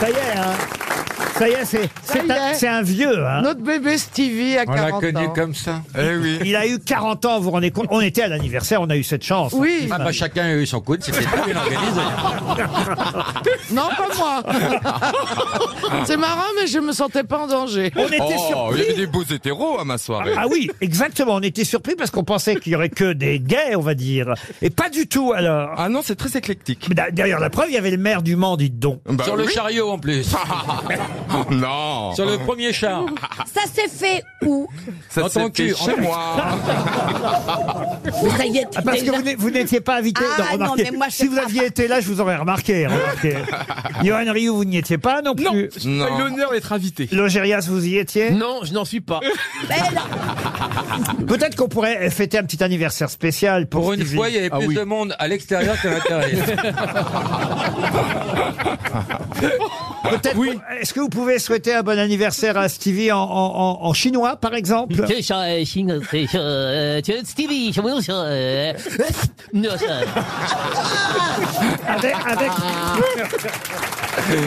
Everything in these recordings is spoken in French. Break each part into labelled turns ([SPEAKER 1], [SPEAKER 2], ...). [SPEAKER 1] Ça y est, hein. Ça y est, c'est,
[SPEAKER 2] Ça
[SPEAKER 1] c'est
[SPEAKER 2] y
[SPEAKER 1] un,
[SPEAKER 2] est.
[SPEAKER 1] c'est un vieux. Hein.
[SPEAKER 2] Notre bébé Stevie a
[SPEAKER 3] On l'a
[SPEAKER 2] 40
[SPEAKER 3] connu
[SPEAKER 2] ans.
[SPEAKER 3] comme ça.
[SPEAKER 4] Eh oui.
[SPEAKER 1] Il a eu 40 ans, vous vous rendez compte On était à l'anniversaère, on a eu cette chance.
[SPEAKER 2] Oui,
[SPEAKER 3] Ah bah chacun a eu son coup, c'était très bien
[SPEAKER 5] Ah.
[SPEAKER 3] organisé.
[SPEAKER 2] non pas moi. C'est marrant, mais je me sentais pas en danger.
[SPEAKER 1] On était
[SPEAKER 4] Oh, il y
[SPEAKER 1] surpris.
[SPEAKER 4] avait des beaux hétéros à ma soirée.
[SPEAKER 1] Ah oui, exactement. On était surpris parce qu'on pensait qu'il y aurait que des gays, on va dire. Et pas du tout, alors.
[SPEAKER 4] Ah non, c'est très éclectique.
[SPEAKER 1] Mais d'a- D'ailleurs, la preuve, il y avait le maire du Mans, dites donc.
[SPEAKER 4] Bah
[SPEAKER 3] Sur le
[SPEAKER 4] oui.
[SPEAKER 3] chariot en plus.
[SPEAKER 4] Oh non.
[SPEAKER 3] Sur le premier char.
[SPEAKER 6] Ça s'est fait où
[SPEAKER 4] Ça
[SPEAKER 3] Dans ton
[SPEAKER 4] s'est fait
[SPEAKER 3] cul,
[SPEAKER 4] chez
[SPEAKER 3] en-
[SPEAKER 4] moi.
[SPEAKER 6] Mais ça y est, tu
[SPEAKER 1] Ah, parce
[SPEAKER 6] déjà-
[SPEAKER 1] que vous n'é- vous n'étiez pas invité.
[SPEAKER 6] Ah, non,
[SPEAKER 1] remarquez,
[SPEAKER 6] mais moi, je
[SPEAKER 1] si
[SPEAKER 6] sais
[SPEAKER 1] vous
[SPEAKER 6] pas.
[SPEAKER 1] aviez été là, je vous aurais remarqué. remarquez. Johan Rioux, vous n'y étiez pas non plus.
[SPEAKER 4] Non.
[SPEAKER 7] l'honneur d'être invité.
[SPEAKER 1] Logérias, vous y étiez
[SPEAKER 7] Non, je n'en suis pas.
[SPEAKER 6] Ben non.
[SPEAKER 1] Peut-être qu'on pourrait fêter un petit anniversaire spécial pour,
[SPEAKER 3] Pour une
[SPEAKER 1] Stevie.
[SPEAKER 3] fois, il y avait
[SPEAKER 8] Ah
[SPEAKER 3] plus de monde à l'extérieur qu'à l'intérieur.
[SPEAKER 1] Peut-être. Est-ce que vous pouvez souhaiter un bon anniversaire à Stevie en, en- en- en chinois, par exemple
[SPEAKER 9] eh.
[SPEAKER 1] Avec, avec,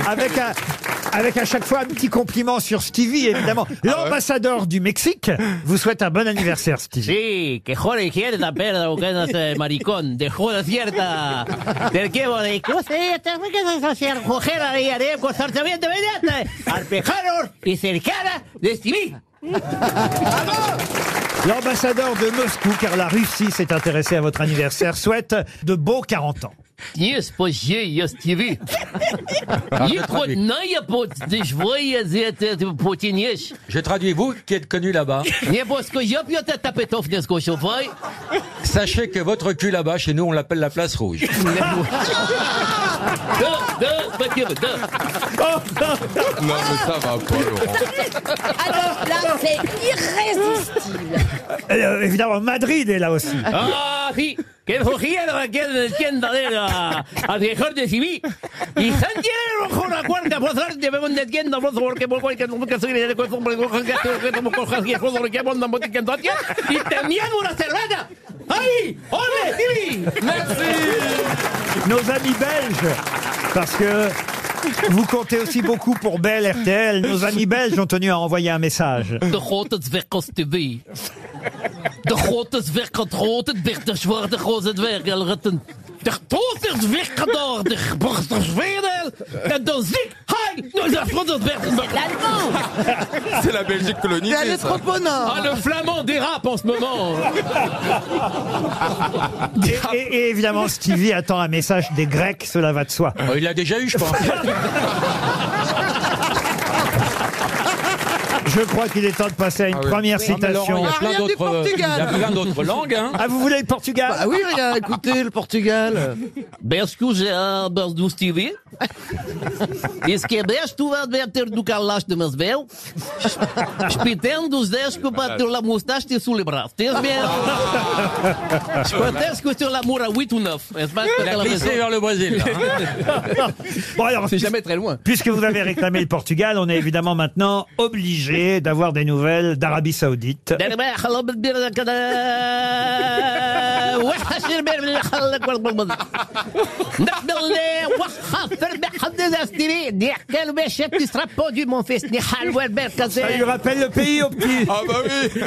[SPEAKER 1] avec, à, avec à chaque fois un petit compliment sur Stevie,
[SPEAKER 3] Ah
[SPEAKER 1] évidemment. L'ambassadeur du Mexique vous souhaite un bon anniversaire, Stevie.
[SPEAKER 9] Sí, que joda izquierda, perro, que no sé, maricón, de joda cierta. Del que vos de eh, cosas, que no sé hacer, cojera y haré constantemente, mediante, arpejaros eh. y cercana de Stevie.
[SPEAKER 1] L'ambassadeur de Moscou, car la Russie s'est intéressée à votre anniversaire, souhaite de beaux 40 ans.
[SPEAKER 9] Yes, pues yeah, yes, TV. Yes, pues, no, я под дешевое, это Путин есть.
[SPEAKER 3] Je traduis vous qui êtes connu là-bas.
[SPEAKER 9] Не боско, я пью это тапетов не скочил, вай.
[SPEAKER 3] Sachez que votre cul là-bas, chez nous, on l'appelle la place rouge.
[SPEAKER 9] Да, да, спасибо, да.
[SPEAKER 4] Non, mais ça va pas, Laurent.
[SPEAKER 6] Alors là, c'est irrésistible.
[SPEAKER 1] Euh, évidemment, Madrid est là aussi.
[SPEAKER 9] Ah, sí, que cogieron que en tienda de la al mejor de Cibí. Y Sánchez con la cuarta pozar de bebón de tienda, vos porque por cualquier nunca soy de cuerpo, por cojas que que como cojas que por que abondan por tienda y tenían una cerveza. ¡Ay! ¡Ole, Cibí!
[SPEAKER 1] Nos amis belges, parce que vous comptez aussi beaucoup pour Bell RTL, nos amis belges ont tenu à envoyer un message.
[SPEAKER 9] De grote zwerkels TV. De grote zwerkels, grote zwerk, de zwarte grote zwerkel, rotten. De grote zwerkel door, de grote zwerkel. En dan zie ik, nou hi, de grote zwerkel.
[SPEAKER 6] L'allemand.
[SPEAKER 4] C'est la Belgique
[SPEAKER 2] T'es allé
[SPEAKER 4] colonisée,
[SPEAKER 2] trop
[SPEAKER 4] ça.
[SPEAKER 2] au nord.
[SPEAKER 1] hein.
[SPEAKER 9] Ah, le flamand dérape en ce moment.
[SPEAKER 1] Et, et- et évidemment, Stevie attend un message des Grecs, cela va de soi.
[SPEAKER 3] Oh, Il l'a déjà eu, je pense.
[SPEAKER 1] Je crois qu'il est temps de passer à une
[SPEAKER 4] Ah oui.
[SPEAKER 1] première
[SPEAKER 3] Ah, mais Laurent,
[SPEAKER 1] citation.
[SPEAKER 3] il y a
[SPEAKER 2] Ah,
[SPEAKER 3] plein
[SPEAKER 2] rien du
[SPEAKER 3] d'autres, euh, il y
[SPEAKER 2] Portugal.
[SPEAKER 3] a plein d'autres langues. Hein.
[SPEAKER 1] Ah, vous voulez le Portugal
[SPEAKER 9] Bah
[SPEAKER 2] Ah oui, regarde, écoutez, le Portugal.
[SPEAKER 9] Ben, excusez-moi, ben, do Stevie. Isso que é tu vais bem ter do calaste, mas bem. Espitendo os desculpa,
[SPEAKER 3] Ah.
[SPEAKER 9] teu la moustache, te solebraste. Tens bem. Espatece que o teu l'amour a 8 ou 9.
[SPEAKER 3] Il a glissé vers le Brésil. là, hein.
[SPEAKER 1] Bon, alors,
[SPEAKER 7] C'est jamais très loin.
[SPEAKER 1] Puisque vous avez réclamé le Portugal, on est évidemment maintenant obligé d'avoir des nouvelles d'Arabie Saoudite. Ça lui rappelle le pays au petit.
[SPEAKER 4] Ah bah oui.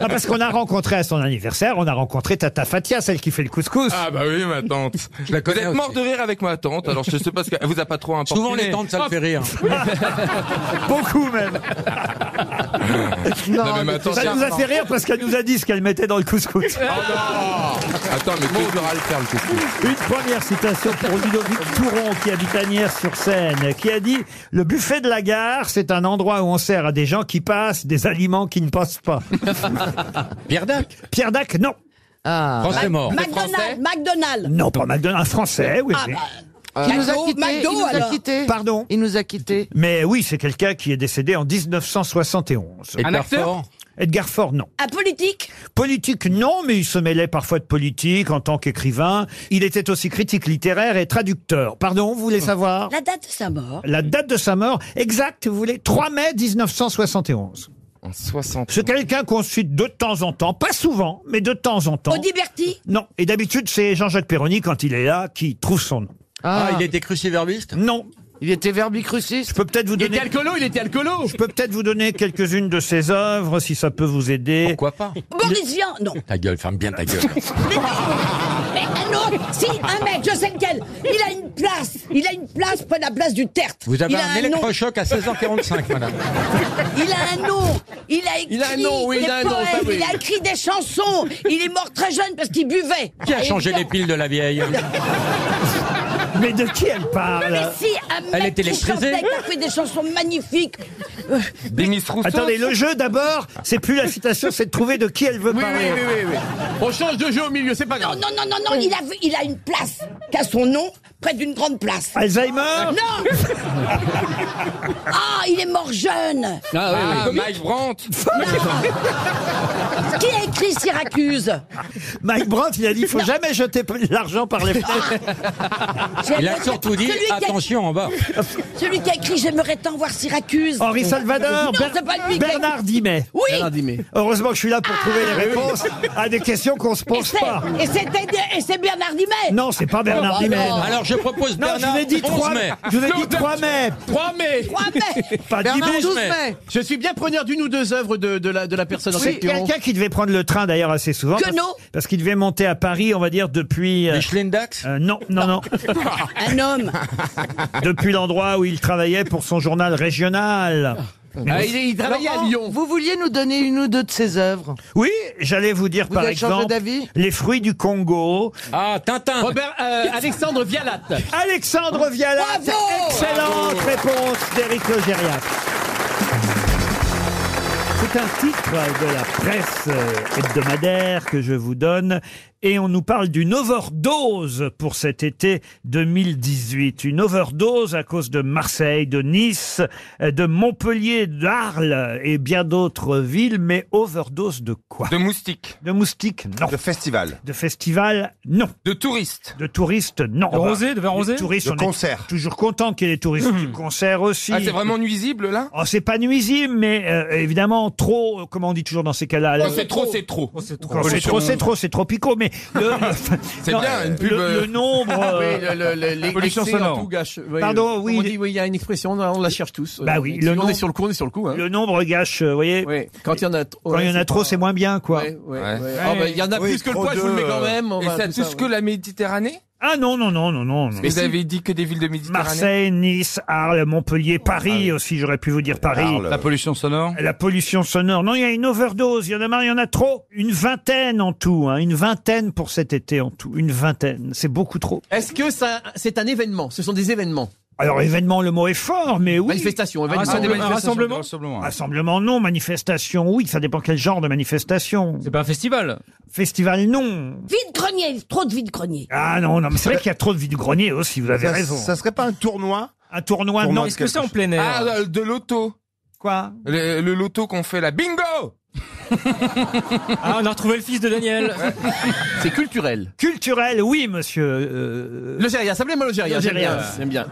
[SPEAKER 1] Ah, parce qu'on a rencontré à son anniversaire, on a rencontré Tata Fatia, celle qui fait le couscous.
[SPEAKER 4] Ah bah oui, ma tante.
[SPEAKER 3] Je la
[SPEAKER 4] Vous
[SPEAKER 3] connais
[SPEAKER 4] êtes mort
[SPEAKER 3] aussi.
[SPEAKER 4] de rire avec ma tante, alors je sais pas ce qu'elle vous a pas trop importé.
[SPEAKER 3] Souvent, les tentes, ça le fait rire.
[SPEAKER 1] Beaucoup même.
[SPEAKER 2] Non,
[SPEAKER 4] Ah. Non, mais ma tante- Ah,
[SPEAKER 1] Ça nous a fait rire parce qu'elle nous a dit ce qu'elle mettait dans le couscous.
[SPEAKER 4] Attends, mais que je le faire, le coup.
[SPEAKER 1] Une première citation pour Ludovic Touron qui habite Agnières-sur-Seine, qui a dit « Le buffet de la gare, c'est un endroit où on sert à des gens qui passent des aliments qui ne passent pas.
[SPEAKER 3] Pierre Dac. »
[SPEAKER 1] Pierre Dac, non.
[SPEAKER 2] Ah,
[SPEAKER 3] France est mort.
[SPEAKER 6] McDonald's. McDonald's.
[SPEAKER 1] Non, pas McDonald's, un Français,
[SPEAKER 10] Ah,
[SPEAKER 1] oui. oui.
[SPEAKER 10] bah,
[SPEAKER 2] il nous a
[SPEAKER 6] McDo,
[SPEAKER 2] quittés.
[SPEAKER 6] McDo,
[SPEAKER 2] il nous a
[SPEAKER 6] alors.
[SPEAKER 2] quittés.
[SPEAKER 1] Pardon
[SPEAKER 2] Il nous a quittés.
[SPEAKER 1] Mais oui, c'est quelqu'un qui est décédé en 1971.
[SPEAKER 3] Un acteur
[SPEAKER 1] Edgar Faure, non.
[SPEAKER 6] Un politique.
[SPEAKER 1] Politique, non, mais il se mêlait parfois de politique en tant qu'écrivain. Il était aussi critique littéraire et traducteur. Pardon, vous voulez savoir
[SPEAKER 6] La date de sa mort.
[SPEAKER 1] La date de sa mort exacte, vous voulez 3 mai 1971.
[SPEAKER 4] En 60.
[SPEAKER 1] C'est quelqu'un qu'on cite de temps en temps, pas souvent, mais de temps en temps.
[SPEAKER 6] Audiberti.
[SPEAKER 1] Non, et d'habitude c'est Jean-Jacques Perroni quand il est là qui trouve son nom.
[SPEAKER 3] Ah, il était cruciverbiste
[SPEAKER 1] Non,
[SPEAKER 2] Il était verbicruciste
[SPEAKER 1] Je peux peut-être vous
[SPEAKER 9] Il était
[SPEAKER 1] donner...
[SPEAKER 9] alcoolo, il était alcoolo.
[SPEAKER 1] Je peux peut-être vous donner quelques-unes de ses œuvres si ça peut vous aider.
[SPEAKER 3] Pourquoi pas
[SPEAKER 6] Boris Vian, non.
[SPEAKER 3] Ta gueule, ferme bien ta gueule.
[SPEAKER 6] Mais un autre, si, un mec, je sais lequel, il a une place, il a une place près de la place du tertre.
[SPEAKER 3] Vous avez
[SPEAKER 6] il a
[SPEAKER 3] un,
[SPEAKER 6] nom,
[SPEAKER 3] électrochoc à 16h45, madame.
[SPEAKER 6] il a un nom, il a écrit
[SPEAKER 9] Il a un nom, oui,
[SPEAKER 6] des
[SPEAKER 9] il a un nom,
[SPEAKER 6] poèmes,
[SPEAKER 9] ça, oui.
[SPEAKER 6] il a écrit des chansons, il est mort très jeune parce qu'il buvait.
[SPEAKER 3] Qui a changé les piles de la vieille
[SPEAKER 1] Mais de qui elle
[SPEAKER 6] Mais
[SPEAKER 1] parle
[SPEAKER 6] si, un mec
[SPEAKER 3] Elle est
[SPEAKER 6] qui chantait,
[SPEAKER 3] électrisée.
[SPEAKER 6] qui a fait des chansons magnifiques, Euh,
[SPEAKER 4] Des Miss Rousseau.
[SPEAKER 1] Attendez, le jeu d'abord, c'est plus la citation, c'est de trouver de qui elle veut
[SPEAKER 9] Oui, oui,
[SPEAKER 1] parler.
[SPEAKER 9] oui, oui, oui. On change de jeu au milieu, c'est pas
[SPEAKER 6] Non,
[SPEAKER 9] grave.
[SPEAKER 6] non, non, non, non, il a, il a une place, qu'à son nom, près d'une grande place.
[SPEAKER 1] Alzheimer
[SPEAKER 6] Non Ah, il est mort jeune
[SPEAKER 4] Ah, Mike Brandt.
[SPEAKER 6] Qui a écrit Syracuse
[SPEAKER 1] Mike Brandt, il a dit il faut jamais jeter l'argent par les fenêtres.
[SPEAKER 3] Il a surtout dit,
[SPEAKER 6] celui qui a-
[SPEAKER 3] attention en bas.
[SPEAKER 6] Celui qui a écrit J'aimerais tant voir Syracuse.
[SPEAKER 1] Henri Salvador,
[SPEAKER 6] Non,
[SPEAKER 1] Ber-
[SPEAKER 6] c'est pas lui qui a-
[SPEAKER 1] Bernard Dimet.
[SPEAKER 6] Oui
[SPEAKER 9] Bernard Dimet.
[SPEAKER 1] Heureusement que je suis là pour
[SPEAKER 9] Ah,
[SPEAKER 1] trouver les réponses à des questions qu'on se
[SPEAKER 6] Et
[SPEAKER 1] pose
[SPEAKER 6] c'est-
[SPEAKER 1] pas.
[SPEAKER 6] et c'était- et c'est Bernard Dimet Oh, bah
[SPEAKER 1] Non, c'est pas
[SPEAKER 9] Oh, bah
[SPEAKER 1] Bernard Dimet. non.
[SPEAKER 3] Alors je propose
[SPEAKER 1] Non, je
[SPEAKER 3] Bernard
[SPEAKER 1] vous ai dit
[SPEAKER 3] 11
[SPEAKER 1] 3
[SPEAKER 3] mai.
[SPEAKER 1] mai. Je vous ai dit 3 mai.
[SPEAKER 9] 3 mai.
[SPEAKER 6] Trois mecs.
[SPEAKER 1] Pas
[SPEAKER 2] Bernard
[SPEAKER 1] Dimet.
[SPEAKER 2] 12
[SPEAKER 3] mai.
[SPEAKER 2] mai
[SPEAKER 9] Je suis bien preneur d'une ou deux œuvres de, de la, de la personne en
[SPEAKER 1] C'est
[SPEAKER 9] question.
[SPEAKER 1] quelqu'un qui devait prendre le train d'ailleurs assez souvent.
[SPEAKER 6] Queneau.
[SPEAKER 1] parce- Parce qu'il devait monter à Paris, on va dire, depuis. euh,
[SPEAKER 3] Les Schlendax
[SPEAKER 1] euh, non, non, non.
[SPEAKER 6] Un homme
[SPEAKER 1] depuis l'endroit où il travaillait pour son journal régional.
[SPEAKER 9] Ah, il, est- il travaillait à
[SPEAKER 2] Laurent,
[SPEAKER 9] Lyon.
[SPEAKER 2] Vous vouliez nous donner une ou deux de ses œuvres
[SPEAKER 1] Oui, j'allais vous dire
[SPEAKER 2] Vous
[SPEAKER 1] par
[SPEAKER 2] avez changé
[SPEAKER 1] exemple
[SPEAKER 2] d'avis
[SPEAKER 1] les fruits du Congo.
[SPEAKER 3] Ah, Tintin
[SPEAKER 9] Robert, euh, Alexandre Vialat.
[SPEAKER 1] Alexandre Vialat,
[SPEAKER 6] Bravo
[SPEAKER 1] excellente réponse d'Éric Logériac. C'est un titre de la presse euh, hebdomadaire que je vous donne et on nous parle d'une overdose pour cet été 2018. Une overdose à cause de Marseille, de Nice, euh, de Montpellier, d'Arles et bien d'autres villes, mais overdose de quoi
[SPEAKER 4] De moustiques.
[SPEAKER 1] De moustiques Non.
[SPEAKER 7] De festival.
[SPEAKER 1] De festivals Non.
[SPEAKER 4] De touristes.
[SPEAKER 1] De touristes, non. bah,
[SPEAKER 10] De rosé, de vin
[SPEAKER 1] Les
[SPEAKER 10] rosé
[SPEAKER 1] touristes,
[SPEAKER 7] De
[SPEAKER 1] on est
[SPEAKER 7] concert.
[SPEAKER 1] toujours content qu'il y ait des touristes
[SPEAKER 9] Mmh.
[SPEAKER 1] du concert aussi.
[SPEAKER 4] Ah, c'est vraiment nuisible, là
[SPEAKER 1] Oh, c'est pas nuisible, mais euh, évidemment, trop, euh, comment on dit toujours dans ces cas-là
[SPEAKER 4] Oh,
[SPEAKER 1] le-
[SPEAKER 4] C'est trop, c'est trop.
[SPEAKER 1] Euh, quand c'est trop, c'est trop, c'est tropico, mais le,
[SPEAKER 4] C'est
[SPEAKER 1] non,
[SPEAKER 4] bien, une
[SPEAKER 1] le-
[SPEAKER 4] pub,
[SPEAKER 1] le,
[SPEAKER 4] euh,
[SPEAKER 1] nombre. euh,
[SPEAKER 9] Oui, le- le- le- les-
[SPEAKER 10] pollution
[SPEAKER 9] l'excès en
[SPEAKER 10] sonore.
[SPEAKER 9] tout gâche. Oui,
[SPEAKER 1] Pardon,
[SPEAKER 9] euh,
[SPEAKER 1] oui,
[SPEAKER 9] On
[SPEAKER 1] les-
[SPEAKER 9] dit, oui, il y a une expression, on la cherche tous.
[SPEAKER 1] Bah
[SPEAKER 9] Euh,
[SPEAKER 1] oui,
[SPEAKER 9] si
[SPEAKER 1] le
[SPEAKER 9] on
[SPEAKER 1] nom-
[SPEAKER 9] est sur le coup, on est sur le coup. hein.
[SPEAKER 1] le nombre gâche, euh, vous voyez.
[SPEAKER 9] Oui, Quand il y en a,
[SPEAKER 1] Quand il y en a trop, c'est moins bien, quoi.
[SPEAKER 9] Ouais, ouais,
[SPEAKER 4] Ouais.
[SPEAKER 9] ouais. Ah, bah, il y en a
[SPEAKER 7] Oui,
[SPEAKER 9] plus que le
[SPEAKER 7] trop
[SPEAKER 9] poids, je vous le
[SPEAKER 7] de- euh,
[SPEAKER 9] mets quand même. on
[SPEAKER 4] Et
[SPEAKER 9] va-
[SPEAKER 4] ça
[SPEAKER 9] tout
[SPEAKER 4] touche que
[SPEAKER 9] ouais.
[SPEAKER 4] la Méditerranée
[SPEAKER 1] Ah non, non, non, non, non. non.
[SPEAKER 4] Et Vous avez dit que des villes de Méditerranée
[SPEAKER 1] Marseille, Nice, Arles, Montpellier, Paris
[SPEAKER 9] Ah
[SPEAKER 1] aussi, j'aurais pu vous dire Paris.
[SPEAKER 7] Arles.
[SPEAKER 10] La pollution sonore
[SPEAKER 1] La pollution sonore. Non, il y a une overdose. Il y en a marre, il y en a trop. Une vingtaine en tout. Hein. Une vingtaine pour cet été en tout. Une vingtaine. C'est beaucoup trop.
[SPEAKER 9] Est-ce que ça, c'est un événement Ce sont des événements.
[SPEAKER 1] Alors, événement, le mot est fort, mais oui.
[SPEAKER 9] Manifestations,
[SPEAKER 10] Un
[SPEAKER 9] événements.
[SPEAKER 10] rassemble- un
[SPEAKER 9] manifestations.
[SPEAKER 10] rassemblement
[SPEAKER 1] Rassemblement, non. Manifestation, oui. Ça dépend quel genre de manifestation.
[SPEAKER 10] C'est pas un festival
[SPEAKER 1] Festival, non.
[SPEAKER 6] Vide-grenier, trop de vide-grenier.
[SPEAKER 1] Ah non, non, mais c'est vrai qu'il y a trop de vide-grenier Ah, aussi, vous avez
[SPEAKER 7] Ça,
[SPEAKER 1] raison.
[SPEAKER 7] ça serait pas un tournoi
[SPEAKER 1] Un tournoi,
[SPEAKER 7] Pour
[SPEAKER 1] non.
[SPEAKER 7] moi,
[SPEAKER 10] Est-ce que c'est en plein air
[SPEAKER 4] Ah, euh, de l'auto.
[SPEAKER 1] Quoi
[SPEAKER 4] Le, le loto qu'on fait là. Bingo
[SPEAKER 10] Ah, on a retrouvé le fils de Daniel
[SPEAKER 9] C'est culturel.
[SPEAKER 1] Culturel, oui, monsieur. euh,
[SPEAKER 9] L'Algérie, assemblée moi l'Algérie. J'aime
[SPEAKER 1] L'Algérie.
[SPEAKER 9] bien. J'aime bien.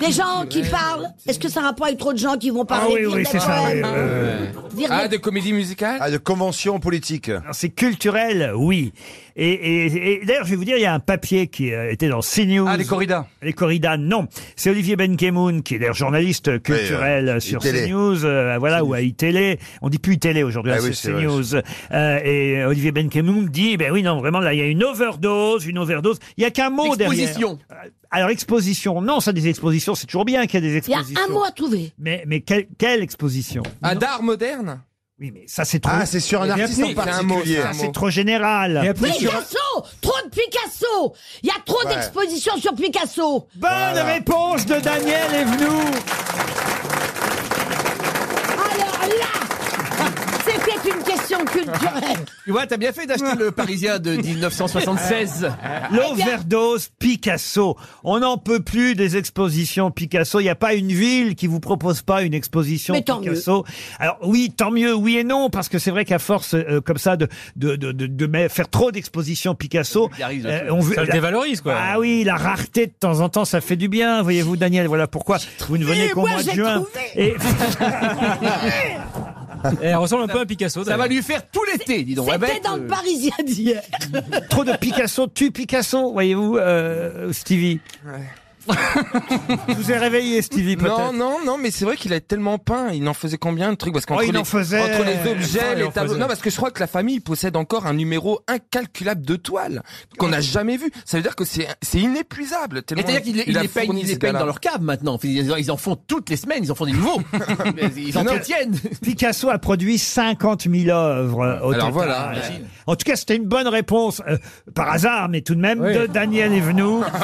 [SPEAKER 6] Les gens qui parlent, est-ce que ça a rapport avec trop de gens qui vont
[SPEAKER 1] Ah
[SPEAKER 6] parler
[SPEAKER 1] oui,
[SPEAKER 6] dire
[SPEAKER 1] oui,
[SPEAKER 6] des
[SPEAKER 1] c'est ça. oui,
[SPEAKER 6] poèmes,
[SPEAKER 1] euh,
[SPEAKER 6] dire
[SPEAKER 4] Ah,
[SPEAKER 6] des-
[SPEAKER 4] des comédies musicales
[SPEAKER 7] à Ah, de convention politique.
[SPEAKER 1] Alors, C'est culturel, oui. Et, et- et d'ailleurs, je vais vous dire, il y a un papier qui euh, était dans CNews.
[SPEAKER 10] Ah, les corridas
[SPEAKER 1] Les corridas, non. C'est Olivier Benkemoun, qui est d'ailleurs journaliste culturel
[SPEAKER 7] euh,
[SPEAKER 1] sur
[SPEAKER 7] iTélé.
[SPEAKER 1] CNews, euh, voilà, ou à iTélé. On dit plus iTélé aujourd'hui,
[SPEAKER 7] Ah
[SPEAKER 1] hein,
[SPEAKER 7] oui,
[SPEAKER 1] c'est
[SPEAKER 7] c'est vrai.
[SPEAKER 1] CNews. Euh, et Olivier Benkemoun dit, ben oui, non, vraiment, là, il y a une overdose, une overdose. Il y a qu'un mot derrière. Euh,
[SPEAKER 9] Exposition.
[SPEAKER 1] Alors, exposition, non, ça, des expositions, c'est toujours bien qu'il y a des
[SPEAKER 6] Il y a
[SPEAKER 1] expositions.
[SPEAKER 6] un mot à trouver.
[SPEAKER 1] Mais, mais quelle, quelle exposition
[SPEAKER 4] Un d'art moderne
[SPEAKER 1] Oui, mais ça, c'est trop,
[SPEAKER 7] Ah, c'est sur un artiste
[SPEAKER 4] c'est
[SPEAKER 7] en
[SPEAKER 4] un mot,
[SPEAKER 7] particulier.
[SPEAKER 4] c'est un mot.
[SPEAKER 1] c'est trop général.
[SPEAKER 6] Picasso Trop de Picasso Il y a trop
[SPEAKER 7] Ouais.
[SPEAKER 6] d'expositions sur Picasso
[SPEAKER 1] Bonne réponse de Daniel Evenou.
[SPEAKER 6] Alors là C'était une question culturelle
[SPEAKER 9] Tu vois, t'as bien fait d'acheter le Parisien de 1976.
[SPEAKER 6] Ah,
[SPEAKER 1] L'overdose Picasso. On n'en peut plus des expositions Picasso. Il n'y a pas une ville qui vous propose pas une exposition
[SPEAKER 6] Mais tant
[SPEAKER 1] Picasso. Alors oui, tant mieux, oui et non, parce que c'est vrai qu'à force euh, comme ça de de, de, de, de me- faire trop d'expositions Picasso, euh,
[SPEAKER 9] vulgarise le truc.
[SPEAKER 1] on veut.
[SPEAKER 10] Ça le
[SPEAKER 1] la-
[SPEAKER 10] dévalorise, quoi
[SPEAKER 1] ah oui, la rareté de temps en temps, ça fait du bien, voyez-vous, Daniel. Voilà pourquoi vous ne venez
[SPEAKER 6] trouvé,
[SPEAKER 1] qu'au
[SPEAKER 6] moi,
[SPEAKER 1] mois de
[SPEAKER 6] j'ai
[SPEAKER 1] juin.
[SPEAKER 6] trouvé.
[SPEAKER 1] Et
[SPEAKER 10] Eh, Elle ressemble un peu à Picasso,
[SPEAKER 9] Ça va
[SPEAKER 10] d'ailleurs.
[SPEAKER 9] lui faire tout l'été, dis donc.
[SPEAKER 6] C'était
[SPEAKER 9] avec,
[SPEAKER 6] dans
[SPEAKER 9] euh,
[SPEAKER 6] le Parisien d'hier
[SPEAKER 1] trop de Picasso tue Picasso, voyez-vous, euh, Stevie. Je vous ai réveillé, Stevie, peut-être.
[SPEAKER 4] Non, non, non, mais c'est vrai qu'il a tellement peint. Il en faisait combien de trucs Parce qu'entre
[SPEAKER 1] Oh, il
[SPEAKER 4] les,
[SPEAKER 1] en faisait-
[SPEAKER 4] entre les
[SPEAKER 1] Ah,
[SPEAKER 4] objets,
[SPEAKER 1] il en
[SPEAKER 4] les tableaux.
[SPEAKER 1] faisait.
[SPEAKER 4] Non, parce que je crois que la famille possède encore un numéro incalculable de toiles qu'on n'a jamais vu. Ça veut dire que c'est c'est inépuisable.
[SPEAKER 9] Et
[SPEAKER 4] tellement
[SPEAKER 9] c'est-à-dire qu'ils
[SPEAKER 4] il a
[SPEAKER 9] les peignent,
[SPEAKER 4] fourni
[SPEAKER 9] ils les
[SPEAKER 4] ces
[SPEAKER 9] peignent
[SPEAKER 4] gars-là.
[SPEAKER 9] dans leur cave maintenant. Ils ils en font toutes les semaines, ils en font des nouveaux. Mais ils en
[SPEAKER 4] Non.
[SPEAKER 9] tiennent.
[SPEAKER 1] Ah Picasso a produit 50 000 œuvres euh, au
[SPEAKER 4] Alors
[SPEAKER 1] total.
[SPEAKER 4] voilà.
[SPEAKER 1] En tout cas, c'était une bonne réponse, euh, par hasard, mais tout de même, de Daniel Evenou.
[SPEAKER 6] Pas le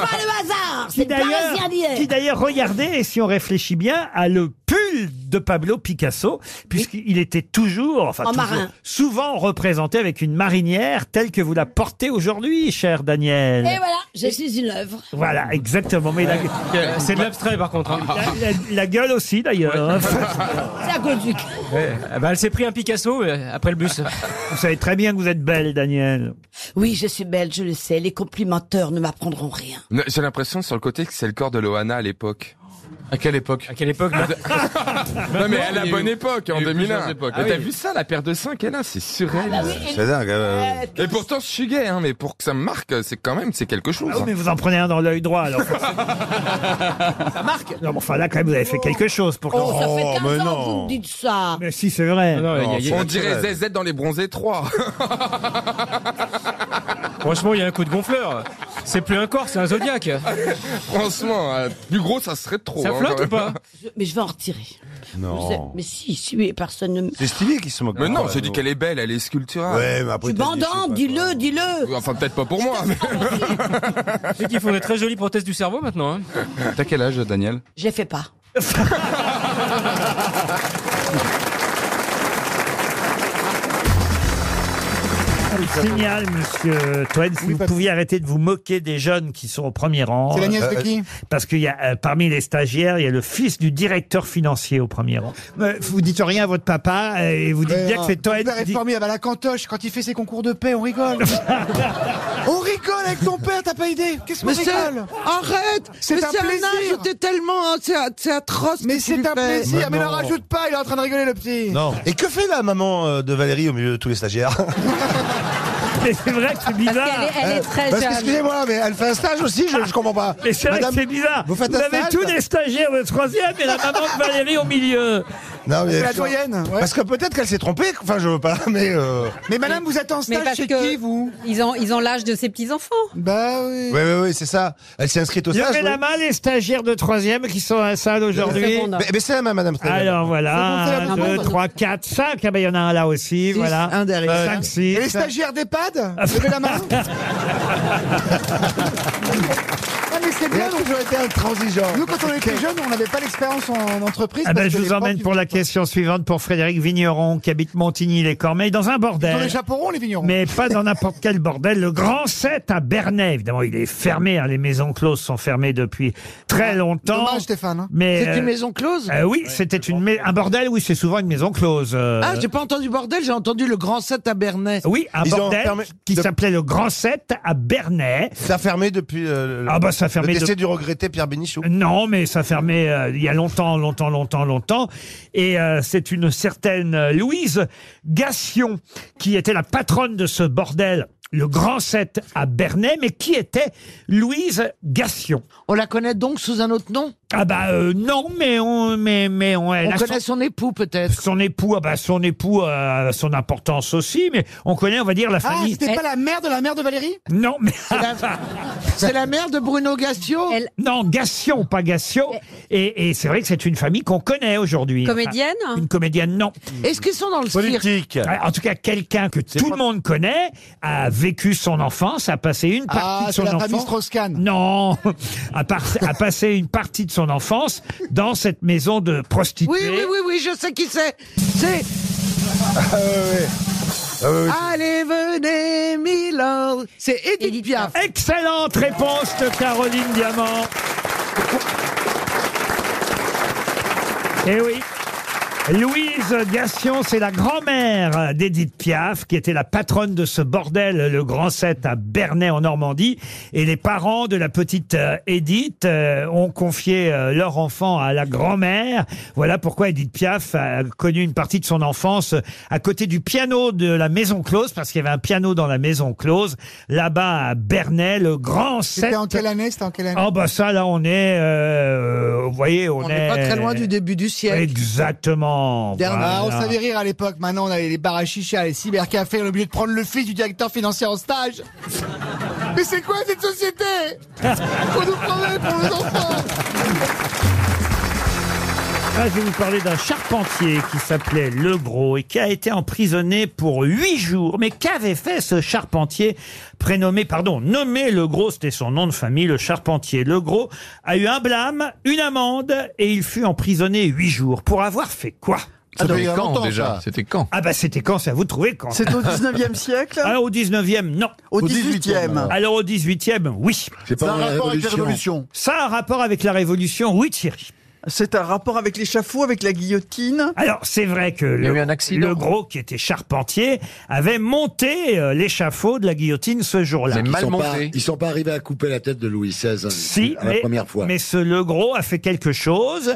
[SPEAKER 6] hasard
[SPEAKER 1] qui
[SPEAKER 6] C'est pas
[SPEAKER 1] d'ailleurs,
[SPEAKER 6] l'Asie d'hier
[SPEAKER 1] qui d'ailleurs, regardez, et si on réfléchit bien, à le pull de Pablo Picasso, puisqu'il était toujours, enfin,
[SPEAKER 6] En
[SPEAKER 1] toujours,
[SPEAKER 6] marin.
[SPEAKER 1] souvent représenté avec une marinière telle que vous la portez aujourd'hui, cher Daniel.
[SPEAKER 6] Et voilà, je suis une œuvre.
[SPEAKER 1] Voilà, exactement. Mais la,
[SPEAKER 8] Euh, C'est de l'abstrait par contre. hein.
[SPEAKER 1] la- la- la gueule aussi, d'ailleurs.
[SPEAKER 6] C'est à cause du
[SPEAKER 8] Ouais. Ah bah, elle s'est pris un Picasso euh, après le bus.
[SPEAKER 1] vous savez très bien que vous êtes belle, Daniel.
[SPEAKER 6] Oui, je suis belle, je le sais. Les complimenteurs ne m'apprendront rien.
[SPEAKER 4] Non, J'ai l'impression sur le côté que c'est le corps de Loana à l'époque.
[SPEAKER 9] À quelle époque
[SPEAKER 8] À quelle époque là
[SPEAKER 4] Non mais à la bonne époque, en
[SPEAKER 11] il y a eu
[SPEAKER 4] 2001.
[SPEAKER 11] plusieurs
[SPEAKER 1] Ah
[SPEAKER 11] époques.
[SPEAKER 4] Mais Ah T'as vu ça, la paire de 5 elle a, c'est surréel.
[SPEAKER 6] Ah bah
[SPEAKER 12] C'est dingue. euh,
[SPEAKER 4] Et pourtant je suis gay, hein, mais pour que ça me marque, c'est quand même c'est quelque chose. hein.
[SPEAKER 1] Ah oui, mais vous en prenez un dans l'œil droit, alors. Ça marque Non, mais enfin, là, quand même, vous avez fait quelque chose pour...
[SPEAKER 6] Oh, ça
[SPEAKER 12] Oh,
[SPEAKER 6] fait 15
[SPEAKER 12] mais
[SPEAKER 6] ans que
[SPEAKER 12] non.
[SPEAKER 6] vous me dites ça.
[SPEAKER 1] Mais si, c'est vrai.
[SPEAKER 8] Non, il y a-
[SPEAKER 12] non,
[SPEAKER 8] il y a-
[SPEAKER 12] c'est
[SPEAKER 4] On
[SPEAKER 12] naturel.
[SPEAKER 4] dirait ZZ dans les bronzés 3.
[SPEAKER 8] Franchement, il y a un coup de gonfleur. C'est plus un corps, c'est un zodiaque.
[SPEAKER 4] Franchement, euh, plus gros ça serait trop.
[SPEAKER 8] Ça
[SPEAKER 4] hein,
[SPEAKER 8] flotte
[SPEAKER 4] quand
[SPEAKER 8] ou pas
[SPEAKER 6] Je- mais je vais en retirer.
[SPEAKER 4] Oh.
[SPEAKER 6] Vous savez-
[SPEAKER 12] Non.
[SPEAKER 6] Mais si, si, mais personne ne... m-
[SPEAKER 12] C'est Stevie qui se moque.
[SPEAKER 4] même. Mais non,
[SPEAKER 12] Ouais,
[SPEAKER 4] j'ai dit qu'elle est belle, elle est sculpturale.
[SPEAKER 12] Ouais, mais après.
[SPEAKER 6] Tu
[SPEAKER 12] t'as dit, je sais
[SPEAKER 6] bandantes,
[SPEAKER 12] pas,
[SPEAKER 6] dis-le, dis-le.
[SPEAKER 4] Enfin peut-être pas pour moi. Mais...
[SPEAKER 8] C'est qu'ils font des très jolies prothèses du cerveau maintenant. hein.
[SPEAKER 4] T'as quel âge Daniel
[SPEAKER 6] Je les fais pas.
[SPEAKER 1] Je vous signale, monsieur Toen, si vous pouviez arrêter de vous moquer des jeunes qui sont au premier rang. euh,
[SPEAKER 12] de qui
[SPEAKER 1] Parce qu'il y a, euh, parmi les stagiaires, il y a le fils du directeur financier au premier rang. Mais vous dites rien à votre papa euh, et vous dites bien que c'est Toen qui dit-
[SPEAKER 10] formidable à la cantoche quand il fait ses concours de paix, on rigole. on rigole avec ton père, t'as pas idée Qu'est-ce qu'on rigole Arrête C'est un plaisir C'était tellement, hein, c'est atroce. Mais c'est un
[SPEAKER 13] Euh,
[SPEAKER 10] plaisir, mais ne rajoute pas, il est en train de rigoler le petit.
[SPEAKER 12] Non. Et que fait la maman euh, de Valérie au milieu de tous les stagiaires
[SPEAKER 1] Mais c'est vrai que c'est bizarre.
[SPEAKER 2] Elle est très
[SPEAKER 12] Euh, Parce que,
[SPEAKER 2] jeune.
[SPEAKER 12] excusez-moi, mais elle fait un stage aussi, je, je comprends pas.
[SPEAKER 1] Mais c'est vrai
[SPEAKER 12] Madame-
[SPEAKER 1] que c'est bizarre.
[SPEAKER 12] vous faites un
[SPEAKER 1] avez
[SPEAKER 12] stage,
[SPEAKER 1] tous
[SPEAKER 12] là
[SPEAKER 1] les stagiaires, le troisième et la maman de Valérie au milieu.
[SPEAKER 12] Non, mais-
[SPEAKER 10] la doyenne, ouais.
[SPEAKER 12] Parce que peut-être qu'elle s'est trompée, enfin je veux pas, mais. euh,
[SPEAKER 10] Mais madame, vous êtes en
[SPEAKER 2] Mais
[SPEAKER 10] stage
[SPEAKER 2] parce
[SPEAKER 10] chez
[SPEAKER 2] que
[SPEAKER 10] qui, vous
[SPEAKER 2] ils ont ils ont l'âge de ses petits enfants.
[SPEAKER 10] Bah oui.
[SPEAKER 12] Oui, oui, oui, c'est ça. Elle s'est inscrite au stage.
[SPEAKER 1] Levez
[SPEAKER 12] oui.
[SPEAKER 1] la main les stagiaires de troisième qui sont à la salle aujourd'hui.
[SPEAKER 2] Seconde.
[SPEAKER 12] Mais, mais c'est la même, madame. c'est la même.
[SPEAKER 1] Alors
[SPEAKER 10] C'est
[SPEAKER 1] voilà,
[SPEAKER 10] bon, c'est la bonne
[SPEAKER 1] 1, 2,
[SPEAKER 10] réponse.
[SPEAKER 1] 3, 4, 5. Ah ben il y en a un là aussi, voilà. Euh,
[SPEAKER 10] un derrière.
[SPEAKER 1] 5, 6.
[SPEAKER 10] Et les stagiaires d'EHPAD Levez la main. Ah, mais c'est
[SPEAKER 12] Il
[SPEAKER 10] bien,
[SPEAKER 12] a toujours été intransigeant.
[SPEAKER 10] Nous, quand on était jeunes, on n'avait pas l'expérience en entreprise.
[SPEAKER 1] Ah ben,
[SPEAKER 10] parce
[SPEAKER 1] je
[SPEAKER 10] que
[SPEAKER 1] vous
[SPEAKER 10] les
[SPEAKER 1] emmène
[SPEAKER 10] profs,
[SPEAKER 1] pour
[SPEAKER 10] ils-
[SPEAKER 1] la question suivante pour Frédéric Vigneron qui habite Montigny-les-Cormeilles dans
[SPEAKER 10] Ils
[SPEAKER 1] un
[SPEAKER 10] ont les
[SPEAKER 1] bordel.
[SPEAKER 10] chapeaux ronds, les vignerons.
[SPEAKER 1] Mais pas dans n'importe quel bordel. Le Grand 7 à Bernay, évidemment, il est fermé. hein, les maisons closes sont fermées depuis très longtemps.
[SPEAKER 10] Ah, Dommage, Stéphane. hein.
[SPEAKER 1] Mais euh,
[SPEAKER 13] maison close
[SPEAKER 1] euh, oui, c'était une mais- un bordel. Oui, c'est souvent une maison close. euh,
[SPEAKER 13] Ah, j'ai pas entendu bordel, j'ai entendu le grand 7 à Bernay.
[SPEAKER 1] oui, un
[SPEAKER 12] Ils ont
[SPEAKER 1] bordel
[SPEAKER 12] fermé-
[SPEAKER 1] qui
[SPEAKER 12] de-
[SPEAKER 1] s'appelait le Grand 7 à Bernay.
[SPEAKER 12] Ça a fermé depuis. euh, le-
[SPEAKER 1] Ah bah, ça a fermé
[SPEAKER 12] Le décès
[SPEAKER 1] de-
[SPEAKER 12] du regretté Pierre Bénichou.
[SPEAKER 1] Non, mais ça fermait euh, il y a longtemps, longtemps, longtemps, longtemps. Et euh, c'est une certaine euh, Louise Gassion qui était la patronne de ce bordel, le Grand 7 à Bernay, mais qui était Louise Euh, Gassion.
[SPEAKER 13] On la connaît donc sous un autre nom
[SPEAKER 1] Ah bah euh, non, mais on, mais mais on, elle
[SPEAKER 13] On
[SPEAKER 1] a
[SPEAKER 13] connaît
[SPEAKER 1] son...
[SPEAKER 13] son époux peut-être.
[SPEAKER 1] son époux, ah bah son époux euh, a son importance aussi, mais on connaît, on va dire, la
[SPEAKER 10] Ah,
[SPEAKER 1] famille.
[SPEAKER 10] c'était pas la mère de la mère de Valérie
[SPEAKER 1] non, mais
[SPEAKER 13] C'est la mère de Bruno Gassio
[SPEAKER 2] Elle
[SPEAKER 1] non, Gassion, pas Gassion. Et, et c'est vrai que c'est une famille qu'on connaît aujourd'hui.
[SPEAKER 2] comédienne.
[SPEAKER 1] Ah, Une comédienne, non.
[SPEAKER 13] Est-ce qu'ils sont dans le cirque
[SPEAKER 12] Politique.
[SPEAKER 1] Ouais, En tout cas, quelqu'un que tout le monde connaît a vécu son enfance, a passé une partie
[SPEAKER 10] Ah,
[SPEAKER 1] de
[SPEAKER 10] c'est
[SPEAKER 1] son
[SPEAKER 10] la famille
[SPEAKER 1] enfance.
[SPEAKER 10] Strauss-Kahn.
[SPEAKER 1] non, a, par- a passé une partie de son enfance dans cette maison de prostituées.
[SPEAKER 13] Oui, oui, oui, oui, je sais qui c'est. C'est.
[SPEAKER 12] Ah, oui, oui.
[SPEAKER 13] Allez, venez, Milord. C'est Edith,
[SPEAKER 2] Édith
[SPEAKER 13] Piaf.
[SPEAKER 1] Excellente réponse de Caroline Diamant. Eh oui. Louise Gassion, c'est la grand-mère d'Edith Piaf, qui était la patronne de ce bordel, le Grand 7 à Bernay en Normandie. Et les parents de la petite euh, Edith euh, ont confié euh, leur enfant à la grand-mère. Voilà pourquoi Edith Piaf a connu une partie de son enfance euh, à côté du piano de la maison close, parce qu'il y avait un piano dans la maison close, là-bas à Bernay, le Grand 7.
[SPEAKER 10] C'était en quelle année C'était en quelle année
[SPEAKER 1] Ah bah ça là on est, euh, vous voyez, on,
[SPEAKER 10] On n'est pas très loin du début du siècle.
[SPEAKER 1] Exactement.
[SPEAKER 10] Dernier- Ah,
[SPEAKER 1] voilà.
[SPEAKER 10] on savait rire à l'époque. Maintenant, on a les bars à chicha, les cybercafés. On a oublié de prendre le fils du directeur financier en stage. Mais c'est quoi cette société On nous promet pour nos enfants.
[SPEAKER 1] Là, je vais vous parler d'un charpentier qui s'appelait Le Gros et qui a été emprisonné pour huit jours. Mais qu'avait fait ce charpentier prénommé, pardon, nommé Le Gros, c'était son nom de famille, le charpentier Le Gros, a eu un blâme, une amende et il fut emprisonné huit jours. Pour avoir fait quoi
[SPEAKER 14] Ça Ah, depuis fait quand, longtemps, déjà ça C'était quand
[SPEAKER 1] Ah bah c'était quand, c'est à vous de trouver quand.
[SPEAKER 14] C'est au 19e
[SPEAKER 1] siècle Alors au 19e, non.
[SPEAKER 14] Au Au 18e.
[SPEAKER 1] Alors au 18e, oui.
[SPEAKER 14] C'est pas Ça a dans la rapport avec la Révolution. Révolution.
[SPEAKER 1] Ça a un rapport avec la Révolution, oui Thierry.
[SPEAKER 15] C'est un rapport avec l'échafaud, avec la guillotine.
[SPEAKER 1] Alors, c'est vrai que
[SPEAKER 15] y a
[SPEAKER 1] le,
[SPEAKER 15] eu un accident.
[SPEAKER 1] le gros qui était charpentier avait monté euh, l'échafaud de la guillotine ce jour-là.
[SPEAKER 5] ils sont pas- ils sont pas arrivés à couper la tête de Louis XVI hein,
[SPEAKER 1] Si,
[SPEAKER 5] à la
[SPEAKER 1] mais,
[SPEAKER 5] première fois.
[SPEAKER 1] mais ce le gros a fait quelque chose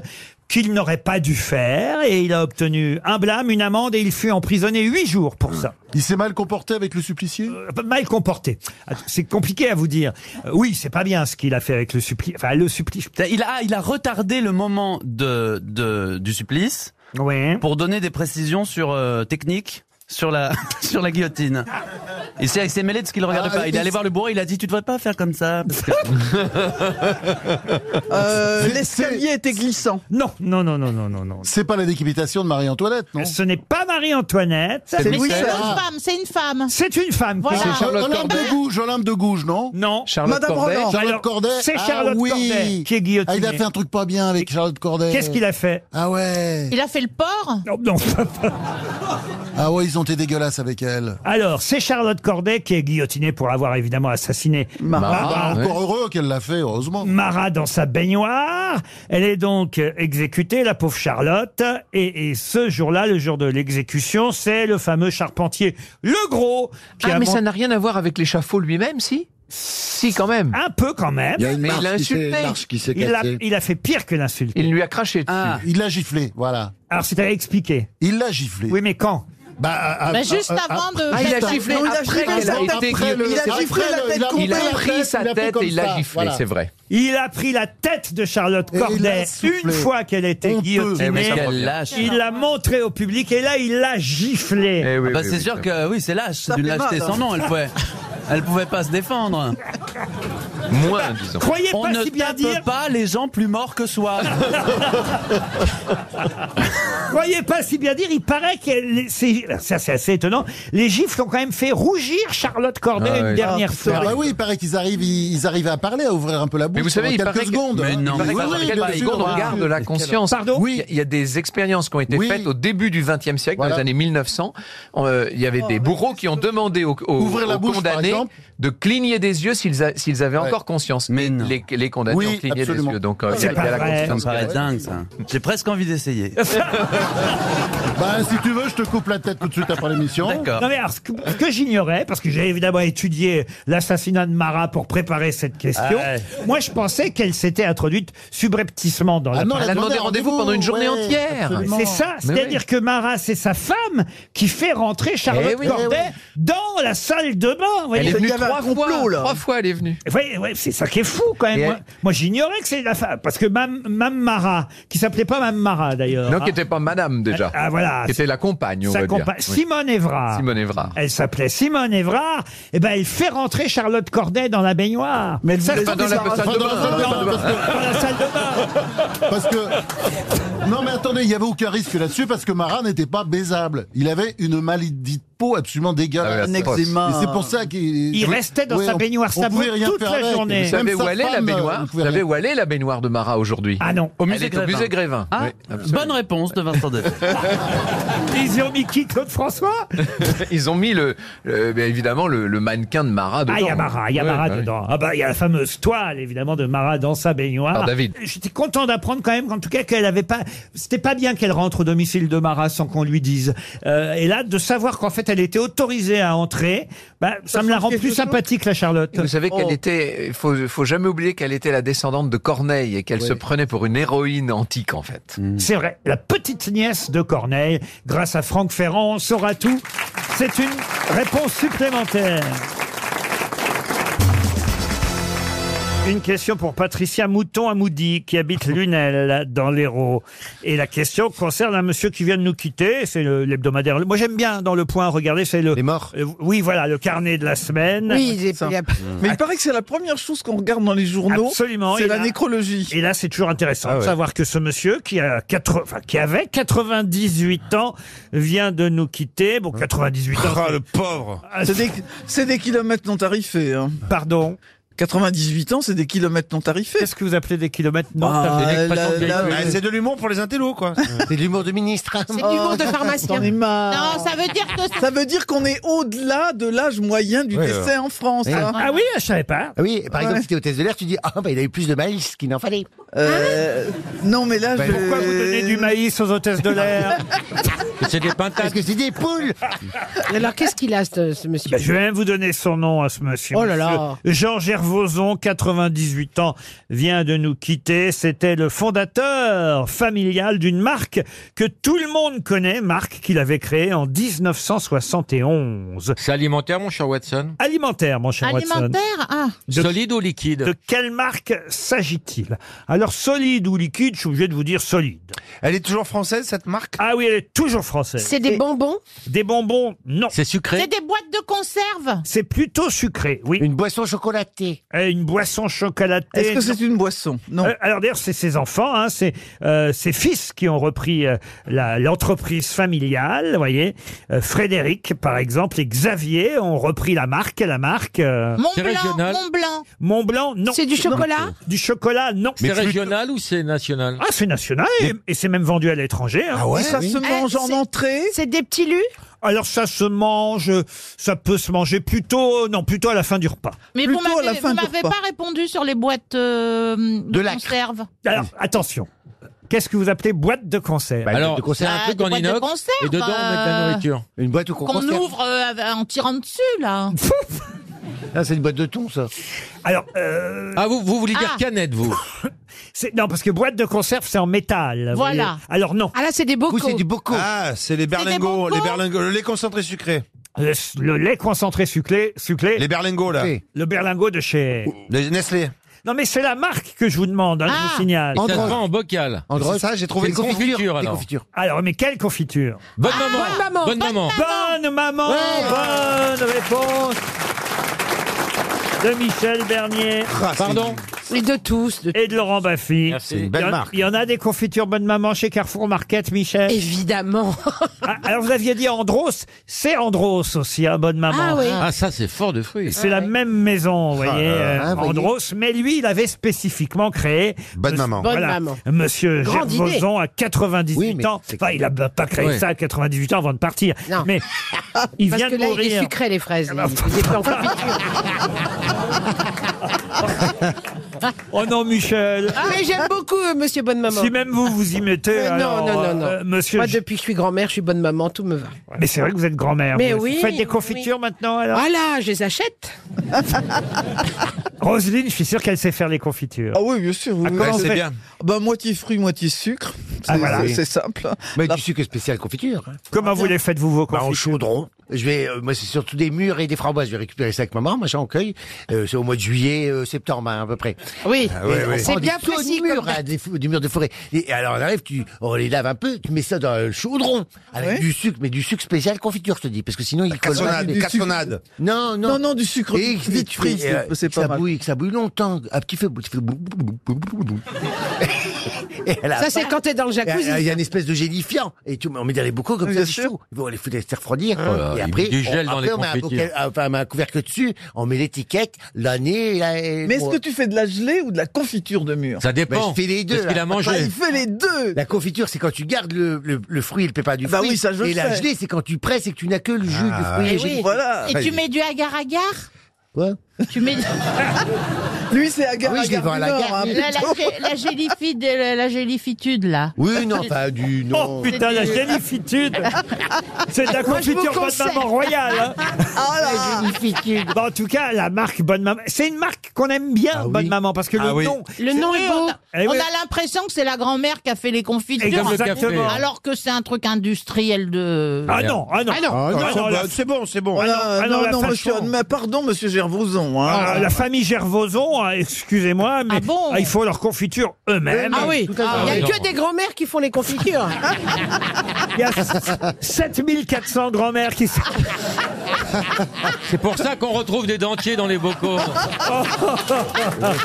[SPEAKER 1] qu'il n'aurait pas dû faire et il a obtenu un blâme, une amende et il fut emprisonné huit jours pour ça. Il s'est mal comporté avec le supplicié Mal comporté. Att- C'est compliqué à vous dire. Euh, oui, c'est pas bien ce qu'il a fait avec le supplicié. Enfin, le supplicié.
[SPEAKER 16] Il a, il a retardé le moment de, de- du supplice pour donner des précisions sur euh, technique sur la sur la guillotine. Il s'est il s'est mêlé de ce qu'il regardait
[SPEAKER 15] Ah,
[SPEAKER 16] pas. Il est allé
[SPEAKER 15] mais-
[SPEAKER 16] voir le bourreau, il a dit tu devrais pas faire comme ça. parce que-
[SPEAKER 15] Euh, L'escalier était glissant.
[SPEAKER 1] Non, non, non, non, non, non, non.
[SPEAKER 5] C'est pas la décapitation de Marie-Antoinette, non
[SPEAKER 1] Ce n'est pas Marie-Antoinette.
[SPEAKER 5] C'est Louis XVI.
[SPEAKER 17] c'est une femme.
[SPEAKER 1] C'est une femme.
[SPEAKER 17] Voilà.
[SPEAKER 5] C'est Charlotte
[SPEAKER 17] Eh ben,
[SPEAKER 5] Olympe de Gouges, Olympe de Gouges, non
[SPEAKER 1] Non.
[SPEAKER 5] Charlotte
[SPEAKER 1] Madame
[SPEAKER 5] Corday.
[SPEAKER 1] Roland.
[SPEAKER 5] Charlotte
[SPEAKER 1] Alors,
[SPEAKER 5] Corday.
[SPEAKER 1] c'est
[SPEAKER 5] Ah
[SPEAKER 1] Charlotte
[SPEAKER 5] oui.
[SPEAKER 1] Corday qui est guillotinée.
[SPEAKER 5] Ah, il a fait un truc pas bien avec Charlotte Corday.
[SPEAKER 1] Qu'est-ce qu'il a fait
[SPEAKER 5] Ah ouais.
[SPEAKER 17] Il a fait le porc
[SPEAKER 1] Non, non.
[SPEAKER 5] Ah ouais, ils ont été dégueulasses avec elle.
[SPEAKER 1] Alors, c'est Charlotte Corday qui est guillotinée pour avoir évidemment assassiné
[SPEAKER 5] Ah,
[SPEAKER 1] Marat.
[SPEAKER 5] encore heureux qu'elle l'a fait, heureusement.
[SPEAKER 1] Marat dans sa baignoire. Elle est donc euh, exécutée, la pauvre Charlotte. Et, et ce jour-là, le jour de l'exécution, c'est le fameux charpentier, le gros.
[SPEAKER 8] Ah, mais ça n'a
[SPEAKER 1] rien à voir avec l'échafaud lui-même, si Si, quand même. Un peu, quand même.
[SPEAKER 8] Il y a une Mais il marche l'a qui s'est- insulté. une marche qui s'est
[SPEAKER 1] Il a-
[SPEAKER 8] cassée.
[SPEAKER 1] il a fait pire que l'insulte.
[SPEAKER 8] Il lui a craché dessus.
[SPEAKER 1] Ah.
[SPEAKER 5] Il l'a giflé, voilà.
[SPEAKER 1] Alors, c'est à expliquer.
[SPEAKER 5] Il l'a giflé.
[SPEAKER 1] Oui, mais quand
[SPEAKER 5] bah, à- à-
[SPEAKER 17] Bah, juste
[SPEAKER 5] à-
[SPEAKER 17] avant de-
[SPEAKER 5] juste
[SPEAKER 17] Ah, il a
[SPEAKER 5] avant-
[SPEAKER 17] giflé
[SPEAKER 5] Non,
[SPEAKER 17] après qu'elle a
[SPEAKER 5] sa
[SPEAKER 17] été
[SPEAKER 5] tête.
[SPEAKER 17] guillotinée.
[SPEAKER 5] le-
[SPEAKER 17] Il a giflé la
[SPEAKER 5] après le-
[SPEAKER 17] tête
[SPEAKER 5] il a
[SPEAKER 17] complète.
[SPEAKER 5] pris la
[SPEAKER 17] Il a pris
[SPEAKER 5] tête,
[SPEAKER 8] sa
[SPEAKER 5] il a fait
[SPEAKER 8] tête
[SPEAKER 5] comme
[SPEAKER 8] et il l'a
[SPEAKER 5] ça,
[SPEAKER 8] giflé,
[SPEAKER 5] voilà.
[SPEAKER 8] c'est vrai.
[SPEAKER 1] Il a pris la tête de Charlotte
[SPEAKER 8] Et il
[SPEAKER 1] Corday
[SPEAKER 8] l'a soufflé.
[SPEAKER 1] une fois qu'elle était
[SPEAKER 8] Honteux. Eh oui,
[SPEAKER 1] guillotinée.
[SPEAKER 8] ça me revient. Lâche.
[SPEAKER 1] Il l'a montré au public et là, il l'a giflé.
[SPEAKER 16] Ah bah, c'est sûr que oui, c'est lâche, c'est d'une
[SPEAKER 1] fait
[SPEAKER 16] lâcheté
[SPEAKER 1] mal, hein.
[SPEAKER 16] sans nom. Elle pouvait, elle pouvait pas se défendre.
[SPEAKER 1] Moins,
[SPEAKER 16] disons.
[SPEAKER 1] Croyez
[SPEAKER 16] On
[SPEAKER 1] pas
[SPEAKER 16] ne
[SPEAKER 1] si bien
[SPEAKER 16] tape
[SPEAKER 1] dire.
[SPEAKER 16] pas les gens plus morts que soi.
[SPEAKER 1] Croyez pas si bien dire. Il paraît que les- c'est- ça, c'est assez étonnant. Les gifles ont quand même fait rougir Charlotte Corday une dernière
[SPEAKER 5] Ah,
[SPEAKER 1] fois.
[SPEAKER 5] bah oui, il paraît qu'ils arrivent, ils, ils arrivent à parler, à ouvrir un peu la bouche.
[SPEAKER 8] Mais vous savez, il
[SPEAKER 5] pendant
[SPEAKER 8] paraît
[SPEAKER 5] quelques
[SPEAKER 8] que-
[SPEAKER 5] secondes.
[SPEAKER 8] Mais
[SPEAKER 5] hein.
[SPEAKER 8] non,
[SPEAKER 5] Il
[SPEAKER 8] mais
[SPEAKER 5] paraît
[SPEAKER 8] ça,
[SPEAKER 5] que-
[SPEAKER 8] quelques
[SPEAKER 5] bien sûr, Ah.
[SPEAKER 8] secondes, on
[SPEAKER 5] voilà.
[SPEAKER 8] regarde la conscience. Oui, il y a des expériences qui ont été
[SPEAKER 5] Oui.
[SPEAKER 8] faites au début du XXe siècle, dans les années 1900. euh, Il y avait des bourreaux qui ont demandé aux, aux-
[SPEAKER 5] Oh, Ouvrir la
[SPEAKER 8] aux
[SPEAKER 5] bouche, par
[SPEAKER 8] condamnés
[SPEAKER 5] exemple.
[SPEAKER 8] de cligner des yeux s'ils a- s'ils avaient encore conscience. Mais les, les condamnés
[SPEAKER 16] Oui,
[SPEAKER 8] ont cligné
[SPEAKER 16] absolument.
[SPEAKER 8] des yeux, donc euh, il y a, il y a la
[SPEAKER 16] Ça me
[SPEAKER 8] conscience.
[SPEAKER 16] paraît dingue, ça. J'ai presque envie d'essayer.
[SPEAKER 5] Bah, si tu veux, je te coupe la tête tout de suite après l'émission.
[SPEAKER 1] Non mais alors, ce que, ce que j'ignorais, parce que j'ai évidemment étudié l'assassinat de Marat pour préparer cette question,
[SPEAKER 8] Ah ouais.
[SPEAKER 1] moi je pensais qu'elle s'était introduite subrepticement
[SPEAKER 5] Ah
[SPEAKER 1] dans la
[SPEAKER 8] non, elle a Elle a demandé demandé rendez-vous pendant une journée ouais, entière. absolument.
[SPEAKER 1] C'est ça,
[SPEAKER 8] Mais
[SPEAKER 1] c'est-à-dire que Marat, c'est sa femme qui fait rentrer Charlotte
[SPEAKER 8] Eh oui,
[SPEAKER 1] Corday
[SPEAKER 8] eh oui.
[SPEAKER 1] dans la salle de bain. vous voyez.
[SPEAKER 8] Elle est venue trois fois. Trois fois, elle est venue.
[SPEAKER 1] Ouais, ouais, c'est ça qui est fou quand même.
[SPEAKER 8] Et
[SPEAKER 1] Moi,
[SPEAKER 8] elle-
[SPEAKER 1] moi, j'ignorais que c'est la femme, parce que Mme, Marat, qui s'appelait pas Mme Marat d'ailleurs.
[SPEAKER 8] Non,
[SPEAKER 1] hein.
[SPEAKER 8] qui n'était pas madame déjà.
[SPEAKER 1] Ah, voilà.
[SPEAKER 8] Qui était la compagne, on
[SPEAKER 1] Sa
[SPEAKER 8] va dire.
[SPEAKER 1] compa-
[SPEAKER 8] Oui.
[SPEAKER 1] Simone Évrard.
[SPEAKER 8] Simone Évrard.
[SPEAKER 1] Elle s'appelait Simone Évrard. Et ben, elle fait rentrer Charlotte Corday dans la baignoire. Mais
[SPEAKER 5] Pas dans la salle de bain, pas
[SPEAKER 1] hein,
[SPEAKER 5] dans la salle de bain. Parce que. Non, mais attendez, il n'y avait aucun risque là-dessus parce que Marat n'était pas baisable. Il avait une maladie peau absolument dégueulasse.
[SPEAKER 8] Ah oui, atroce.
[SPEAKER 5] Et c'est pour ça qu'il.
[SPEAKER 8] Il restait dans sa
[SPEAKER 5] on-
[SPEAKER 8] baignoire
[SPEAKER 5] on
[SPEAKER 8] sabot
[SPEAKER 5] pouvait rien
[SPEAKER 8] toute
[SPEAKER 5] faire
[SPEAKER 8] la
[SPEAKER 5] avec.
[SPEAKER 8] journée. Vous savez
[SPEAKER 5] Même
[SPEAKER 8] où
[SPEAKER 5] sa
[SPEAKER 8] elle est, la
[SPEAKER 5] femme,
[SPEAKER 8] baignoire
[SPEAKER 5] on
[SPEAKER 8] Vous
[SPEAKER 5] pouvait
[SPEAKER 8] savez
[SPEAKER 5] rien.
[SPEAKER 8] où elle est, la baignoire de Marat aujourd'hui
[SPEAKER 1] Ah non.
[SPEAKER 5] Au
[SPEAKER 8] Elle
[SPEAKER 5] musée
[SPEAKER 8] est au
[SPEAKER 5] Grévin.
[SPEAKER 8] musée Grévin.
[SPEAKER 5] Ah,
[SPEAKER 4] bonne réponse de Vincent Dev.
[SPEAKER 1] Ils y ont mis qui Claude François
[SPEAKER 8] Ils ont mis le, le- bien évidemment le, le mannequin de Marat dedans.
[SPEAKER 1] Ah, il y a Marat, il y a
[SPEAKER 8] Ouais,
[SPEAKER 1] Marat
[SPEAKER 8] bah oui.
[SPEAKER 1] dedans. Ah bah, il y a la fameuse toile, évidemment, de Marat dans sa baignoire.
[SPEAKER 8] Par David.
[SPEAKER 1] J'étais content d'apprendre quand même qu'en tout cas, qu'elle avait pas... C'était pas bien qu'elle rentre au domicile de Marat sans qu'on lui dise. Euh, et là, de savoir qu'en fait, elle était autorisée à entrer, bah, ça, me la rend plus sympathique, la Charlotte.
[SPEAKER 8] Vous savez
[SPEAKER 5] Oh.
[SPEAKER 8] qu'elle était, il faut, faut jamais oublier qu'elle était la descendante de Corneille et qu'elle se prenait pour une héroïne antique en fait.
[SPEAKER 1] C'est vrai, la petite nièce de Corneille, grâce à Franck Ferrand, on saura tout. C'est une réponse supplémentaire. Une question pour Patricia Mouton Amoudi qui habite Lunel dans l'Hérault. Et la question concerne un monsieur qui vient de nous quitter, c'est le- l'hebdomadaire. Moi j'aime bien dans le point, regardez, c'est le... Les morts Oui, voilà, le carnet de la semaine.
[SPEAKER 16] Oui, il est- il y a-
[SPEAKER 1] Mm.
[SPEAKER 16] Mais il paraît que c'est la première chose qu'on regarde dans les journaux.
[SPEAKER 1] Absolument.
[SPEAKER 16] C'est
[SPEAKER 1] Et
[SPEAKER 16] la
[SPEAKER 1] là-
[SPEAKER 16] nécrologie. Ah
[SPEAKER 1] Et là, c'est toujours intéressant de savoir que ce monsieur qui, a 80, enfin, qui avait 98 ans vient de nous quitter. Bon, 98 ans.
[SPEAKER 16] Ah,
[SPEAKER 1] c'est- Ah,
[SPEAKER 16] le
[SPEAKER 1] pauvre
[SPEAKER 16] C'est des, c'est des kilomètres non tarifés. hein.
[SPEAKER 1] Pardon
[SPEAKER 16] 98 ans, c'est des kilomètres non tarifés.
[SPEAKER 1] Qu'est-ce que vous appelez des kilomètres
[SPEAKER 16] non
[SPEAKER 12] Bah,
[SPEAKER 16] tarifés
[SPEAKER 12] Ah, C'est de l'humour pour les intellos, quoi. C'est de l'humour de ministre. hein. Oh.
[SPEAKER 16] C'est de l'humour de pharmacien. J'en ai marre.
[SPEAKER 17] hein. Non, ça veut dire que...
[SPEAKER 16] Ça veut dire qu'on est au-delà de l'âge moyen du
[SPEAKER 12] Ouais,
[SPEAKER 16] décès
[SPEAKER 12] euh.
[SPEAKER 16] en France.
[SPEAKER 12] Ouais.
[SPEAKER 16] hein.
[SPEAKER 12] Ah
[SPEAKER 1] oui, je savais pas.
[SPEAKER 12] Ah oui, par exemple,
[SPEAKER 16] Ouais.
[SPEAKER 12] si t'es hôtesse de l'air, tu dis Ah, bah il a eu plus de maïs qu'il n'en fallait. Bah,
[SPEAKER 16] Euh, non, mais là, je...
[SPEAKER 1] Pourquoi vous donnez du maïs aux hôtesses de l'air
[SPEAKER 12] C'est des pintades. Ah, Parce que c'est des poules.
[SPEAKER 15] Alors qu'est-ce qu'il a, ce, ce monsieur
[SPEAKER 1] Ben, je vais même vous donner son nom à ce monsieur.
[SPEAKER 15] Oh là là.
[SPEAKER 1] Monsieur Jean Gervoson, 98 ans, vient de nous quitter. C'était le fondateur familial d'une marque que tout le monde connaît, marque qu'il avait créée en 1971.
[SPEAKER 18] C'est alimentaire, mon cher Watson
[SPEAKER 1] Alimentaire, mon cher Watson.
[SPEAKER 17] Alimentaire Ah
[SPEAKER 1] solide ou liquide De quelle marque s'agit-il Alors, solide ou liquide, je suis obligé de vous dire solide. Elle est toujours française, cette marque Ah oui, elle est toujours française.
[SPEAKER 17] C'est des
[SPEAKER 1] Et-
[SPEAKER 17] bonbons
[SPEAKER 1] Des bonbons, non. C'est sucré
[SPEAKER 17] C'est des boîtes de conserve
[SPEAKER 1] c'est plutôt sucré, oui. Une boisson chocolatée. une boisson chocolatée.
[SPEAKER 16] Est-ce que c'est une boisson Non.
[SPEAKER 1] Euh, alors d'ailleurs, c'est ses enfants, hein, c'est euh, ses fils qui ont repris euh, la- l'entreprise familiale, vous voyez. Euh, Frédéric, par exemple, et Xavier ont repris la marque, la marque... euh,
[SPEAKER 17] Mont Blanc, Mont Blanc.
[SPEAKER 1] Mont Blanc, non.
[SPEAKER 17] C'est du chocolat
[SPEAKER 1] Non. Du chocolat, non.
[SPEAKER 18] C'est régional ou c'est national
[SPEAKER 1] Ah, c'est national et, et c'est même vendu à l'étranger. hein.
[SPEAKER 18] Ah ouais, Et ça oui. se mange
[SPEAKER 17] en
[SPEAKER 16] entrée
[SPEAKER 17] Eh, C'est des petits lus
[SPEAKER 1] Alors ça se mange, ça peut se manger plutôt, non, plutôt à la fin du repas.
[SPEAKER 17] Mais vous
[SPEAKER 16] Plutôt à la
[SPEAKER 17] m'avez
[SPEAKER 16] fin
[SPEAKER 17] vous
[SPEAKER 16] du
[SPEAKER 17] m'avez
[SPEAKER 16] repas.
[SPEAKER 17] pas répondu sur les boîtes euh, de,
[SPEAKER 1] lacre.
[SPEAKER 17] conserve.
[SPEAKER 1] Alors attention, qu'est-ce que vous appelez boîte de concert
[SPEAKER 18] Alors, de concert, un Ah, truc des en boîtes de inox, concert, et dedans, on met de la euh, nourriture.
[SPEAKER 12] Une boîte où qu'on
[SPEAKER 17] bah, Qu'on
[SPEAKER 12] conserve.
[SPEAKER 17] ouvre euh, av- en tirant dessus, là.
[SPEAKER 12] Ah, c'est une boîte de thon, ça.
[SPEAKER 1] Alors, euh,
[SPEAKER 18] Ah, vous, vous voulez dire
[SPEAKER 17] Ah.
[SPEAKER 18] canette, vous
[SPEAKER 1] C'est- Non, parce que boîte de conserve, c'est en métal. vous
[SPEAKER 17] Voilà.
[SPEAKER 1] voyez. Alors non.
[SPEAKER 15] Ah là, c'est des bocaux.
[SPEAKER 19] Ah, c'est les berlingots, les berlingots, le lait concentré sucré.
[SPEAKER 1] Le, le lait concentré sucré, sucré.
[SPEAKER 19] Les berlingots, là.
[SPEAKER 1] Sucré. Le berlingot de chez.
[SPEAKER 19] Les Nestlé.
[SPEAKER 1] Non, mais c'est la marque que je vous demande, hein,
[SPEAKER 15] Ah.
[SPEAKER 8] Ah.
[SPEAKER 1] je vous signale.
[SPEAKER 18] Et ça se vend en bocal.
[SPEAKER 19] C'est ça, j'ai trouvé
[SPEAKER 18] C'est
[SPEAKER 19] une confiture.
[SPEAKER 18] confiture, alors.
[SPEAKER 1] Alors, mais quelle confiture
[SPEAKER 18] Bonne maman. Bonne maman.
[SPEAKER 1] Bonne maman, bonne réponse de Michel Bernier.
[SPEAKER 12] Ah,
[SPEAKER 15] Pardon Et de tous. de-
[SPEAKER 1] Et de Laurent Baffy.
[SPEAKER 18] Ah,
[SPEAKER 15] C'est une belle
[SPEAKER 1] Il y en-
[SPEAKER 15] marque.
[SPEAKER 1] Il y en a des confitures bonne maman chez Carrefour Market, Michel.
[SPEAKER 15] Évidemment.
[SPEAKER 1] Ah, alors vous aviez dit Andros, c'est Andros aussi, hein, bonne maman.
[SPEAKER 15] Ah oui. Ah
[SPEAKER 18] Ah, ça, c'est fort de fruits.
[SPEAKER 1] C'est la même maison, vous
[SPEAKER 18] Ah,
[SPEAKER 1] voyez,
[SPEAKER 18] euh,
[SPEAKER 1] euh,
[SPEAKER 18] hein, voyez.
[SPEAKER 1] Andros. Mais lui, il avait spécifiquement créé.
[SPEAKER 19] Bonne
[SPEAKER 1] Monsieur-
[SPEAKER 19] maman.
[SPEAKER 15] Bonne
[SPEAKER 1] voilà,
[SPEAKER 15] maman.
[SPEAKER 1] Monsieur
[SPEAKER 15] Grande
[SPEAKER 1] Gervaison
[SPEAKER 15] idée.
[SPEAKER 1] à 98 ans. Enfin, il a pas créé
[SPEAKER 15] Ouais.
[SPEAKER 1] ça à 98 ans avant de partir.
[SPEAKER 15] Non.
[SPEAKER 1] Mais il
[SPEAKER 15] Parce
[SPEAKER 1] vient
[SPEAKER 15] que
[SPEAKER 1] de
[SPEAKER 15] là, il est
[SPEAKER 1] mourir. Ah, bah,
[SPEAKER 15] sucré, les fraises. Il est fait en confiture.
[SPEAKER 1] Oh non, Michel.
[SPEAKER 15] Ah, mais j'aime beaucoup euh, Monsieur Bonne Maman.
[SPEAKER 1] Si même vous vous y mettez.
[SPEAKER 15] Mais non,
[SPEAKER 1] alors,
[SPEAKER 15] non, non, non.
[SPEAKER 1] euh, monsieur.
[SPEAKER 15] Moi, depuis que je suis grand-mère, je suis bonne maman, tout me va.
[SPEAKER 1] Mais c'est vrai que vous êtes grand-mère.
[SPEAKER 15] Mais
[SPEAKER 1] vous.
[SPEAKER 15] oui.
[SPEAKER 1] Vous faites des confitures maintenant alors
[SPEAKER 15] Voilà, je les achète.
[SPEAKER 1] Roselyne, je suis sûr qu'elle sait faire les confitures.
[SPEAKER 16] Ah oui, bien sûr. vous
[SPEAKER 1] Ah, comment
[SPEAKER 16] vous-
[SPEAKER 1] on fait bien.
[SPEAKER 16] Bah, moitié fruit, moitié sucre. C'est
[SPEAKER 1] Ah, voilà.
[SPEAKER 16] c'est- c'est simple.
[SPEAKER 12] Mais du sucre spécial confiture. hein.
[SPEAKER 1] Comment vous les faites-vous vos
[SPEAKER 12] Bah,
[SPEAKER 1] confitures
[SPEAKER 12] en chaudron. Je vais, euh, moi, c'est surtout des mûres et des framboises. Je vais récupérer ça avec maman, machin, on cueille. Euh, c'est au mois de juillet, euh, septembre, hein, à peu près.
[SPEAKER 15] Oui,
[SPEAKER 12] Ah ouais, ouais.
[SPEAKER 15] c'est
[SPEAKER 12] On
[SPEAKER 15] bien
[SPEAKER 12] prend des
[SPEAKER 15] précis
[SPEAKER 12] sauts de murs,
[SPEAKER 15] comme date.
[SPEAKER 12] hein, des, fou- des murs de forêt. Et alors, on arrive, tu, on les lave un peu, tu mets ça dans le chaudron, avec du sucre, mais du sucre spécial confiture, je te dis, parce que sinon, il colle pas.
[SPEAKER 19] cassonade,
[SPEAKER 12] Mais-
[SPEAKER 19] cassonade.
[SPEAKER 12] Non, non.
[SPEAKER 16] Non, non, du sucre
[SPEAKER 12] Et
[SPEAKER 16] vite
[SPEAKER 12] tu
[SPEAKER 16] frit,
[SPEAKER 12] fais, euh,
[SPEAKER 16] c'est
[SPEAKER 12] que
[SPEAKER 16] pas
[SPEAKER 12] ça
[SPEAKER 16] mal.
[SPEAKER 12] bouille, que ça bouille longtemps, à petit feu. tu fais boum, boum, boum, boum, boum, boum.
[SPEAKER 3] Ça, c'est quand t'es dans le jacuzzi.
[SPEAKER 17] Ah,
[SPEAKER 12] Il y a une espèce de gélifiant. Et tu, on met dans les bocaux comme
[SPEAKER 3] Bien
[SPEAKER 12] ça, c'est chaud. Il faut les foutre les refroidir.
[SPEAKER 8] Ah,
[SPEAKER 12] et
[SPEAKER 8] il
[SPEAKER 12] après,
[SPEAKER 8] met du gel
[SPEAKER 12] on,
[SPEAKER 8] dans
[SPEAKER 12] après,
[SPEAKER 8] les
[SPEAKER 12] on met un,
[SPEAKER 8] confettis.
[SPEAKER 12] bouquet- euh, enfin, on met un couvercle dessus, on met l'étiquette, l'année, la-
[SPEAKER 16] Mais est-ce que tu fais de la gelée ou de la confiture de mur
[SPEAKER 12] Ça dépend.
[SPEAKER 16] Ben, je fais les deux.
[SPEAKER 12] Qu'est-ce qu'il a
[SPEAKER 16] Ah,
[SPEAKER 12] mangé
[SPEAKER 16] Il fait les deux.
[SPEAKER 12] La confiture, c'est quand tu gardes le, le, le fruit et le pépin du
[SPEAKER 16] Bah
[SPEAKER 12] fruit.
[SPEAKER 16] oui, ça, je
[SPEAKER 12] et
[SPEAKER 16] le
[SPEAKER 12] la
[SPEAKER 16] sais.
[SPEAKER 12] gelée, c'est quand tu presses et que tu n'as que le jus
[SPEAKER 16] Ah,
[SPEAKER 12] du fruit.
[SPEAKER 17] Eh
[SPEAKER 12] et
[SPEAKER 17] oui.
[SPEAKER 12] gelée.
[SPEAKER 17] Et tu mets du agar-agar
[SPEAKER 12] Quoi Ah
[SPEAKER 17] Tu mets.
[SPEAKER 16] Lui, c'est agar
[SPEAKER 12] Oui, je l'ai vu à la gare.
[SPEAKER 17] La, la, gé- la gélifide- la- la gélifitude, là.
[SPEAKER 12] Oui, non, enfin, du. Non.
[SPEAKER 1] Oh putain, la gélifitude C'est de la
[SPEAKER 17] Moi, je vous
[SPEAKER 1] confiture Bonne
[SPEAKER 17] conseille.
[SPEAKER 1] Maman Royale hein. Bah, En tout cas, la marque Bonne Maman, c'est une marque qu'on aime bien, Bonne Maman, parce que
[SPEAKER 17] Ah
[SPEAKER 1] le
[SPEAKER 17] oui.
[SPEAKER 1] nom...
[SPEAKER 17] Le nom est beau.
[SPEAKER 1] Eh
[SPEAKER 17] on
[SPEAKER 1] oui.
[SPEAKER 17] a l'impression que c'est la grand-mère qui a fait les confitures. Ah,
[SPEAKER 1] Et comme le café.
[SPEAKER 17] Alors que c'est un truc industriel de.
[SPEAKER 1] Ah non, ah non.
[SPEAKER 17] Ah non.
[SPEAKER 1] non, la-
[SPEAKER 16] c'est bon, c'est bon.
[SPEAKER 1] Ah non, ah non,
[SPEAKER 16] non,
[SPEAKER 1] la
[SPEAKER 16] non,
[SPEAKER 1] façon.
[SPEAKER 16] monsieur, mais pardon, monsieur Gervoson. hein.
[SPEAKER 1] Ah, la famille Gervoson, ah, excusez-moi, mais ah, ils font leur confiture eux-mêmes.
[SPEAKER 3] Ah oui,
[SPEAKER 1] Tout à
[SPEAKER 3] il n'y
[SPEAKER 1] fait.
[SPEAKER 3] a que des grand-mères qui font les confitures.
[SPEAKER 1] Il y a 7400 grand-mères qui sont...
[SPEAKER 8] C'est pour ça qu'on retrouve des dentiers dans les bocaux.
[SPEAKER 1] Oh.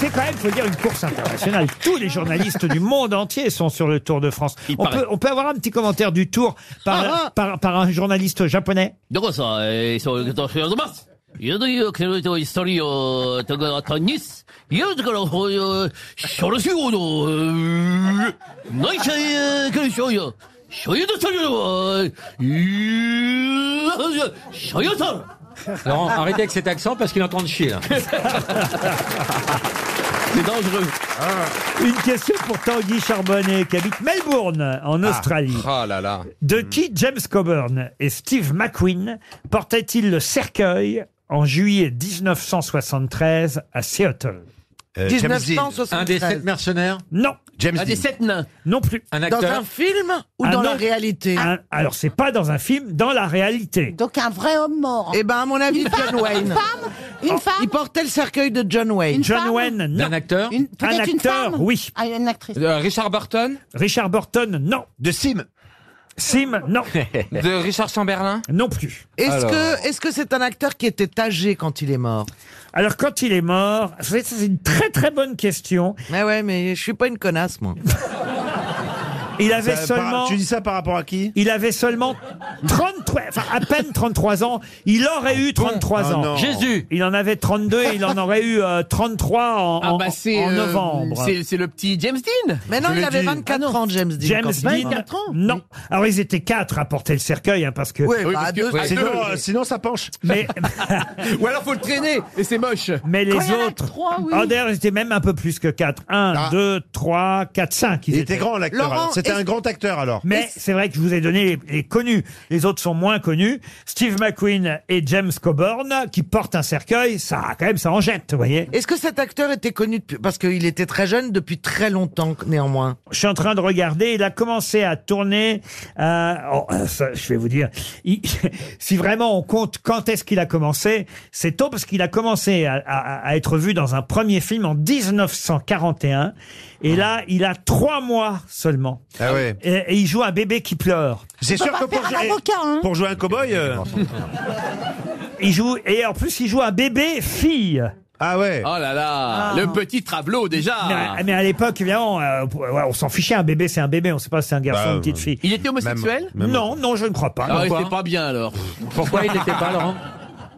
[SPEAKER 1] C'est quand même, faut dire, une course internationale. Tous les journalistes du monde entier sont sur le Tour de France. On
[SPEAKER 9] paraît.
[SPEAKER 1] peut, on peut avoir un petit commentaire du Tour par, par, par un journaliste japonais
[SPEAKER 9] Donc ça, euh, sur le 14 de mars, il y a des quelques histoires, euh, de la tennis. Il y a des quelques, euh, sur le sud, euh, non, il y a quelques choses, euh, sur le sud, euh, euh, sur le sud.
[SPEAKER 8] Laurent, arrêtez avec cet accent parce qu'il est en train de chier là.
[SPEAKER 1] C'est dangereux. Ah. Une question pour Tanguy Charbonnet, qui habite Melbourne, en Australie.
[SPEAKER 8] Ah là là.
[SPEAKER 1] De qui James Coburn et Steve McQueen portaient-ils le cercueil en juillet 1973 à Seattle
[SPEAKER 8] Euh, James Dean. 1973. Un des sept mercenaires
[SPEAKER 1] Non.
[SPEAKER 8] James Un des Dean. sept
[SPEAKER 1] nains Non plus. Ah
[SPEAKER 8] Un acteur Dans un
[SPEAKER 1] film
[SPEAKER 13] ou dans la réalité
[SPEAKER 1] Alors, c'est pas dans un film, dans la réalité.
[SPEAKER 13] Donc un vrai homme mort. Eh ben à mon avis, John Wayne. Une femme Une femme Il portait le cercueil de John Wayne.
[SPEAKER 1] John Wayne, non.
[SPEAKER 8] Un acteur
[SPEAKER 1] Un
[SPEAKER 13] peut-être une
[SPEAKER 1] acteur,
[SPEAKER 13] femme
[SPEAKER 1] oui.
[SPEAKER 17] une actrice.
[SPEAKER 1] Euh,
[SPEAKER 8] Richard Burton
[SPEAKER 1] Richard Burton, non.
[SPEAKER 8] De Sim
[SPEAKER 1] Sim, non.
[SPEAKER 4] De Richard Chamberlain
[SPEAKER 1] Non plus.
[SPEAKER 13] Est-ce
[SPEAKER 1] Alors.
[SPEAKER 13] que est-ce que c'est un acteur qui était âgé quand il est mort
[SPEAKER 1] Alors quand il est mort, c'est c'est une très très bonne question.
[SPEAKER 13] Mais ouais, mais je suis pas une connasse moi.
[SPEAKER 1] Il
[SPEAKER 13] Ça,
[SPEAKER 1] avait
[SPEAKER 13] par-
[SPEAKER 1] seulement.
[SPEAKER 13] tu dis
[SPEAKER 1] ça par rapport à qui Il avait seulement 33, enfin à peine 33 ans. Il aurait eu 33
[SPEAKER 7] Ah
[SPEAKER 1] ans.
[SPEAKER 7] non. Jésus.
[SPEAKER 1] Il en avait 32 et il en aurait eu euh, 33 en,
[SPEAKER 4] Ah
[SPEAKER 8] Ah, bah,
[SPEAKER 1] en-
[SPEAKER 4] bah, euh,
[SPEAKER 8] euh,
[SPEAKER 1] en novembre.
[SPEAKER 13] le petit James Dean. Mais non,
[SPEAKER 1] Je
[SPEAKER 13] il
[SPEAKER 1] l'ai
[SPEAKER 13] avait
[SPEAKER 1] dit. Ah
[SPEAKER 13] 24 ans, James Dean.
[SPEAKER 1] James
[SPEAKER 13] quand il est
[SPEAKER 1] Dean,
[SPEAKER 13] mort.
[SPEAKER 1] non. Alors ils étaient quatre à porter le cercueil, hein, parce que.
[SPEAKER 13] Ouais, Oui, bah, parce à que- deux, ouais, à
[SPEAKER 1] sinon,
[SPEAKER 13] deux.
[SPEAKER 1] euh, sinon, ça penche. Mais
[SPEAKER 4] Ou alors faut le traîner et c'est moche.
[SPEAKER 1] mais les
[SPEAKER 4] Quand il y en a
[SPEAKER 1] autres.
[SPEAKER 4] trois, oui.
[SPEAKER 1] Ah, d'ailleurs, ils étaient même un peu plus que quatre. Un, deux, trois, quatre, cinq.
[SPEAKER 7] Il était grand, l'acteur, Laurent, alors. C'était est-ce- un grand acteur, alors.
[SPEAKER 1] Mais c'est vrai que je vous ai donné les, les connus. Les autres sont moins connus. Steve McQueen et James Coburn qui portent un cercueil, ça quand même ça en jette, vous voyez.
[SPEAKER 13] Est-ce que cet acteur était connu depuis... parce qu'il était très jeune depuis très longtemps néanmoins
[SPEAKER 1] Je suis en train de regarder. Il a commencé à tourner. euh, oh, ça, je vais vous dire. Il- si vraiment on compte quand est-ce qu'il a commencé, c'est tôt parce qu'il a commencé à, à- à être vu dans un premier film en 1941. Et là, il a trois mois seulement.
[SPEAKER 7] Ah ouais.
[SPEAKER 1] Et, et il joue un bébé qui pleure.
[SPEAKER 7] C'est sûr que pour jouer, pour jouer un cow-boy. euh,
[SPEAKER 1] Il joue et en plus il joue un bébé fille.
[SPEAKER 7] Ah ouais.
[SPEAKER 4] Oh là là,
[SPEAKER 1] Ah.
[SPEAKER 4] le petit travelot
[SPEAKER 1] Mais,
[SPEAKER 4] déjà. Bah,
[SPEAKER 1] à- mais à l'époque, évidemment, euh, ouais, on s'en fichait. Un bébé, c'est un bébé. On sait pas si c'est un garçon
[SPEAKER 4] Bah,
[SPEAKER 1] ou une petite fille.
[SPEAKER 4] il était homosexuel même- même-
[SPEAKER 1] Non, non, je ne crois pas.
[SPEAKER 4] Ah,
[SPEAKER 1] Pourquoi
[SPEAKER 4] c'était pas bien alors.
[SPEAKER 1] Pourquoi il l'était pas, Laurent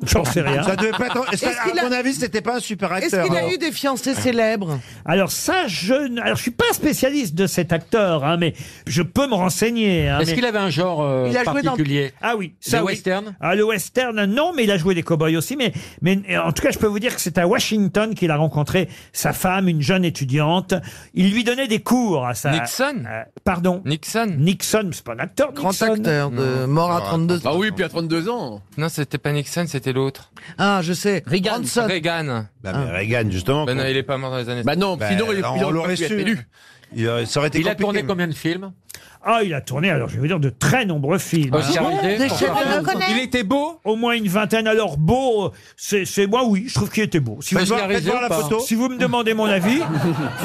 [SPEAKER 1] J'en sais rien.
[SPEAKER 7] Ça devait pas être. est-ce que,
[SPEAKER 13] Est-ce qu'il
[SPEAKER 7] à
[SPEAKER 13] a-
[SPEAKER 7] mon avis, c'était pas un super
[SPEAKER 13] Est-ce
[SPEAKER 7] acteur.
[SPEAKER 13] qu'il a eu des fiancés célèbres
[SPEAKER 1] Alors ça, je ne alors, je suis pas spécialiste de cet acteur, hein, mais je peux me renseigner. hein,
[SPEAKER 8] Est-ce
[SPEAKER 1] mais-
[SPEAKER 8] qu'il avait un genre euh,
[SPEAKER 1] Il a joué dans-
[SPEAKER 8] particulier
[SPEAKER 1] Ah oui,
[SPEAKER 8] Des
[SPEAKER 1] ça oui.
[SPEAKER 8] westerns
[SPEAKER 1] Ah, le western, non, mais il a joué des cowboys aussi. Mais, mais en tout cas, je peux vous dire que c'est à Washington qu'il a rencontré sa femme, une jeune étudiante. Il lui donnait des cours à sa.
[SPEAKER 4] Nixon
[SPEAKER 1] Euh, Pardon
[SPEAKER 4] Nixon
[SPEAKER 1] Nixon, c'est pas un acteur.
[SPEAKER 13] Grand
[SPEAKER 1] Nixon.
[SPEAKER 13] acteur de mort à 32 ans.
[SPEAKER 4] Ah oui, puis à 32 ans. Non, c'était pas Nixon, c'était l'autre.
[SPEAKER 13] Ah, je sais. Ah.
[SPEAKER 4] Reagan.
[SPEAKER 13] Hanson.
[SPEAKER 4] Reagan.
[SPEAKER 7] Bah, mais Reagan, justement.
[SPEAKER 8] Ben,
[SPEAKER 4] Bah non, il est pas mort dans les années.
[SPEAKER 7] Bah non, sinon, il- il aurait pas pu être élu. hein. Il, aurait- ça aurait été
[SPEAKER 8] Il a
[SPEAKER 7] compliqué.
[SPEAKER 8] tourné combien de films
[SPEAKER 1] Ah, il a tourné, alors je vais vous dire, de très nombreux films.
[SPEAKER 8] Oscar Ah bon Wilde, Des pourquoi chefs-d'œuvre. pas On le connaît.
[SPEAKER 1] Il était beau Au moins une vingtaine. Alors, beau, c'est c'est- moi, oui, je trouve qu'il était beau. Si
[SPEAKER 7] Parce
[SPEAKER 1] vous,
[SPEAKER 7] qu'il Bah, a
[SPEAKER 1] faites
[SPEAKER 7] raison
[SPEAKER 1] voir
[SPEAKER 7] ou
[SPEAKER 1] la
[SPEAKER 7] pas
[SPEAKER 1] photo. si vous me demandez mon avis.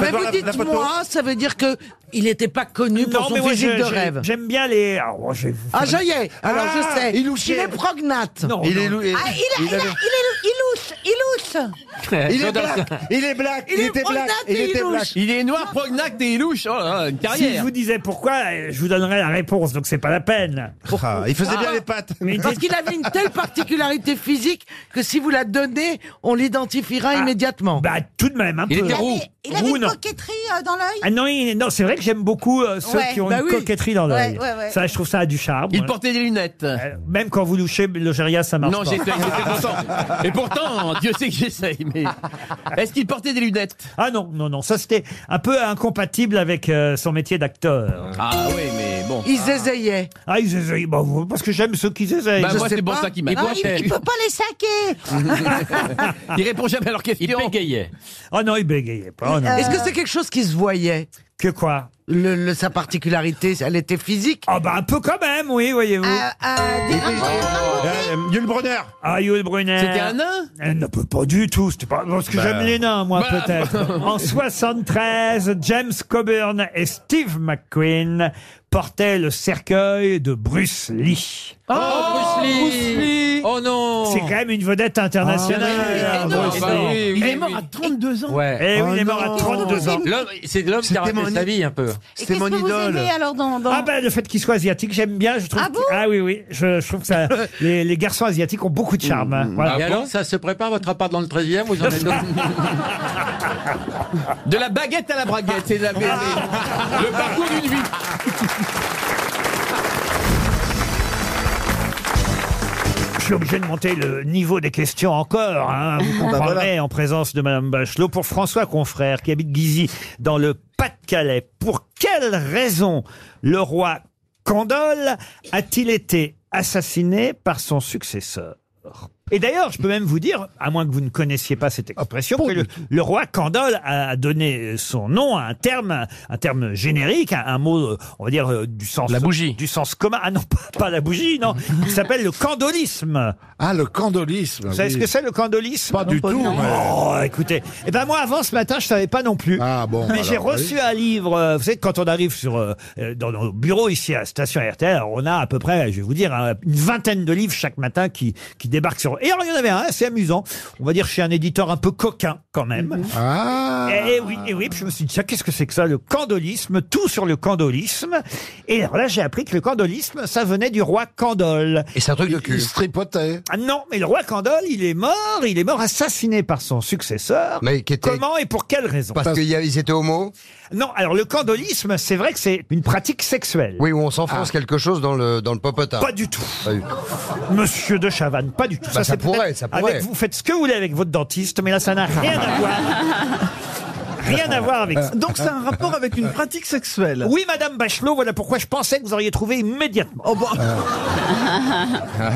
[SPEAKER 13] Mais vous dites moi, ça veut dire que il n'était pas connu
[SPEAKER 1] Non,
[SPEAKER 13] pour
[SPEAKER 1] mais
[SPEAKER 13] son
[SPEAKER 1] moi,
[SPEAKER 13] physique
[SPEAKER 1] je-
[SPEAKER 13] de
[SPEAKER 1] je-
[SPEAKER 13] rêve.
[SPEAKER 1] J'aime bien les. Ah, oh, je vais vous
[SPEAKER 13] Ah,
[SPEAKER 1] faire-
[SPEAKER 13] ça y est. Alors
[SPEAKER 1] Ah,
[SPEAKER 13] je sais.
[SPEAKER 1] il louchait.
[SPEAKER 13] est prognate.
[SPEAKER 1] Non,
[SPEAKER 7] Il
[SPEAKER 1] non.
[SPEAKER 15] Ah,
[SPEAKER 7] est lou-
[SPEAKER 17] Ah, il, a- il, a- il est- il louche, il louche.
[SPEAKER 2] Il est black. Il est black. Il, était black. Il était black.
[SPEAKER 1] Il est noir, prognac, et ilouche. Oh là, une
[SPEAKER 2] carrière.
[SPEAKER 1] Si je vous disais pourquoi, euh, je vous donnerais la réponse, donc c'est pas la peine.
[SPEAKER 7] Ah, il
[SPEAKER 13] Ah.
[SPEAKER 1] Ah.
[SPEAKER 7] faisait bien les pattes.
[SPEAKER 17] Parce qu'il avait une telle particularité physique que si vous la donnez, on l'identifiera immédiatement.
[SPEAKER 1] Bah tout de même. Un
[SPEAKER 17] Il
[SPEAKER 1] peu.
[SPEAKER 17] était roux.
[SPEAKER 8] Il avait
[SPEAKER 1] Roux,
[SPEAKER 8] une
[SPEAKER 1] non.
[SPEAKER 8] coquetterie euh, dans l'œil
[SPEAKER 1] Ah non, il- non c'est vrai que j'aime beaucoup euh, ceux
[SPEAKER 8] Ouais,
[SPEAKER 1] qui ont
[SPEAKER 8] bah
[SPEAKER 1] une
[SPEAKER 8] oui.
[SPEAKER 1] coquetterie dans l'œil.
[SPEAKER 8] Ouais, ouais, ouais.
[SPEAKER 1] Ça, je trouve ça a du charme. Euh,
[SPEAKER 20] Il portait des lunettes.
[SPEAKER 1] Même quand vous louchez le géria, ça marche
[SPEAKER 20] Non,
[SPEAKER 1] pas.
[SPEAKER 20] j'étais j'étais content. Et pourtant, Dieu sait que j'essaye, mais. Est-ce qu'il portait des lunettes
[SPEAKER 1] Ah non, non, non, ça c'était un peu incompatible avec euh, son métier d'acteur.
[SPEAKER 20] Ah oui, mais bon.
[SPEAKER 17] Ils essayaient.
[SPEAKER 1] Ah, ils essayent. Bah, vous- parce que j'aime ceux qui essayent.
[SPEAKER 20] Bah, moi, c'est pour ça qu'ils
[SPEAKER 1] m'a
[SPEAKER 8] Ah, il, il peut pas les saquer
[SPEAKER 1] il répond jamais à leur question. Il bégayait. Ah non, il bégayait pas.
[SPEAKER 8] Euh,
[SPEAKER 1] non.
[SPEAKER 17] Est-ce que c'est quelque chose qui se voyait
[SPEAKER 1] Que quoi
[SPEAKER 17] le, le- Sa particularité, elle était physique Euh,
[SPEAKER 1] Ah bah un peu quand même, oui, voyez-vous.
[SPEAKER 15] Euh,
[SPEAKER 7] Euh, Yul Brunner.
[SPEAKER 1] Ah, Yul Brunner.
[SPEAKER 7] C'était un nain
[SPEAKER 1] Euh, Non, pas, pas du tout. C'était pas parce que
[SPEAKER 7] Bah.
[SPEAKER 3] Ben.
[SPEAKER 1] j'aime les nains, moi,
[SPEAKER 7] Bah.
[SPEAKER 1] peut-être. en 73, James Coburn et Steve McQueen portaient le cercueil de Bruce Lee.
[SPEAKER 3] Oh, Bruce Lee. Oh non
[SPEAKER 1] C'est quand même une vedette internationale. hein,
[SPEAKER 3] Ah, oui,
[SPEAKER 1] Bruce
[SPEAKER 3] énorme, énorme.
[SPEAKER 1] Lee.
[SPEAKER 3] Il est
[SPEAKER 1] Oui,
[SPEAKER 3] mort
[SPEAKER 1] oui.
[SPEAKER 3] à
[SPEAKER 9] 32 ans.
[SPEAKER 3] Ouais. Oh,
[SPEAKER 1] Eh oui, il est
[SPEAKER 8] Oh
[SPEAKER 1] mort à 32 ans.
[SPEAKER 3] L'homme- C'est de l'homme qui a raté sa vie un peu.
[SPEAKER 1] C'était
[SPEAKER 8] mon idole. aimez, alors, dans- dans-
[SPEAKER 1] Ah ben le fait qu'il soit asiatique, j'aime bien. Je trouve
[SPEAKER 8] Ah
[SPEAKER 1] que-
[SPEAKER 8] bon
[SPEAKER 1] ah oui oui, je, je trouve que ça, les, les garçons asiatiques ont beaucoup de charme. hein. Voilà.
[SPEAKER 3] Et alors, Ah ça se prépare votre appart dans le 13e vous en êtes
[SPEAKER 20] De la baguette à la braguette, c'est la vérité.
[SPEAKER 1] Ah,
[SPEAKER 20] Le parcours d'une vie.
[SPEAKER 1] Je suis obligé de monter le niveau des questions encore. hein. Vous
[SPEAKER 2] Ah bah
[SPEAKER 1] comprendrez
[SPEAKER 2] voilà.
[SPEAKER 1] en présence de Madame Bachelot. Pour François Confrère, qui habite Guizy, dans le Pas-de-Calais, pour quelle raison le roi Condol a-t-il été assassiné par son successeur et d'ailleurs, je peux même vous dire, à moins que vous ne connaissiez pas cette expression, que le, le roi Candole a donné son nom à un terme, un terme générique, un, un mot, euh, on va dire, euh, du sens... La bougie. Du sens commun. Ah non, pas, pas la bougie, non. Il s'appelle le candolisme.
[SPEAKER 7] Ah, le candolisme.
[SPEAKER 1] Vous savez ce que c'est, le candolisme Pas
[SPEAKER 7] du tout, mais-
[SPEAKER 1] Oh, écoutez. Eh ben moi, avant ce matin, je savais pas non plus. Ah bon Mais
[SPEAKER 7] alors,
[SPEAKER 1] j'ai reçu
[SPEAKER 7] oui.
[SPEAKER 1] un livre. euh, Vous savez, quand on arrive sur, euh, euh, dans nos bureaux ici à Station RTL, on a à peu près, je vais vous dire, hein, une vingtaine de livres chaque matin qui, qui débarquent sur... Et alors, il y en avait un, c'est amusant. On va dire chez un éditeur un peu coquin, quand même. Ah et, et oui, et oui. Puis je me suis dit, tiens, qu'est-ce que c'est que ça, le candolisme Tout sur le candolisme. Et alors là, j'ai appris que le candolisme, ça venait du roi Candole.
[SPEAKER 21] Et c'est un truc de cul.
[SPEAKER 1] Ah non, mais le roi Candole, il est mort, il est mort assassiné par son successeur.
[SPEAKER 21] Mais qui était-
[SPEAKER 1] Comment et pour quelle raison
[SPEAKER 21] Parce qu'ils étaient homo
[SPEAKER 1] Non, alors le candolisme, c'est vrai que c'est une pratique sexuelle.
[SPEAKER 21] Oui, où on s'enfonce
[SPEAKER 1] Ah.
[SPEAKER 21] quelque chose dans le, dans le popotin.
[SPEAKER 1] Pas du tout.
[SPEAKER 21] Ah. Pas du tout.
[SPEAKER 1] Monsieur de Chavannes, pas du tout.
[SPEAKER 21] Bah, ça
[SPEAKER 1] c'est
[SPEAKER 21] pourrait,
[SPEAKER 1] peut-être
[SPEAKER 21] ça pourrait.
[SPEAKER 1] avec- vous faites ce que vous voulez avec votre dentiste, mais là, ça n'a rien à voir. Rien à voir avec ça.
[SPEAKER 22] Euh, Donc c'est un rapport avec une pratique sexuelle.
[SPEAKER 1] Oui, Madame Bachelot, voilà pourquoi je pensais que vous auriez trouvé immédiatement.
[SPEAKER 22] Oh, bah.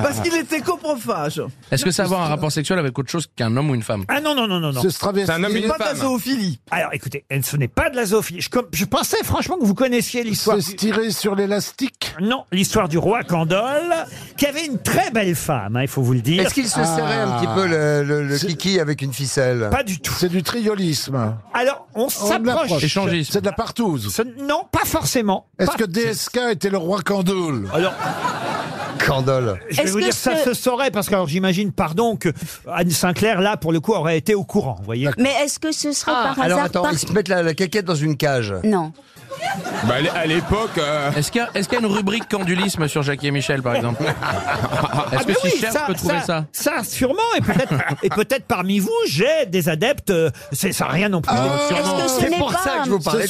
[SPEAKER 22] Parce qu'il était coprophage.
[SPEAKER 4] Est-ce que ça a à voir un rapport sexuel avec autre chose qu'un homme ou une femme
[SPEAKER 1] Ah non, non, non, non, non.
[SPEAKER 4] Ce Stravinsky- C'est un homme et une
[SPEAKER 22] pas de la
[SPEAKER 4] femme.
[SPEAKER 22] zoophilie.
[SPEAKER 1] Alors écoutez, eh, ce n'est pas de la zoophilie. Je, com- je pensais franchement que vous connaissiez l'histoire.
[SPEAKER 5] C'est tiré sur l'élastique
[SPEAKER 1] Non, l'histoire du roi Candole, qui avait une très belle femme, hein, il faut vous le dire.
[SPEAKER 21] Est-ce qu'il se serrait un petit peu le, le-
[SPEAKER 1] Ah.
[SPEAKER 21] le kiki avec une ficelle
[SPEAKER 1] Pas du tout.
[SPEAKER 5] C'est du triolisme.
[SPEAKER 1] Alors, on s'approche.
[SPEAKER 5] Échangisme. C'est de la partouze.
[SPEAKER 1] Ce- Non, pas forcément.
[SPEAKER 5] Est-ce
[SPEAKER 1] Pas-
[SPEAKER 5] que DSK était le roi Candoul
[SPEAKER 1] Alors,
[SPEAKER 21] Candole.
[SPEAKER 1] je vais
[SPEAKER 5] Est-ce
[SPEAKER 1] vous
[SPEAKER 5] que
[SPEAKER 1] dire, ça
[SPEAKER 5] ce-
[SPEAKER 1] se saurait, parce que alors, j'imagine, pardon, que Anne Sinclair, là, pour le coup, aurait été au courant, vous voyez.
[SPEAKER 8] Mais est-ce que ce
[SPEAKER 1] Ah.
[SPEAKER 8] sera par
[SPEAKER 21] Alors
[SPEAKER 8] hasard
[SPEAKER 21] attends,
[SPEAKER 8] par-
[SPEAKER 21] ils se mettent la, la caquette dans une cage.
[SPEAKER 8] Non.
[SPEAKER 4] Bah, à l'époque. euh, Est-ce qu'il y, a- est-ce qu'il y a une rubrique candulisme sur Jackie et Michel, par exemple Est-ce
[SPEAKER 1] Ah
[SPEAKER 8] bah
[SPEAKER 4] que
[SPEAKER 1] ben
[SPEAKER 4] si
[SPEAKER 1] oui,
[SPEAKER 4] je cherche, je peux trouver ça,
[SPEAKER 1] Ça, sûrement, et peut-être et peut-être parmi vous, j'ai des adeptes, euh, c'est ça rien non plus.
[SPEAKER 8] Ah, Est-ce sûrement. que ce n'est pas-
[SPEAKER 1] Ça n'a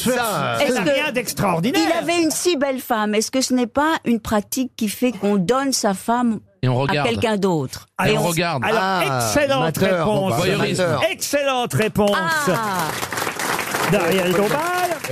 [SPEAKER 8] Est-ce que-
[SPEAKER 1] rien d'extraordinaire.
[SPEAKER 8] Il avait une si belle femme. Est-ce que ce n'est pas une pratique qui fait qu'on donne sa femme
[SPEAKER 1] Et on
[SPEAKER 8] à
[SPEAKER 1] regarde.
[SPEAKER 8] quelqu'un d'autre
[SPEAKER 1] Alors,
[SPEAKER 8] on-
[SPEAKER 1] Alors,
[SPEAKER 5] Ah,
[SPEAKER 1] excellente
[SPEAKER 5] bah,
[SPEAKER 1] réponse. excellente réponse. D'Ariel Dombal.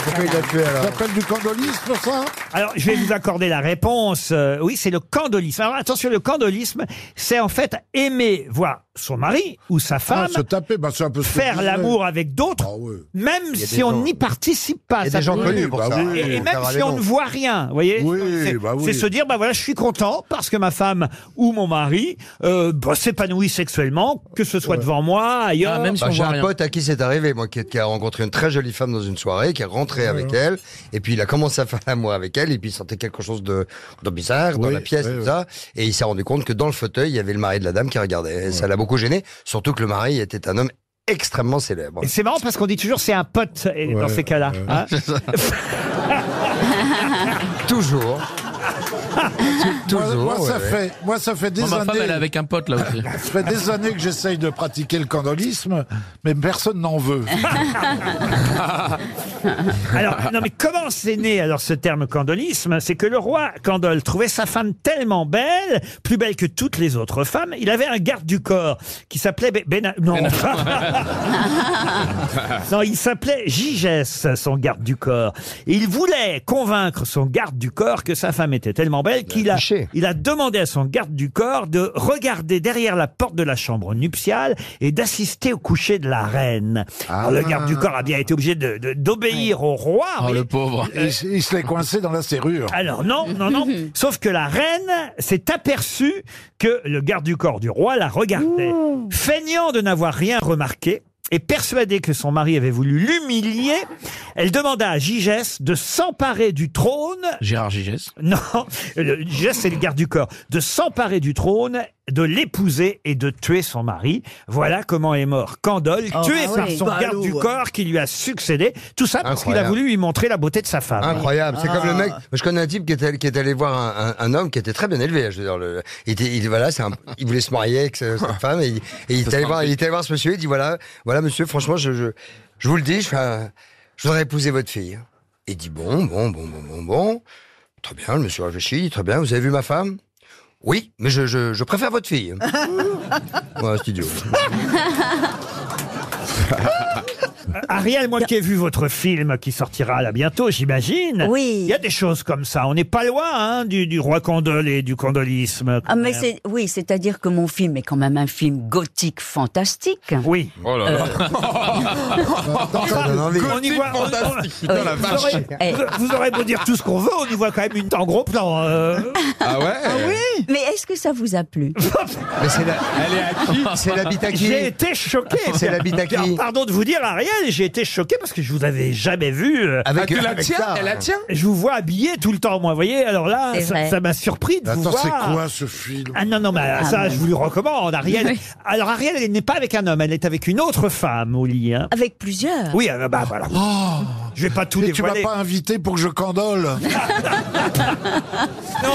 [SPEAKER 5] Pourquoi il l'a tué alors Ça s'appelle du candolisme pour ça hein
[SPEAKER 1] Alors, je vais vous accorder la réponse. Euh, oui, c'est le candolisme. Alors, attention, le candolisme, c'est en fait aimer voir son mari ou sa femme
[SPEAKER 5] Ah, se taper, bah, c'est un peu ce que je
[SPEAKER 1] faire
[SPEAKER 5] disais. Ah,
[SPEAKER 1] l'amour avec d'autres, même
[SPEAKER 5] Il y a
[SPEAKER 1] si
[SPEAKER 5] des
[SPEAKER 1] on
[SPEAKER 5] gens-
[SPEAKER 1] n'y participe pas.
[SPEAKER 5] Il y a
[SPEAKER 1] Ça
[SPEAKER 5] des gens
[SPEAKER 1] peut-
[SPEAKER 5] connus pour
[SPEAKER 1] Oui,
[SPEAKER 5] ça.
[SPEAKER 1] bah oui, Et, et
[SPEAKER 5] ça
[SPEAKER 1] même
[SPEAKER 5] va
[SPEAKER 1] si
[SPEAKER 5] les
[SPEAKER 1] on
[SPEAKER 5] noms.
[SPEAKER 1] ne voit rien, vous voyez C'est
[SPEAKER 5] bah oui.
[SPEAKER 1] c'est se dire, bah voilà, je suis content parce que ma femme ou mon mari euh, bah, s'épanouit sexuellement, que ce soit devant moi, ailleurs.
[SPEAKER 21] Bah, J'ai un pote à qui c'est arrivé, moi, qui, qui a rencontré une très jolie femme dans une soirée, qui est rentré avec elle, et puis il a commencé à faire l'amour avec elle, et puis il sentait quelque chose de, de bizarre dans la pièce, tout ça, et il s'est rendu compte que dans le fauteuil, il y avait le mari de la dame qui regardait, et ça l'a beaucoup beaucoup gêné, surtout que le mari était un homme extrêmement célèbre.
[SPEAKER 1] Et C'est marrant parce qu'on dit toujours c'est un pote et dans
[SPEAKER 21] Ouais,
[SPEAKER 1] ces cas-là.
[SPEAKER 21] ouais.
[SPEAKER 1] hein.
[SPEAKER 21] C'est ça. Toujours.
[SPEAKER 5] Moi,
[SPEAKER 21] Toujours,
[SPEAKER 5] moi, ça
[SPEAKER 21] ouais, ouais.
[SPEAKER 5] fait, moi, ça fait des
[SPEAKER 13] Moi, ma
[SPEAKER 5] années.
[SPEAKER 13] femme, elle est avec un pote, là, aussi.
[SPEAKER 5] ça fait des années que j'essaye de pratiquer le candolisme, mais personne n'en veut.
[SPEAKER 1] Alors, non, mais comment c'est né alors ce terme candolisme C'est que le roi Candole trouvait sa femme tellement belle, plus belle que toutes les autres femmes. Il avait un garde du corps qui s'appelait Bé- Béna- Non. non, il s'appelait Gigès, son garde du corps. Et il voulait convaincre son garde du corps que sa femme était tellement belle qu'il a, il a demandé à son garde du corps de regarder derrière la porte de la chambre nuptiale et d'assister au coucher de la reine.
[SPEAKER 8] Ah.
[SPEAKER 1] Alors, le garde du corps a bien été obligé de- de- d'obéir au roi.
[SPEAKER 4] Oh,
[SPEAKER 1] mais- Euh,
[SPEAKER 5] Il, s- il se l'est coincé dans la serrure.
[SPEAKER 1] alors non, non, non. Sauf que la reine s'est aperçue que le garde du corps du roi la regardait, feignant de n'avoir rien remarqué. Et persuadée que son mari avait voulu l'humilier, elle demanda à Gigès de s'emparer du trône.
[SPEAKER 13] Gérard Gigès.
[SPEAKER 1] Non, le- Gigès c'est le garde du corps. De s'emparer du trône, de l'épouser et de tuer son mari. Voilà comment est mort Candole,
[SPEAKER 13] Oh,
[SPEAKER 1] tué
[SPEAKER 13] bah
[SPEAKER 1] par
[SPEAKER 13] oui.
[SPEAKER 1] son
[SPEAKER 13] Ballot,
[SPEAKER 1] garde du
[SPEAKER 13] ouais.
[SPEAKER 1] corps qui lui a succédé. Tout ça parce qu'il a
[SPEAKER 21] Incroyable.
[SPEAKER 1] voulu lui montrer la beauté de sa femme.
[SPEAKER 21] Incroyable, c'est comme le
[SPEAKER 1] Ah.
[SPEAKER 21] mec. Je connais un type qui est allé, qui est allé voir un, un- un homme qui était très bien élevé. Je veux dire, le- il, était, il, voilà, c'est un- il voulait se marier avec sa, sa femme et, il- et il, est allé voir, il est allé voir ce monsieur. Il dit voilà, voilà monsieur, franchement, je, je, je vous le dis, je, fais un- je voudrais épouser votre fille. Et il dit bon, bon, bon, bon, bon, bon. Très bien, le monsieur réfléchit. il dit, Très bien, vous avez vu ma femme Oui, mais je, je, je préfère votre fille. Ouais, c'est idiot.
[SPEAKER 1] Ariel, moi qui ai vu votre film qui sortira là bientôt, j'imagine.
[SPEAKER 8] Oui.
[SPEAKER 1] Il y a des choses comme ça. On n'est pas loin hein, du, du roi Condol et du condolisme.
[SPEAKER 8] Ah, mais c'est, oui, c'est-à-dire que mon film est quand même un film gothique fantastique.
[SPEAKER 1] Oui.
[SPEAKER 13] Oh là là.
[SPEAKER 1] Euh, On y voit- on- on-
[SPEAKER 13] Putain, la
[SPEAKER 1] vous, aurez,
[SPEAKER 13] vache.
[SPEAKER 1] vous- vous aurez beau dire tout ce qu'on veut, on y voit quand même une en gros plan. euh.
[SPEAKER 13] Ah ouais
[SPEAKER 8] oui Mais est-ce que ça vous a plu
[SPEAKER 21] Mais c'est la...
[SPEAKER 13] Elle est à qui
[SPEAKER 21] C'est l'habit à qui
[SPEAKER 1] J'ai été choqué.
[SPEAKER 21] C'est l'habit à qui
[SPEAKER 1] Alors, Pardon de vous dire, Ariel, j'ai été choqué parce que je vous avais jamais vu. euh,
[SPEAKER 21] Avec- Ah, tu la avec tiens ça. Elle la tient
[SPEAKER 1] Je vous vois habillé tout le temps, moi, vous voyez. Alors là,
[SPEAKER 5] C'est
[SPEAKER 1] ça
[SPEAKER 5] vrai.
[SPEAKER 1] ça m'a surpris de vous
[SPEAKER 5] Attends,
[SPEAKER 1] voir.
[SPEAKER 5] c'est quoi ce film
[SPEAKER 1] Ah non, non, mais
[SPEAKER 5] Ah
[SPEAKER 1] ça,
[SPEAKER 5] bon.
[SPEAKER 1] je vous le recommande, Ariel.
[SPEAKER 5] Oui.
[SPEAKER 1] Alors, Ariel, elle n'est pas avec un homme, elle est avec une autre femme au lit.
[SPEAKER 5] Ah,
[SPEAKER 1] hein.
[SPEAKER 8] Avec plusieurs.
[SPEAKER 1] Oui, ah bah voilà. Je vais pas tout
[SPEAKER 5] Oh. Mais tu m'as
[SPEAKER 1] dévoiler.
[SPEAKER 5] pas invité pour que je candole.
[SPEAKER 1] Non,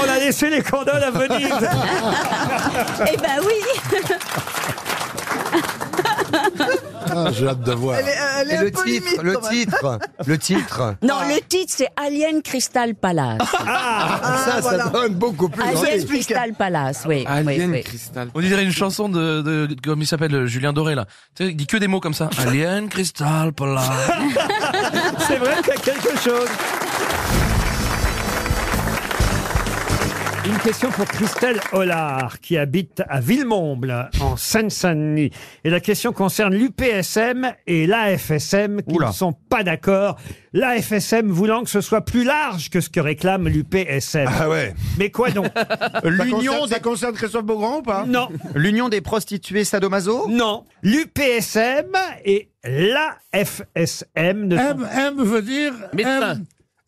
[SPEAKER 1] on a laissé les condoles à Venise.
[SPEAKER 8] Eh ben oui
[SPEAKER 5] Ah, J'ai hâte de voir.
[SPEAKER 8] Elle est- euh, elle est
[SPEAKER 21] Et
[SPEAKER 8] un
[SPEAKER 21] le
[SPEAKER 8] peu
[SPEAKER 21] titre,
[SPEAKER 8] limite,
[SPEAKER 21] le
[SPEAKER 8] quand même.
[SPEAKER 21] titre, le titre.
[SPEAKER 8] Non, le titre, c'est Alien Crystal Palace. Ah,
[SPEAKER 21] ça, ça donne beaucoup plus.
[SPEAKER 8] Alien
[SPEAKER 21] envie.
[SPEAKER 8] Crystal Palace, oui.
[SPEAKER 13] Alien
[SPEAKER 8] oui, oui.
[SPEAKER 13] Crystal. On dirait une chanson de, de- de- comme il s'appelle euh, Julien Doré là. Tu sais, il dit que des mots comme ça. Alien Crystal Palace.
[SPEAKER 1] C'est vrai qu'il y a quelque chose. Une question pour Christelle Hollard, qui habite à Villemomble, en Seine-Saint-Denis. Et la question concerne l'UPSM et l'AFSM, qui ne sont pas d'accord. L'AFSM voulant que ce soit plus large que ce que réclame l'UPSM.
[SPEAKER 7] Ah ouais.
[SPEAKER 1] Mais quoi donc
[SPEAKER 7] L'union des... Ça concerne Christophe Beaugrand ou pas
[SPEAKER 1] Non.
[SPEAKER 7] L'union des prostituées sadomaso
[SPEAKER 1] Non. L'UPSM et l'AFSM ne sont
[SPEAKER 18] M, M veut dire. M,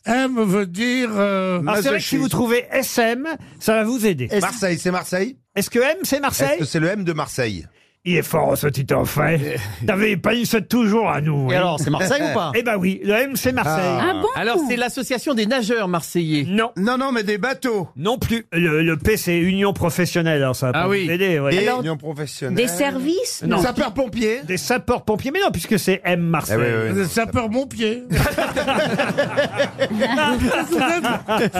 [SPEAKER 18] M veut dire. euh,
[SPEAKER 1] Ah, c'est vrai que si vous trouvez SM, ça va vous aider.
[SPEAKER 7] Marseille, c'est Marseille
[SPEAKER 1] Est-ce que M, c'est Marseille
[SPEAKER 7] Est-ce que c'est le M de Marseille
[SPEAKER 1] Il est fort, ce petit enfant. T'avais pas eu ça toujours à nous.
[SPEAKER 13] Et
[SPEAKER 1] hein.
[SPEAKER 13] alors, c'est Marseille ou pas
[SPEAKER 1] Eh ben oui, le M, c'est Marseille.
[SPEAKER 13] Ah. Ah bon
[SPEAKER 1] alors, c'est l'association des nageurs marseillais. Non.
[SPEAKER 7] Non, non, mais des bateaux.
[SPEAKER 1] Non plus. Le, le P, c'est Union Professionnelle. Alors, ça va pas
[SPEAKER 7] Ah oui.
[SPEAKER 1] vous aider. ouais.
[SPEAKER 7] Des- Union professionnelle.
[SPEAKER 8] Des services
[SPEAKER 1] Non.
[SPEAKER 7] Sapeurs-pompiers
[SPEAKER 1] Des sapeurs-pompiers. Mais non, puisque c'est M Marseille.
[SPEAKER 7] Eh oui, oui, oui, non,
[SPEAKER 18] Sapeur mon pied.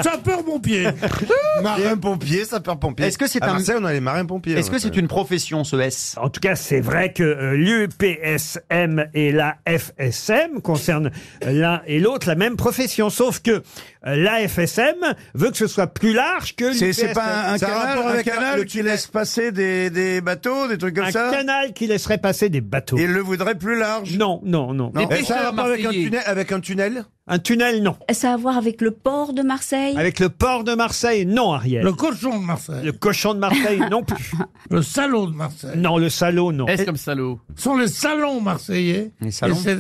[SPEAKER 18] Sapeur mon pied.
[SPEAKER 7] Marin-pompier, sapeur-pompier.
[SPEAKER 1] Est-ce que c'est
[SPEAKER 7] À
[SPEAKER 1] un-
[SPEAKER 7] Marseille, on a les marins-pompiers. on a ça.
[SPEAKER 1] une profession, ce S En tout cas, c'est vrai que euh, l'UPSM et la FSM concernent euh, l'un et l'autre la même profession, sauf que euh, la FSM veut que ce soit plus large que l'UPSM.
[SPEAKER 7] Ça a rapport avec un canal qui laisse passer des, des bateaux, des trucs comme
[SPEAKER 1] Un
[SPEAKER 7] ça
[SPEAKER 1] canal qui laisserait passer des bateaux.
[SPEAKER 7] Il le voudrait plus large
[SPEAKER 1] Non, non, non.
[SPEAKER 7] Non. Et ça a rapport avec un tunnel, avec un tunnel
[SPEAKER 1] Un tunnel, non.
[SPEAKER 8] Ça a à voir avec le port de Marseille
[SPEAKER 1] Avec le port de Marseille, non, Ariel.
[SPEAKER 18] Le cochon de Marseille.
[SPEAKER 1] Le cochon de Marseille, non plus.
[SPEAKER 18] Le salon de Marseille.
[SPEAKER 1] Non, le salaud, non.
[SPEAKER 18] Est-ce
[SPEAKER 1] comme salaud
[SPEAKER 18] Ce sont les salons marseillais.
[SPEAKER 1] Les salons.
[SPEAKER 18] Et, c'est-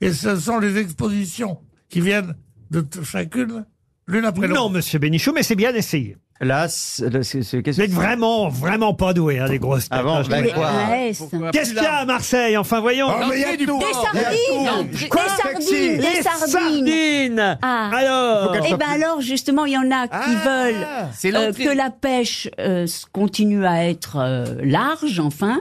[SPEAKER 18] et ce sont les expositions qui viennent de t- chacune, l'une après l'autre.
[SPEAKER 1] Non, monsieur Bénichou, mais c'est bien essayé. Là, Vous êtes vraiment, vraiment pas doué, hein, les grosses têtes.
[SPEAKER 18] Avant, je
[SPEAKER 1] vous le
[SPEAKER 18] les crois.
[SPEAKER 1] dis.
[SPEAKER 18] Pourquoi
[SPEAKER 1] Qu'est-ce qu'il y a à Marseille Enfin, voyons.
[SPEAKER 18] Oh, mais il y a Des tout. sardines.
[SPEAKER 8] Des
[SPEAKER 1] Quoi
[SPEAKER 8] sardines, des
[SPEAKER 1] Des
[SPEAKER 8] sardines.
[SPEAKER 1] sardines.
[SPEAKER 8] Ah.
[SPEAKER 1] Alors
[SPEAKER 8] Eh ben alors, justement, il y en a qui
[SPEAKER 23] Ah.
[SPEAKER 6] Ah,
[SPEAKER 1] c'est
[SPEAKER 8] veulent euh,
[SPEAKER 1] l'entrée.
[SPEAKER 8] que la pêche euh, s- continue à être euh, large, enfin.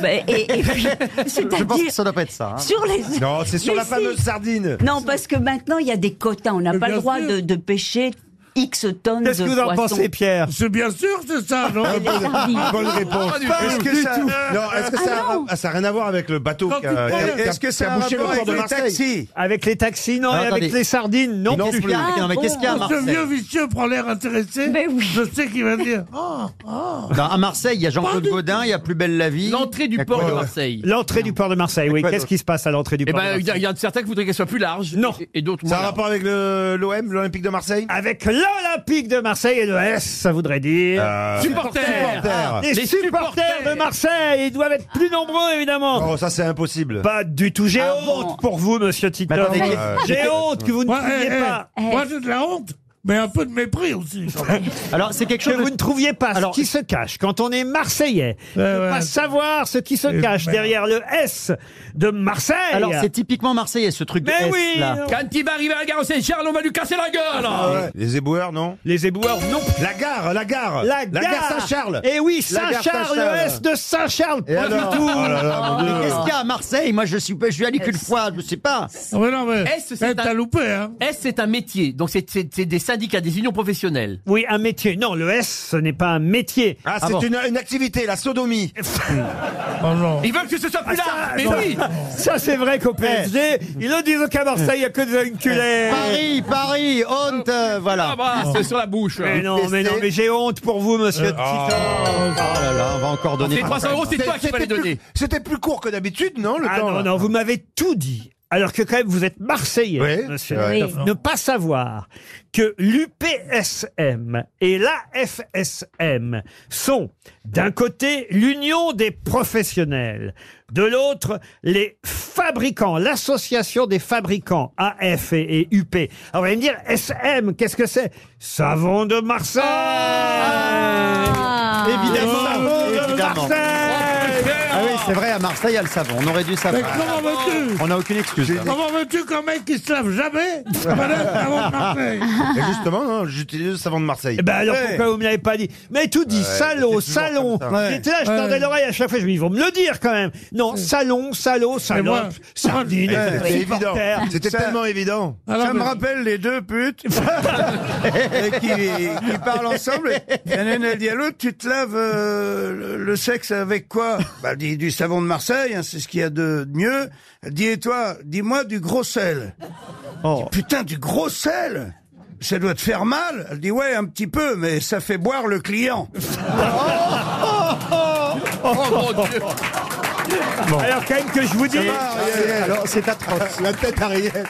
[SPEAKER 8] Bah, et- et-
[SPEAKER 18] Je pense
[SPEAKER 8] c'est-à-dire-
[SPEAKER 18] que ça doit pas être ça. hein.
[SPEAKER 8] Sur les...
[SPEAKER 18] Non, c'est sur
[SPEAKER 8] Mais
[SPEAKER 18] la fameuse
[SPEAKER 8] si.
[SPEAKER 18] sardine.
[SPEAKER 8] Non, parce que maintenant, il y a des quotas. On n'a pas le droit
[SPEAKER 18] sûr.
[SPEAKER 8] de, de pêcher X tonnes de
[SPEAKER 18] Qu'est-ce que vous en
[SPEAKER 8] poissons.
[SPEAKER 18] pensez, Pierre
[SPEAKER 8] C'est bien sûr, c'est ça,
[SPEAKER 18] non
[SPEAKER 8] Les sardines.
[SPEAKER 18] Bonne réponse.
[SPEAKER 8] Pas
[SPEAKER 7] Est-ce que
[SPEAKER 8] du
[SPEAKER 7] ça-
[SPEAKER 8] tout.
[SPEAKER 7] Non, est-ce que ça,
[SPEAKER 8] Ah
[SPEAKER 7] a-
[SPEAKER 8] non.
[SPEAKER 7] ah, ça a rien à voir avec le bateau qui a,
[SPEAKER 1] Quand tu
[SPEAKER 7] qui a-
[SPEAKER 1] parles-
[SPEAKER 7] qui a- qui a bouché le port de Marseille
[SPEAKER 1] Avec les taxis, non,
[SPEAKER 7] Ah,
[SPEAKER 1] et avec
[SPEAKER 7] attendez.
[SPEAKER 1] les sardines, non,
[SPEAKER 7] Non
[SPEAKER 1] plus.
[SPEAKER 7] plus. Ah, Non, mais bon. qu'est-ce qu'il y a à
[SPEAKER 18] Ce
[SPEAKER 7] Marseille
[SPEAKER 18] vieux vicieux prend l'air intéressé. Je sais qu'il va dire. Oh, oh.
[SPEAKER 1] Non, à Marseille, il y a
[SPEAKER 18] Jean-Claude
[SPEAKER 1] Gaudin, il y a Plus belle la vie. L'entrée
[SPEAKER 9] du port de Marseille.
[SPEAKER 1] L'entrée du port de Marseille, oui.
[SPEAKER 9] quoi
[SPEAKER 1] Qu'est-ce
[SPEAKER 9] d'autre
[SPEAKER 1] qui se passe à l'entrée du
[SPEAKER 9] Eh
[SPEAKER 1] port de
[SPEAKER 9] ben, il y, a-
[SPEAKER 1] Marseille
[SPEAKER 9] il y a certains qui voudraient qu'elle soit plus large. Non. Et, et d'autres moins. larges.
[SPEAKER 7] rapport avec le- l'OM, l'Olympique de Marseille
[SPEAKER 1] Avec l'Olympique de Marseille et le S, ça voudrait dire.
[SPEAKER 8] Euh,
[SPEAKER 7] Supporters. Supporters.
[SPEAKER 1] Ah. Les,
[SPEAKER 7] Les
[SPEAKER 1] supporters, de Marseille, ils doivent être plus nombreux, évidemment.
[SPEAKER 7] Oh, ça c'est impossible.
[SPEAKER 1] Pas du tout.
[SPEAKER 9] Ah
[SPEAKER 1] J'ai honte pour vous, monsieur Tito.
[SPEAKER 7] Mais attendez, euh,
[SPEAKER 1] J'ai honte que vous ne
[SPEAKER 18] Ah, Moi,
[SPEAKER 1] trouviez
[SPEAKER 18] eh, eh,
[SPEAKER 1] pas.
[SPEAKER 18] Moi, j'ai de la honte, mais un peu de mépris aussi. quand même.
[SPEAKER 1] Alors, c'est quelque chose que vous ne trouviez pas ce qui se cache quand on est marseillais. ne
[SPEAKER 18] ouais.
[SPEAKER 1] pas savoir ce qui se
[SPEAKER 18] Et
[SPEAKER 1] cache
[SPEAKER 18] merde.
[SPEAKER 1] derrière le S de Marseille.
[SPEAKER 18] Alors, c'est
[SPEAKER 1] typiquement marseillais ce truc Mais oui.
[SPEAKER 9] Quand il va arriver à la gare Saint-Charles, on va lui casser la gueule
[SPEAKER 1] Ah
[SPEAKER 7] Ah Les éboueurs, non
[SPEAKER 1] Les éboueurs, non.
[SPEAKER 7] La gare, la gare.
[SPEAKER 1] La
[SPEAKER 7] La
[SPEAKER 1] gare.
[SPEAKER 7] gare Saint-Charles.
[SPEAKER 1] Eh oui,
[SPEAKER 7] La gare
[SPEAKER 1] Saint-Charles, le
[SPEAKER 7] Saint-Charles.
[SPEAKER 1] S de Saint-Charles.
[SPEAKER 7] Et
[SPEAKER 1] Pas du
[SPEAKER 7] alors
[SPEAKER 1] tout.
[SPEAKER 7] Oh là là, mon Dieu.
[SPEAKER 18] Mais qu'est-ce qu'il y a
[SPEAKER 1] à Marseille Moi, je suis, je suis allé qu'une fois, je sais pas.
[SPEAKER 8] Ah
[SPEAKER 18] Ouais, non, mais.
[SPEAKER 9] S,
[SPEAKER 18] eh,
[SPEAKER 9] c'est
[SPEAKER 18] t'as
[SPEAKER 9] un...
[SPEAKER 18] loupé, hein.
[SPEAKER 9] S, c'est un métier. Donc, c'est- c'est c'est des syndicats, des unions professionnelles.
[SPEAKER 1] Oui, un métier. Non, le S, ce n'est pas un métier.
[SPEAKER 7] Ah, c'est une, une activité, la sodomie.
[SPEAKER 18] Oh non.
[SPEAKER 9] Ils veulent que ce soit plus large. Mais
[SPEAKER 1] non.
[SPEAKER 9] oui
[SPEAKER 1] Ah,
[SPEAKER 9] Eh.
[SPEAKER 1] Ça, c'est vrai qu'au PSG, ils le disent qu'à Marseille, il n'y a que des enculés.
[SPEAKER 18] Paris,
[SPEAKER 1] Paris, honte, euh, voilà.
[SPEAKER 9] Ah, c'est sur la bouche.
[SPEAKER 1] Mais
[SPEAKER 9] hein.
[SPEAKER 1] non, mais non, mais j'ai honte pour vous, monsieur
[SPEAKER 7] Euh,
[SPEAKER 1] Tito. Oh
[SPEAKER 18] là là, on va encore
[SPEAKER 1] donner-
[SPEAKER 9] Les 300 euros, oh. c'est toi qui vas les
[SPEAKER 7] oh. C'était
[SPEAKER 9] donner.
[SPEAKER 7] plus- C'était plus court que d'habitude, non le
[SPEAKER 1] Ah
[SPEAKER 7] temps,
[SPEAKER 1] non,
[SPEAKER 7] là
[SPEAKER 1] non, vous m'avez tout dit. Alors que quand même, vous êtes Marseillais,
[SPEAKER 7] Oui,
[SPEAKER 1] monsieur.
[SPEAKER 7] c'est vrai.
[SPEAKER 1] Ne pas savoir que l'UPSM et l'AFSM sont, d'un côté, l'union des professionnels, de l'autre, les fabricants, l'association des fabricants AF et, et UP. Alors, vous allez me dire, SM, qu'est-ce que c'est Savon de Marseille
[SPEAKER 7] Ah.
[SPEAKER 18] Évidemment,
[SPEAKER 1] Savon de
[SPEAKER 18] évidemment.
[SPEAKER 1] Marseille
[SPEAKER 18] Ah oui,
[SPEAKER 1] c'est vrai, à Marseille, il y a le savon. On aurait dû
[SPEAKER 18] Mais comment veux-tu
[SPEAKER 1] On n'a aucune excuse.
[SPEAKER 18] Comment veux-tu qu'un mec qui se lave jamais connaisse avant de Marseille
[SPEAKER 7] Et justement,
[SPEAKER 1] hein,
[SPEAKER 7] non, j'utilise le savon de Marseille.
[SPEAKER 1] Eh ben alors
[SPEAKER 7] Ouais.
[SPEAKER 1] pourquoi vous me l'avez pas dit Mais tout dit,
[SPEAKER 7] Ouais,
[SPEAKER 1] salaud,
[SPEAKER 7] c'est toujours
[SPEAKER 1] salon.
[SPEAKER 7] comme ça.
[SPEAKER 1] J'étais là, je
[SPEAKER 7] Ouais.
[SPEAKER 1] tendais l'oreille à chaque fois, je me dis, ils vont me le dire quand même. Non, salon, salaud,
[SPEAKER 7] moi-
[SPEAKER 1] salon, sardine,
[SPEAKER 7] Ouais, c'était évident.
[SPEAKER 1] supporter.
[SPEAKER 7] C'était
[SPEAKER 1] Ça-
[SPEAKER 7] tellement évident.
[SPEAKER 1] Alors,
[SPEAKER 7] ça
[SPEAKER 1] mais-
[SPEAKER 7] me rappelle les deux putes Et qui, qui parlent ensemble. Et l'une, elle dit à l'autre, tu te laves euh, le, le sexe avec quoi Bah, elle dit du savon de Marseille, hein, c'est ce qu'il y a de de mieux. Elle dit, et toi, dis-moi du gros sel.
[SPEAKER 1] Oh.
[SPEAKER 7] Elle dit, Putain, du gros sel ça doit te faire mal Elle dit, ouais, un petit peu, mais ça fait boire le client.
[SPEAKER 18] Oh mon Dieu
[SPEAKER 1] Alors quand même que je vous dis...
[SPEAKER 18] Alors, c'est atroce. La tête arrière.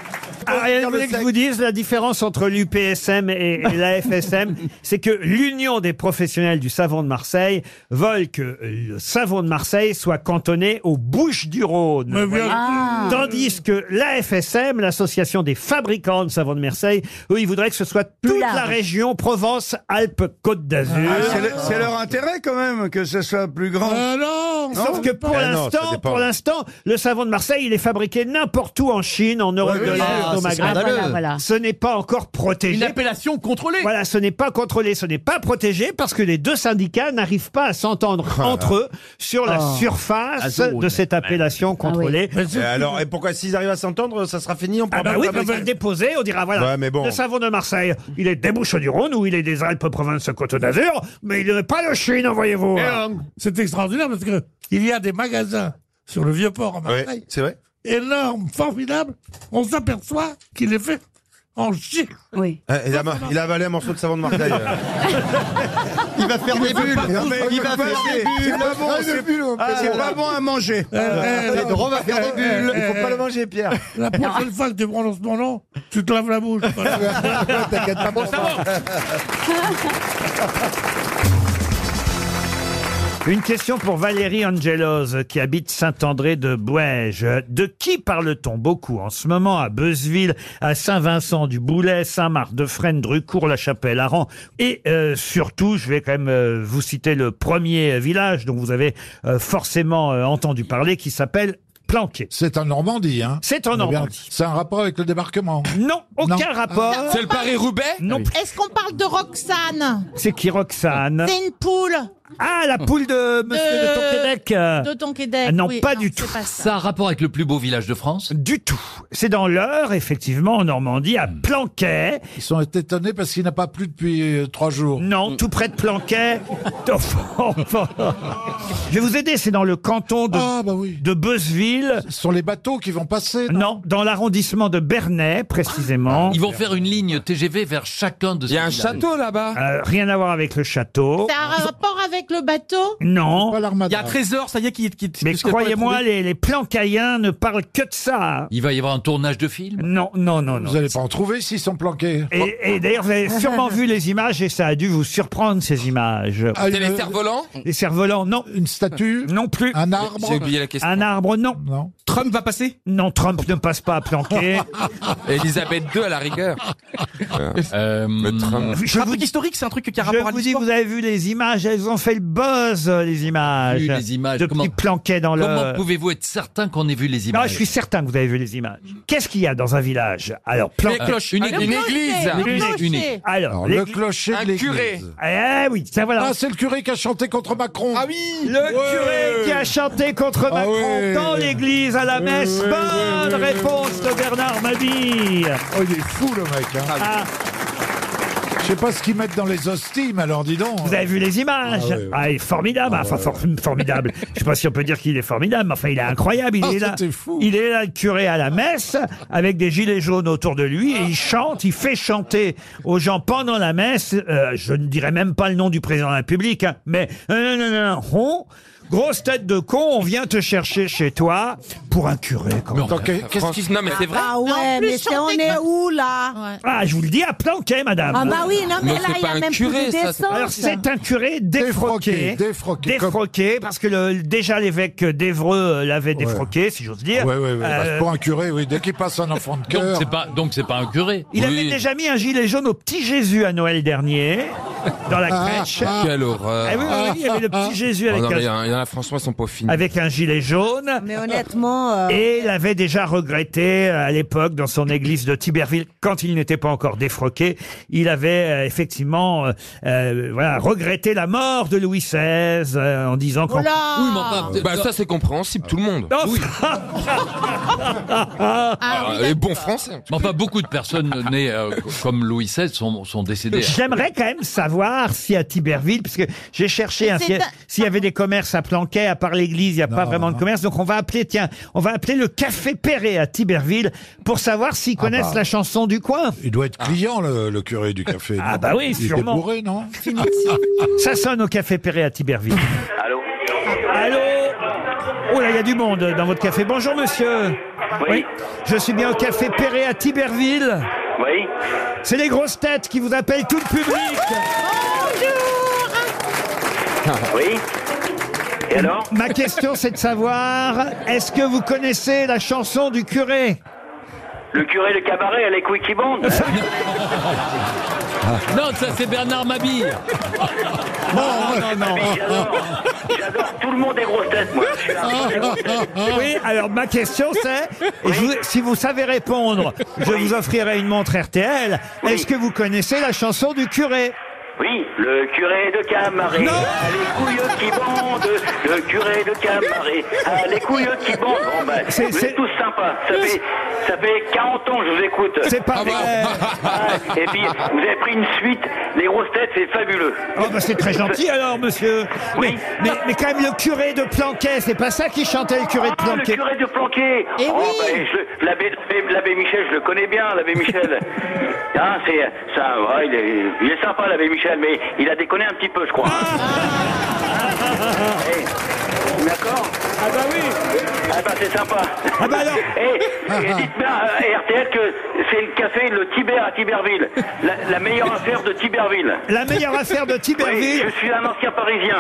[SPEAKER 1] Ariel, vous voulez Ah, que je vous dise la différence entre l'UPSM et, et l'AFSM C'est que l'Union des professionnels du savon de Marseille veulent que le savon de Marseille soit cantonné aux Bouches du Rhône.
[SPEAKER 18] Mais bien
[SPEAKER 7] Ah.
[SPEAKER 1] Voyez.
[SPEAKER 18] sûr.
[SPEAKER 1] Tandis que l'AFSM, l'association des fabricants de savon de Marseille, eux, ils voudraient que ce soit toute la
[SPEAKER 7] large.
[SPEAKER 1] région Provence-Alpes-Côte d'Azur.
[SPEAKER 7] Ah, c'est le- c'est leur intérêt quand même que ce soit plus grand.
[SPEAKER 18] Ah non
[SPEAKER 1] Sauf que pour
[SPEAKER 7] Eh non, ça
[SPEAKER 1] l'instant,
[SPEAKER 7] dépend.
[SPEAKER 1] pour l'instant, le savon de Marseille, il est fabriqué n'importe où en Chine, en Europe
[SPEAKER 9] Ouais,
[SPEAKER 1] de
[SPEAKER 9] oui,
[SPEAKER 1] l'Est,
[SPEAKER 9] ah,
[SPEAKER 1] au
[SPEAKER 9] c'est
[SPEAKER 1] Maghreb.
[SPEAKER 9] scandaleux. Voilà, voilà.
[SPEAKER 1] Ce n'est pas encore protégé.
[SPEAKER 9] Une appellation contrôlée.
[SPEAKER 1] Voilà, ce n'est pas contrôlé, ce n'est pas protégé parce que les deux syndicats n'arrivent pas à s'entendre entre eux sur la
[SPEAKER 7] Oh.
[SPEAKER 1] surface
[SPEAKER 7] Ah, zone.
[SPEAKER 1] de cette appellation contrôlée.
[SPEAKER 7] Et Euh, alors, eh, et pourquoi s'ils arrivent à s'entendre, ça sera fini on
[SPEAKER 1] Ah bah oui, on va le déposer, on dira voilà,
[SPEAKER 7] Ouais, mais bon.
[SPEAKER 1] le savon de Marseille, il est des Bouches-du-Rhône ou il est des Alpes-Provinces-Côte d'Azur, mais il n'est pas de Chine, voyez-vous.
[SPEAKER 18] Et, euh, C'est extraordinaire parce que il y a des magasins sur le vieux port à Marseille.
[SPEAKER 7] c'est vrai.
[SPEAKER 18] Énormes, formidables. On s'aperçoit qu'il est fait en Ah, bah, Chine.
[SPEAKER 8] Oui.
[SPEAKER 7] Eh, Il a, ma- il a avalé un morceau de savon de Marseille. euh.
[SPEAKER 18] Il va faire
[SPEAKER 7] des bulles. Il va faire des bulles. Ah, des bulles, on peut dire.
[SPEAKER 18] manger.
[SPEAKER 7] euh,
[SPEAKER 18] on
[SPEAKER 7] euh, euh,
[SPEAKER 18] Il
[SPEAKER 7] euh,
[SPEAKER 18] faut pas le manger, Pierre. eh, La prochaine fois que tu prononces mon nom, tu te laves la bouche. T'inquiète pas pour ça.
[SPEAKER 1] Une question pour Valérie Angelos qui habite Saint-André de Bouège. De qui parle-t-on beaucoup en ce moment à Beuzeville, à Saint-Vincent-du-Boulet, Saint-Marc-de-Fresnes, Drucourt, La Chapelle, Aran et euh, surtout, je vais quand même euh, vous citer le premier euh, village dont vous avez euh, forcément euh, entendu parler qui s'appelle Planqué.
[SPEAKER 18] C'est en Normandie, hein
[SPEAKER 1] C'est en
[SPEAKER 18] Eh bien,
[SPEAKER 1] Normandie.
[SPEAKER 18] C'est un rapport avec le débarquement.
[SPEAKER 1] Non, aucun rapport.
[SPEAKER 18] Ah. C'est le Paris-Roubaix
[SPEAKER 1] Non.
[SPEAKER 15] Est-ce qu'on parle de Roxane
[SPEAKER 1] C'est qui Roxane
[SPEAKER 15] C'est une poule
[SPEAKER 1] Ah, la poule de Monsieur de, Tonquédec, euh,
[SPEAKER 15] De Tonquédec,
[SPEAKER 1] Non,
[SPEAKER 15] oui.
[SPEAKER 1] pas du tout.
[SPEAKER 15] c'est pas ça.
[SPEAKER 1] a un rapport avec le plus beau village de France Du tout. C'est dans l'heure, effectivement, en Normandie, à Planquet.
[SPEAKER 18] Ils sont étonnés parce qu'il n'a pas plu depuis euh, trois jours.
[SPEAKER 15] Mm.
[SPEAKER 1] Non, tout près de Planquet. Je vais vous aider, c'est dans le canton de,
[SPEAKER 18] Ah, bah
[SPEAKER 1] de Beuzeville. Ce sont les bateaux qui vont passer. Non, dans l'arrondissement de Bernay, précisément.
[SPEAKER 24] Ils vont faire une ligne TGV vers chacun de ces Il y a un
[SPEAKER 1] château
[SPEAKER 24] là-bas.
[SPEAKER 1] Euh, rien à voir avec le château.
[SPEAKER 15] Ça a un rapport avec le bateau
[SPEAKER 1] Oh. Non.
[SPEAKER 24] Il y a 13 heures, ça y est, qui qui.
[SPEAKER 1] Mais
[SPEAKER 24] qu'est-ce qu'on a
[SPEAKER 1] croyez-moi,
[SPEAKER 24] trouvé
[SPEAKER 1] les, les Plancayens ne parlent que de ça.
[SPEAKER 24] Il va y avoir un tournage de film
[SPEAKER 1] Non, non, non, non.
[SPEAKER 18] Vous n'allez pas en trouver s'ils sont planqués.
[SPEAKER 1] Et, et d'ailleurs, vous avez sûrement vu les images et ça a dû vous surprendre, ces images.
[SPEAKER 18] Ah, C'est une- les cerfs-volants
[SPEAKER 1] Les cerfs-volants, non.
[SPEAKER 18] Une statue
[SPEAKER 1] Non plus. Un
[SPEAKER 18] arbre J'ai oublié la question.
[SPEAKER 1] Un arbre, non. Trump va passer Non, Trump ne passe pas à planquer.
[SPEAKER 4] Elisabeth II à la rigueur. Euh,
[SPEAKER 24] le
[SPEAKER 4] train.
[SPEAKER 1] Je
[SPEAKER 4] un truc historique, c'est un truc qui a
[SPEAKER 1] Je vous dis, vous avez vu les images, elles ont fait le buzz, euh, les images.
[SPEAKER 24] Vu les images,
[SPEAKER 1] De
[SPEAKER 24] comment-
[SPEAKER 1] petits planquets dans
[SPEAKER 24] Comment
[SPEAKER 1] le...
[SPEAKER 24] pouvez-vous être certain qu'on ait vu les
[SPEAKER 1] Non,
[SPEAKER 24] images
[SPEAKER 1] je suis certain que vous avez vu les images. Qu'est-ce qu'il y a dans un village Alors,
[SPEAKER 24] Une
[SPEAKER 1] Planquet-
[SPEAKER 24] cloche, une- Ah, Le une clocher, église. le
[SPEAKER 1] Une
[SPEAKER 18] clocher.
[SPEAKER 1] église. Alors,
[SPEAKER 18] Alors, le
[SPEAKER 1] l'église-
[SPEAKER 18] clocher de Un l'église. curé.
[SPEAKER 1] Eh oui, ça voilà.
[SPEAKER 18] Ah, c'est le curé qui a chanté contre Macron. Ah oui
[SPEAKER 1] Le curé qui a chanté contre Macron
[SPEAKER 18] ouais.
[SPEAKER 1] dans l'église à la messe.
[SPEAKER 18] Ouais, ouais, ouais,
[SPEAKER 1] Bonne
[SPEAKER 18] ouais,
[SPEAKER 1] réponse de Bernard Mabille.
[SPEAKER 18] Oh, il est fou, le mec. hein.
[SPEAKER 1] Ah.
[SPEAKER 18] Je sais pas ce qu'ils mettent dans les hosties, mais alors dis donc.
[SPEAKER 1] Vous avez vu les images
[SPEAKER 18] Ah
[SPEAKER 1] Ah,
[SPEAKER 18] ouais, ouais.
[SPEAKER 1] il est formidable, enfin for- formidable. Je sais pas si on peut dire qu'il est formidable, mais enfin il est incroyable. Il
[SPEAKER 18] Ah,
[SPEAKER 1] est
[SPEAKER 18] ça,
[SPEAKER 1] là,
[SPEAKER 18] t'es fou.
[SPEAKER 1] il est là, le curé à la messe, avec des gilets jaunes autour de lui, et il chante, il fait chanter aux gens pendant la messe. euh, je ne dirais même pas le nom du président de la République, hein, mais euh, non, non, non, on- grosse tête de con, on vient te chercher chez toi pour un curé. quand même.
[SPEAKER 4] Qu'est-ce qui Non, mais c'est vrai.
[SPEAKER 25] Ah ouais, mais c'est- on est où là
[SPEAKER 1] Ah, je vous le dis à planquet, madame.
[SPEAKER 25] Ah bah oui, non, mais Mais là, c'est il y a pas un même plus curé, de ça, c'est-
[SPEAKER 1] Alors, c'est un curé défroqué.
[SPEAKER 18] Défroqué,
[SPEAKER 1] Défroqué. parce que le- déjà l'évêque d'Evreux euh, l'avait défroqué, si j'ose dire.
[SPEAKER 18] Ouais, ouais, ouais.
[SPEAKER 1] Euh,
[SPEAKER 18] Bah, pour un curé, oui, dès qu'il passe un enfant de
[SPEAKER 24] Donc
[SPEAKER 18] cœur.
[SPEAKER 24] c'est pas, donc c'est pas un curé.
[SPEAKER 1] Il avait déjà mis un gilet jaune au petit Jésus à Noël dernier, dans la
[SPEAKER 18] Ah,
[SPEAKER 1] crèche.
[SPEAKER 4] Quelle horreur.
[SPEAKER 1] Ah oui, oui, oui, il y avait le petit Jésus avec
[SPEAKER 4] Oh non, mais
[SPEAKER 1] un-
[SPEAKER 4] il y en a- il y en a, franchement, ils sont pas finis.
[SPEAKER 1] avec un gilet jaune.
[SPEAKER 25] Mais honnêtement. euh,
[SPEAKER 1] Et il avait déjà regretté euh, à l'époque dans son église de Tiberville, quand il n'était pas encore défroqué, il avait euh, effectivement euh, euh, voilà, regretté la mort de Louis XVI euh, en disant qu'en...
[SPEAKER 4] Oui, mais
[SPEAKER 25] Ah.
[SPEAKER 4] enfin, bah, ça, c'est compréhensible, tout le monde.
[SPEAKER 1] Oui.
[SPEAKER 24] Ah,
[SPEAKER 1] euh,
[SPEAKER 4] les bons Français.
[SPEAKER 24] Mais enfin, beaucoup de personnes nées euh, comme Louis XVI sont, sont décédées.
[SPEAKER 1] J'aimerais quand même savoir si à Tiberville, parce que j'ai cherché
[SPEAKER 24] Mais
[SPEAKER 1] hein,
[SPEAKER 24] c'est
[SPEAKER 1] s'il y a-
[SPEAKER 24] un-
[SPEAKER 1] s'il y avait des commerces à Planquet, à part l'église, il n'y a pas vraiment de commerce. Donc on va appeler, tiens, on va appeler le Café Perret à Tiberville pour savoir s'ils connaissent
[SPEAKER 18] bah.
[SPEAKER 1] la chanson du coin.
[SPEAKER 18] Il doit être client, le, le curé du café.
[SPEAKER 1] Ah
[SPEAKER 18] non
[SPEAKER 1] bah oui,
[SPEAKER 18] Il était
[SPEAKER 1] sûrement.
[SPEAKER 18] bourré, non
[SPEAKER 1] Ça sonne au Café Perret à Tiberville.
[SPEAKER 26] Allô
[SPEAKER 1] Allô Oh là, il y a du monde dans votre café. Bonjour monsieur. Oui. Je suis bien au Café Perret à Tiberville.
[SPEAKER 26] Oui
[SPEAKER 1] C'est les grosses têtes qui vous appellent tout le public.
[SPEAKER 26] Oui Et alors
[SPEAKER 1] Ma question, c'est de savoir, est-ce que vous connaissez la chanson du curé
[SPEAKER 26] Le curé de cabaret avec Wiki Bond
[SPEAKER 24] Non, ça c'est Bernard Mabille.
[SPEAKER 26] non, non, J'adore, J'adore. tout le monde est grosse tête, moi. Je suis la grosse tête.
[SPEAKER 1] Oui, alors ma question, c'est, et je vous- si vous savez répondre, je vous offrirai une montre RTL. Est-ce que vous connaissez la chanson du curé
[SPEAKER 26] Oui, le curé de cabaret
[SPEAKER 1] Non.
[SPEAKER 26] a les couilles qui bandent. Le curé de cabaret a les couilles qui bandent. Bon, ben,
[SPEAKER 1] C'est-
[SPEAKER 26] vous
[SPEAKER 1] c'est-
[SPEAKER 26] êtes tous sympas. Ça fait, ça fait 40 ans que je vous écoute.
[SPEAKER 1] C'est pas vrai.
[SPEAKER 26] Ah, Et puis, vous avez pris une suite. Les grosses têtes, c'est fabuleux.
[SPEAKER 1] Oh bah c'est très gentil alors monsieur. Mais, mais, mais quand même le curé de Planquet, c'est pas ça qui chantait le curé de
[SPEAKER 26] Ah, le
[SPEAKER 1] Planquet.
[SPEAKER 26] curé de Planquet
[SPEAKER 8] Eh
[SPEAKER 1] Eh
[SPEAKER 26] oh, ben, je- l'abbé, l'abbé Michel, je le connais bien, l'abbé Michel. Hein, c'est, c'est un- ouais, il, est, il est
[SPEAKER 2] Ah.
[SPEAKER 26] sympa, l'abbé Michel, mais il a déconné un petit peu, je crois. Eh, D'accord Ah bah oui Ah bah c'est sympa
[SPEAKER 1] Ah bah alors
[SPEAKER 26] Et, dites bien euh, à RTL que c'est le café Le Tibère à Tiberville. La, la meilleure affaire de Tiberville.
[SPEAKER 1] La meilleure affaire de Tiberville.
[SPEAKER 26] Oui, je suis un ancien parisien.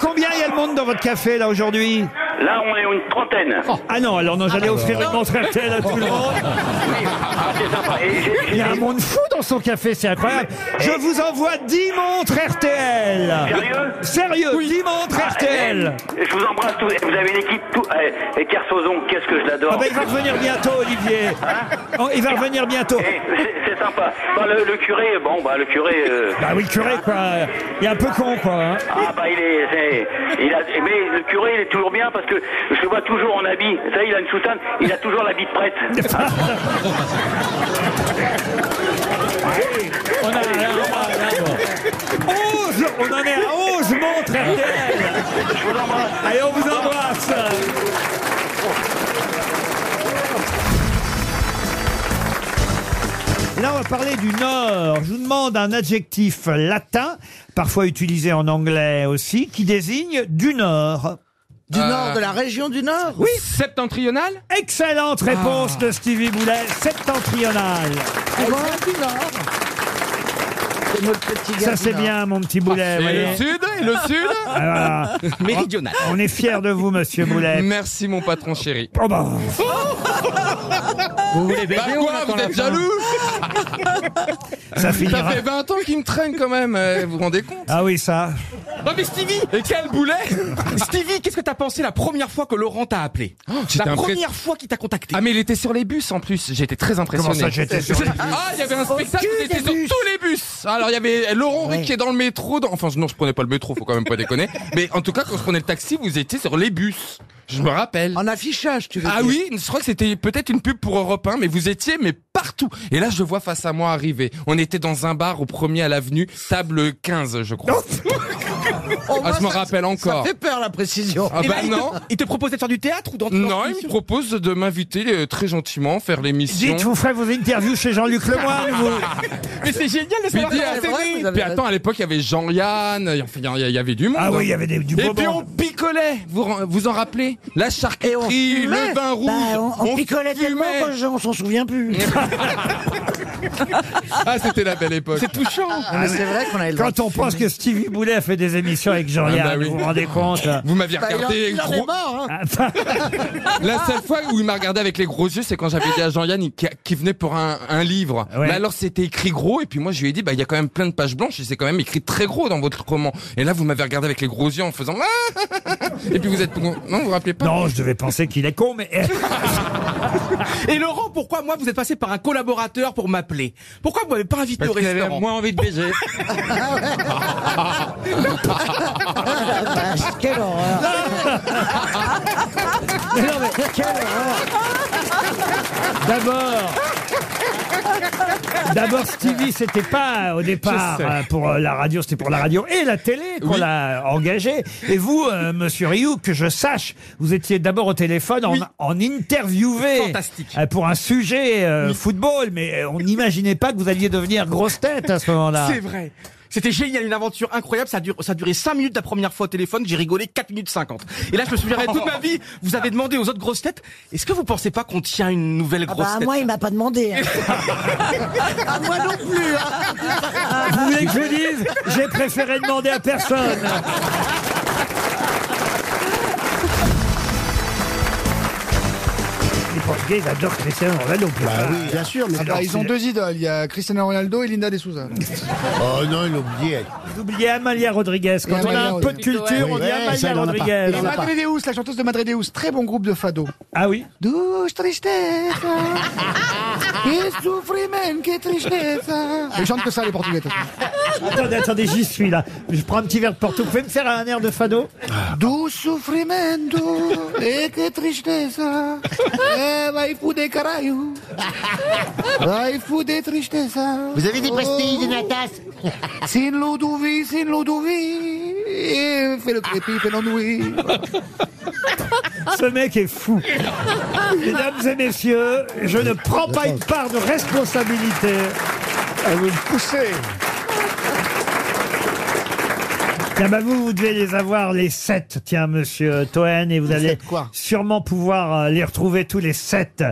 [SPEAKER 1] Combien il y a le monde dans votre café là aujourd'hui
[SPEAKER 26] Là on est une trentaine.
[SPEAKER 1] Ah non, alors non, j'allais offrir une montre RTL à tout le monde.
[SPEAKER 26] Ah c'est sympa. Et j'ai-
[SPEAKER 1] Il y a un monde fou dans son café, c'est incroyable. Je vous envoie 10 montres RTL.
[SPEAKER 26] Eh. Sérieux
[SPEAKER 1] Sérieux, 10 montres
[SPEAKER 26] Ah,
[SPEAKER 1] RTL.
[SPEAKER 26] eh, eh, Je vous embrasse tous. Vous avez une équipe tout. eh, Et Kersozon, qu'est-ce que je l'adore.
[SPEAKER 1] Ah bah, il va revenir bientôt, Olivier. Oh, il va revenir bientôt.
[SPEAKER 26] Eh, c'est- C'est sympa. Bah, le, le curé, bon, bah le curé. euh,
[SPEAKER 1] Bah oui, le curé, quoi. Il est un peu con, quoi. hein.
[SPEAKER 26] Ah bah il est, c'est- il a, mais le curé il est toujours bien parce que je le vois toujours en habit. Ça il a une soutane, il a toujours l'habit de prêtre.
[SPEAKER 1] Onze, on en est à 11 montres RTL. Allez, on vous embrasse. Là, on va parler du Nord. Je vous demande un adjectif latin, parfois utilisé en anglais aussi, qui désigne du Nord.
[SPEAKER 17] Du nord, de la région du nord
[SPEAKER 1] Oui.
[SPEAKER 4] Septentrional
[SPEAKER 1] Excellente réponse de Stevie Boulet, septentrional.
[SPEAKER 17] du nord. C'est notre petit gars
[SPEAKER 1] Ça
[SPEAKER 17] du
[SPEAKER 1] c'est
[SPEAKER 17] Nord.
[SPEAKER 1] bien mon petit Boulet.
[SPEAKER 4] Et
[SPEAKER 1] voyez.
[SPEAKER 4] Ah, le sud Et le sud
[SPEAKER 1] Eh, Ah, voilà.
[SPEAKER 4] Méridional.
[SPEAKER 1] On est fiers de vous, monsieur Boulet.
[SPEAKER 4] Merci mon patron chéri.
[SPEAKER 1] Oh bah. Ah,
[SPEAKER 4] Vous voulez baiser Bah
[SPEAKER 1] ou Bah on
[SPEAKER 4] quoi,
[SPEAKER 1] attend
[SPEAKER 4] vous
[SPEAKER 1] la
[SPEAKER 4] êtes
[SPEAKER 1] fin
[SPEAKER 4] jaloux
[SPEAKER 1] Ah, Ça finira.
[SPEAKER 4] fait 20 ans qu'il me traîne quand même, euh, vous vous rendez compte
[SPEAKER 1] Ah oui, ça.
[SPEAKER 6] Non mais Stevie Et quel boulet Stevie, qu'est-ce que t'as pensé la première fois que Laurent t'a appelé
[SPEAKER 4] j'étais
[SPEAKER 6] La
[SPEAKER 4] impré-
[SPEAKER 6] première fois qu'il t'a contacté
[SPEAKER 4] Ah mais il était sur les bus en plus, j'étais très impressionné.
[SPEAKER 6] Comment ça, j'étais sur les bus
[SPEAKER 4] Ah, il y avait un
[SPEAKER 6] Au
[SPEAKER 4] spectacle,
[SPEAKER 6] cul
[SPEAKER 4] il était
[SPEAKER 6] des
[SPEAKER 4] sur
[SPEAKER 6] bus.
[SPEAKER 4] tous les bus. Ah, Alors il y avait Laurent
[SPEAKER 6] Ouais.
[SPEAKER 4] Ruquier qui est dans le métro, dans- enfin non, je prenais pas le métro, faut quand même pas déconner. Mais en tout cas, quand je prenais le taxi, vous étiez sur les bus. Je me rappelle. En affichage, tu veux Ah oui, je crois que c'était peut-être une pub pour Europe 1, mais vous étiez mais partout. Et là, je le vois face à moi arriver. On était dans un bar au premier à l'avenue, table 15, je
[SPEAKER 17] Oh,
[SPEAKER 4] crois. ah, je me rappelle encore.
[SPEAKER 6] peur la précision
[SPEAKER 4] Ah bah non.
[SPEAKER 6] Eh ben, Il te proposait de faire du théâtre ou dans
[SPEAKER 4] Non, il me propose de m'inviter euh, très gentiment, faire l'émission.
[SPEAKER 1] Dites, vous ferez vos interviews chez Jean-Luc Lemoyne, vous.
[SPEAKER 6] Mais c'est génial de
[SPEAKER 4] Puis,
[SPEAKER 6] savoir
[SPEAKER 4] dis,
[SPEAKER 6] comment c'est né.
[SPEAKER 4] puis attends, à l'époque, il y avait Jean-Yann, il y- enfin, il y, il y avait du monde.
[SPEAKER 1] Ah oui, il y avait des- du
[SPEAKER 4] Et
[SPEAKER 1] beau
[SPEAKER 4] puis on
[SPEAKER 1] monde.
[SPEAKER 4] picolait, vous ren- vous en rappelez La charcuterie, le vin rouge.
[SPEAKER 1] Bah,
[SPEAKER 6] on, bah, picolait tellement
[SPEAKER 4] fumait.
[SPEAKER 6] qu'on s'en souvient plus.
[SPEAKER 4] Ah, c'était la belle époque.
[SPEAKER 6] C'est touchant.
[SPEAKER 1] Ah, mais- Quand on pense que Stevie Boulet a fait des émissions avec Jean-Yann,
[SPEAKER 4] Ah bah oui.
[SPEAKER 1] vous vous rendez compte
[SPEAKER 4] Vous m'aviez
[SPEAKER 1] Bah,
[SPEAKER 4] regardé gros-
[SPEAKER 1] hein.
[SPEAKER 4] La seule fois où il m'a regardé avec les gros yeux, c'est quand j'avais dit à Jean-Yann il- qui, qui venait pour un, un livre.
[SPEAKER 1] Ouais.
[SPEAKER 4] Mais alors c'était écrit gros et puis moi je lui ai dit bah il y a quand même plein de pages blanches et c'est quand même écrit très gros dans votre roman. Et là vous m'avez regardé avec les gros yeux en faisant Ah et puis vous êtes non vous vous rappelez pas
[SPEAKER 1] Non, je devais penser qu'il est con, mais
[SPEAKER 6] Et Laurent, pourquoi moi vous êtes passé par un collaborateur pour m'appeler Pourquoi vous m'avez pas invité
[SPEAKER 3] Parce
[SPEAKER 6] au
[SPEAKER 3] qu'il avait
[SPEAKER 6] restaurant Ah
[SPEAKER 3] moins envie de baiser.
[SPEAKER 1] Ah,
[SPEAKER 6] Quelle horreur
[SPEAKER 1] non, mais Ah, quelle D'abord. D'abord, Stevie, c'était pas au départ
[SPEAKER 6] Je sais.
[SPEAKER 1] euh, pour euh, la radio, c'était pour la radio et la télé qu'on
[SPEAKER 6] Oui.
[SPEAKER 1] l'a engagé. Et vous, euh, monsieur Rioux, que je sache, vous étiez d'abord au téléphone en, en interviewé euh, pour un sujet euh, football, mais euh, on n'imaginait pas que vous alliez devenir grosse tête à ce moment-là.
[SPEAKER 6] C'est vrai. C'était génial, une aventure incroyable. Ça a, duré, ça a duré 5 minutes la première fois au téléphone. J'ai rigolé 4 minutes 50. Et là, je me souviendrai toute ma vie. Vous avez demandé aux autres grosses têtes Est-ce que vous pensez pas qu'on tient une nouvelle
[SPEAKER 27] Ah
[SPEAKER 6] grosse
[SPEAKER 27] bah,
[SPEAKER 6] tête
[SPEAKER 27] moi, il m'a pas demandé. hein.
[SPEAKER 17] Ah, moi non plus. hein.
[SPEAKER 1] Vous voulez que je vous dise J'ai préféré demander à personne. Les Portugais, ils adorent Cristiano Ronaldo.
[SPEAKER 10] Bah oui, bien sûr, mais
[SPEAKER 1] Alors,
[SPEAKER 10] Ah bah, ils ont
[SPEAKER 1] c'est-
[SPEAKER 10] deux idoles. Il y a Cristiano Ronaldo et Linda de Souza.
[SPEAKER 1] Oh non, il oublié. Vous oubliez Amalia Rodriguez. Quand on a un peu de culture, on dit Amalia Rodriguez.
[SPEAKER 10] Et Madredeus, la chanteuse de Madredeus, très bon groupe de fado.
[SPEAKER 1] Ah oui
[SPEAKER 10] Douche tristeza, et souffriment que tristeza. Ils chantent que ça, les Portugais. de toute façon.
[SPEAKER 1] Attendez, attendez, j'y suis là. Je prends un petit verre de Porto. Vous pouvez me faire un air de fado
[SPEAKER 10] Do sofrimento e que tristeza eh, vai fuder caralho vai fuder tristeza
[SPEAKER 12] Vous avez des pastilles, des
[SPEAKER 10] natas sin Ludovic sin Ludovic eh, fais le crépi fais l'ennui
[SPEAKER 1] Ce mec est fou. Mesdames et messieurs, je ne prends pas une part de responsabilité.
[SPEAKER 10] vous me poussez.
[SPEAKER 1] Tiens, bah vous, vous devez les avoir les sept, tiens, monsieur Toen, et vous
[SPEAKER 10] Les
[SPEAKER 1] allez
[SPEAKER 10] sept quoi Ah.
[SPEAKER 1] sûrement pouvoir euh, les retrouver tous les sept.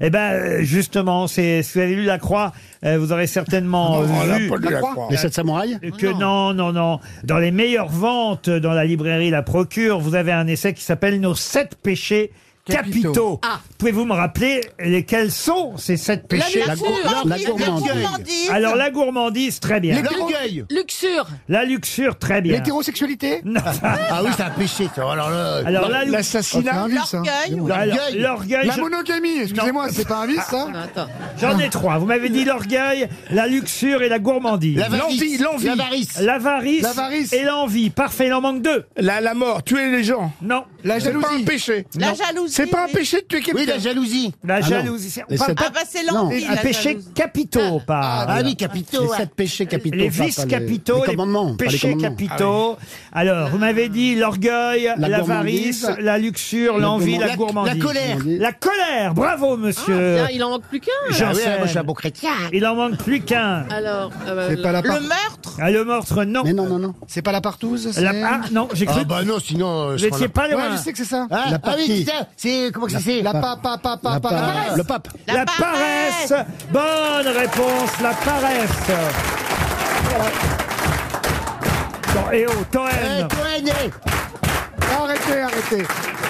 [SPEAKER 1] Et ben, euh, justement, c'est, si vous avez lu La Croix, euh, vous aurez certainement
[SPEAKER 10] Ah non,
[SPEAKER 1] euh,
[SPEAKER 10] on l'a
[SPEAKER 1] vu
[SPEAKER 10] pas lu, La La Croix. Croix. Les sept samouraïs
[SPEAKER 1] Que non. non, non, Dans les meilleures ventes, dans la librairie La Procure, vous avez un essai qui s'appelle Nos sept péchés. Capitaux.
[SPEAKER 10] Capitaux. Ah.
[SPEAKER 1] Pouvez-vous me rappeler lesquels sont ces sept
[SPEAKER 10] La
[SPEAKER 1] péchés
[SPEAKER 10] La gour- luxure, la- la la gourmandise. gourmandise.
[SPEAKER 1] Alors la gourmandise, très bien.
[SPEAKER 10] Les orgueils.
[SPEAKER 1] Luxure. La luxure, très bien.
[SPEAKER 10] L'hétérosexualité
[SPEAKER 1] Ah
[SPEAKER 10] oui, c'est un
[SPEAKER 1] péché, Alors là, la-
[SPEAKER 10] l'assassinat,
[SPEAKER 1] Alors,
[SPEAKER 10] l'orgueil,
[SPEAKER 1] l'orgueil,
[SPEAKER 10] la
[SPEAKER 1] je-
[SPEAKER 10] monogamie. Excusez-moi, c'est pas un vice, hein. ça
[SPEAKER 1] J'en ai trois. Vous m'avez dit l'orgueil, la luxure et la gourmandise.
[SPEAKER 10] L'avarice.
[SPEAKER 1] L'envie, l'envie.
[SPEAKER 10] L'avarice.
[SPEAKER 1] L'avarice.
[SPEAKER 10] L'avarice.
[SPEAKER 1] Et l'envie. Parfait, il en manque deux.
[SPEAKER 18] La, la mort, tuer les gens.
[SPEAKER 1] Non.
[SPEAKER 18] La
[SPEAKER 10] C'est
[SPEAKER 18] jalousie.
[SPEAKER 10] pas un péché.
[SPEAKER 18] La jalousie. C'est pas un péché de tuer quelqu'un.
[SPEAKER 10] jalousie.
[SPEAKER 1] La
[SPEAKER 10] Ah non.
[SPEAKER 1] jalousie. c'est- on
[SPEAKER 10] Les
[SPEAKER 1] parle
[SPEAKER 10] sept-
[SPEAKER 1] pas- Non, Un péché capitaux, pas.
[SPEAKER 10] ah oui, capitaux, ouais.
[SPEAKER 1] Les
[SPEAKER 10] Les
[SPEAKER 1] vices
[SPEAKER 10] vices
[SPEAKER 1] capitaux,
[SPEAKER 10] les
[SPEAKER 1] péchés
[SPEAKER 10] péchés
[SPEAKER 1] capitaux. Ah Alors, vous m'avez dit l'orgueil,
[SPEAKER 10] La
[SPEAKER 1] l'avarice,
[SPEAKER 10] gourmandise.
[SPEAKER 1] la luxure,
[SPEAKER 10] La
[SPEAKER 1] l'envie,
[SPEAKER 10] gourmandise.
[SPEAKER 1] la
[SPEAKER 10] La-
[SPEAKER 1] gourmandise.
[SPEAKER 10] la colère.
[SPEAKER 1] La colère, bravo monsieur.
[SPEAKER 2] Ah, il en manque plus qu'un.
[SPEAKER 1] Janssen.
[SPEAKER 2] chrétien.
[SPEAKER 1] Il en manque plus qu'un.
[SPEAKER 2] Alors, euh,
[SPEAKER 1] C'est pas la part-
[SPEAKER 2] le meurtre.
[SPEAKER 1] Ah, le meurtre, non. Mais
[SPEAKER 10] non, non, non. C'est pas la partouze
[SPEAKER 1] La- Ah, non, j'ai cru-
[SPEAKER 10] Ah bah non, sinon.
[SPEAKER 1] Vous étiez pas loin.
[SPEAKER 10] Ouais, je sais que c'est ça.
[SPEAKER 1] Ah, ah oui, c'est
[SPEAKER 10] ça. C'est. Comment
[SPEAKER 1] que c'est
[SPEAKER 10] La pa- pa- pa- pa-
[SPEAKER 1] La
[SPEAKER 10] pa-
[SPEAKER 1] paresse.
[SPEAKER 10] paresse.
[SPEAKER 1] Le pape. La, paresse. Bonne réponse, la paresse. Bon, Et oh, Toen.
[SPEAKER 10] Eh, Arrêtez, arrêtez.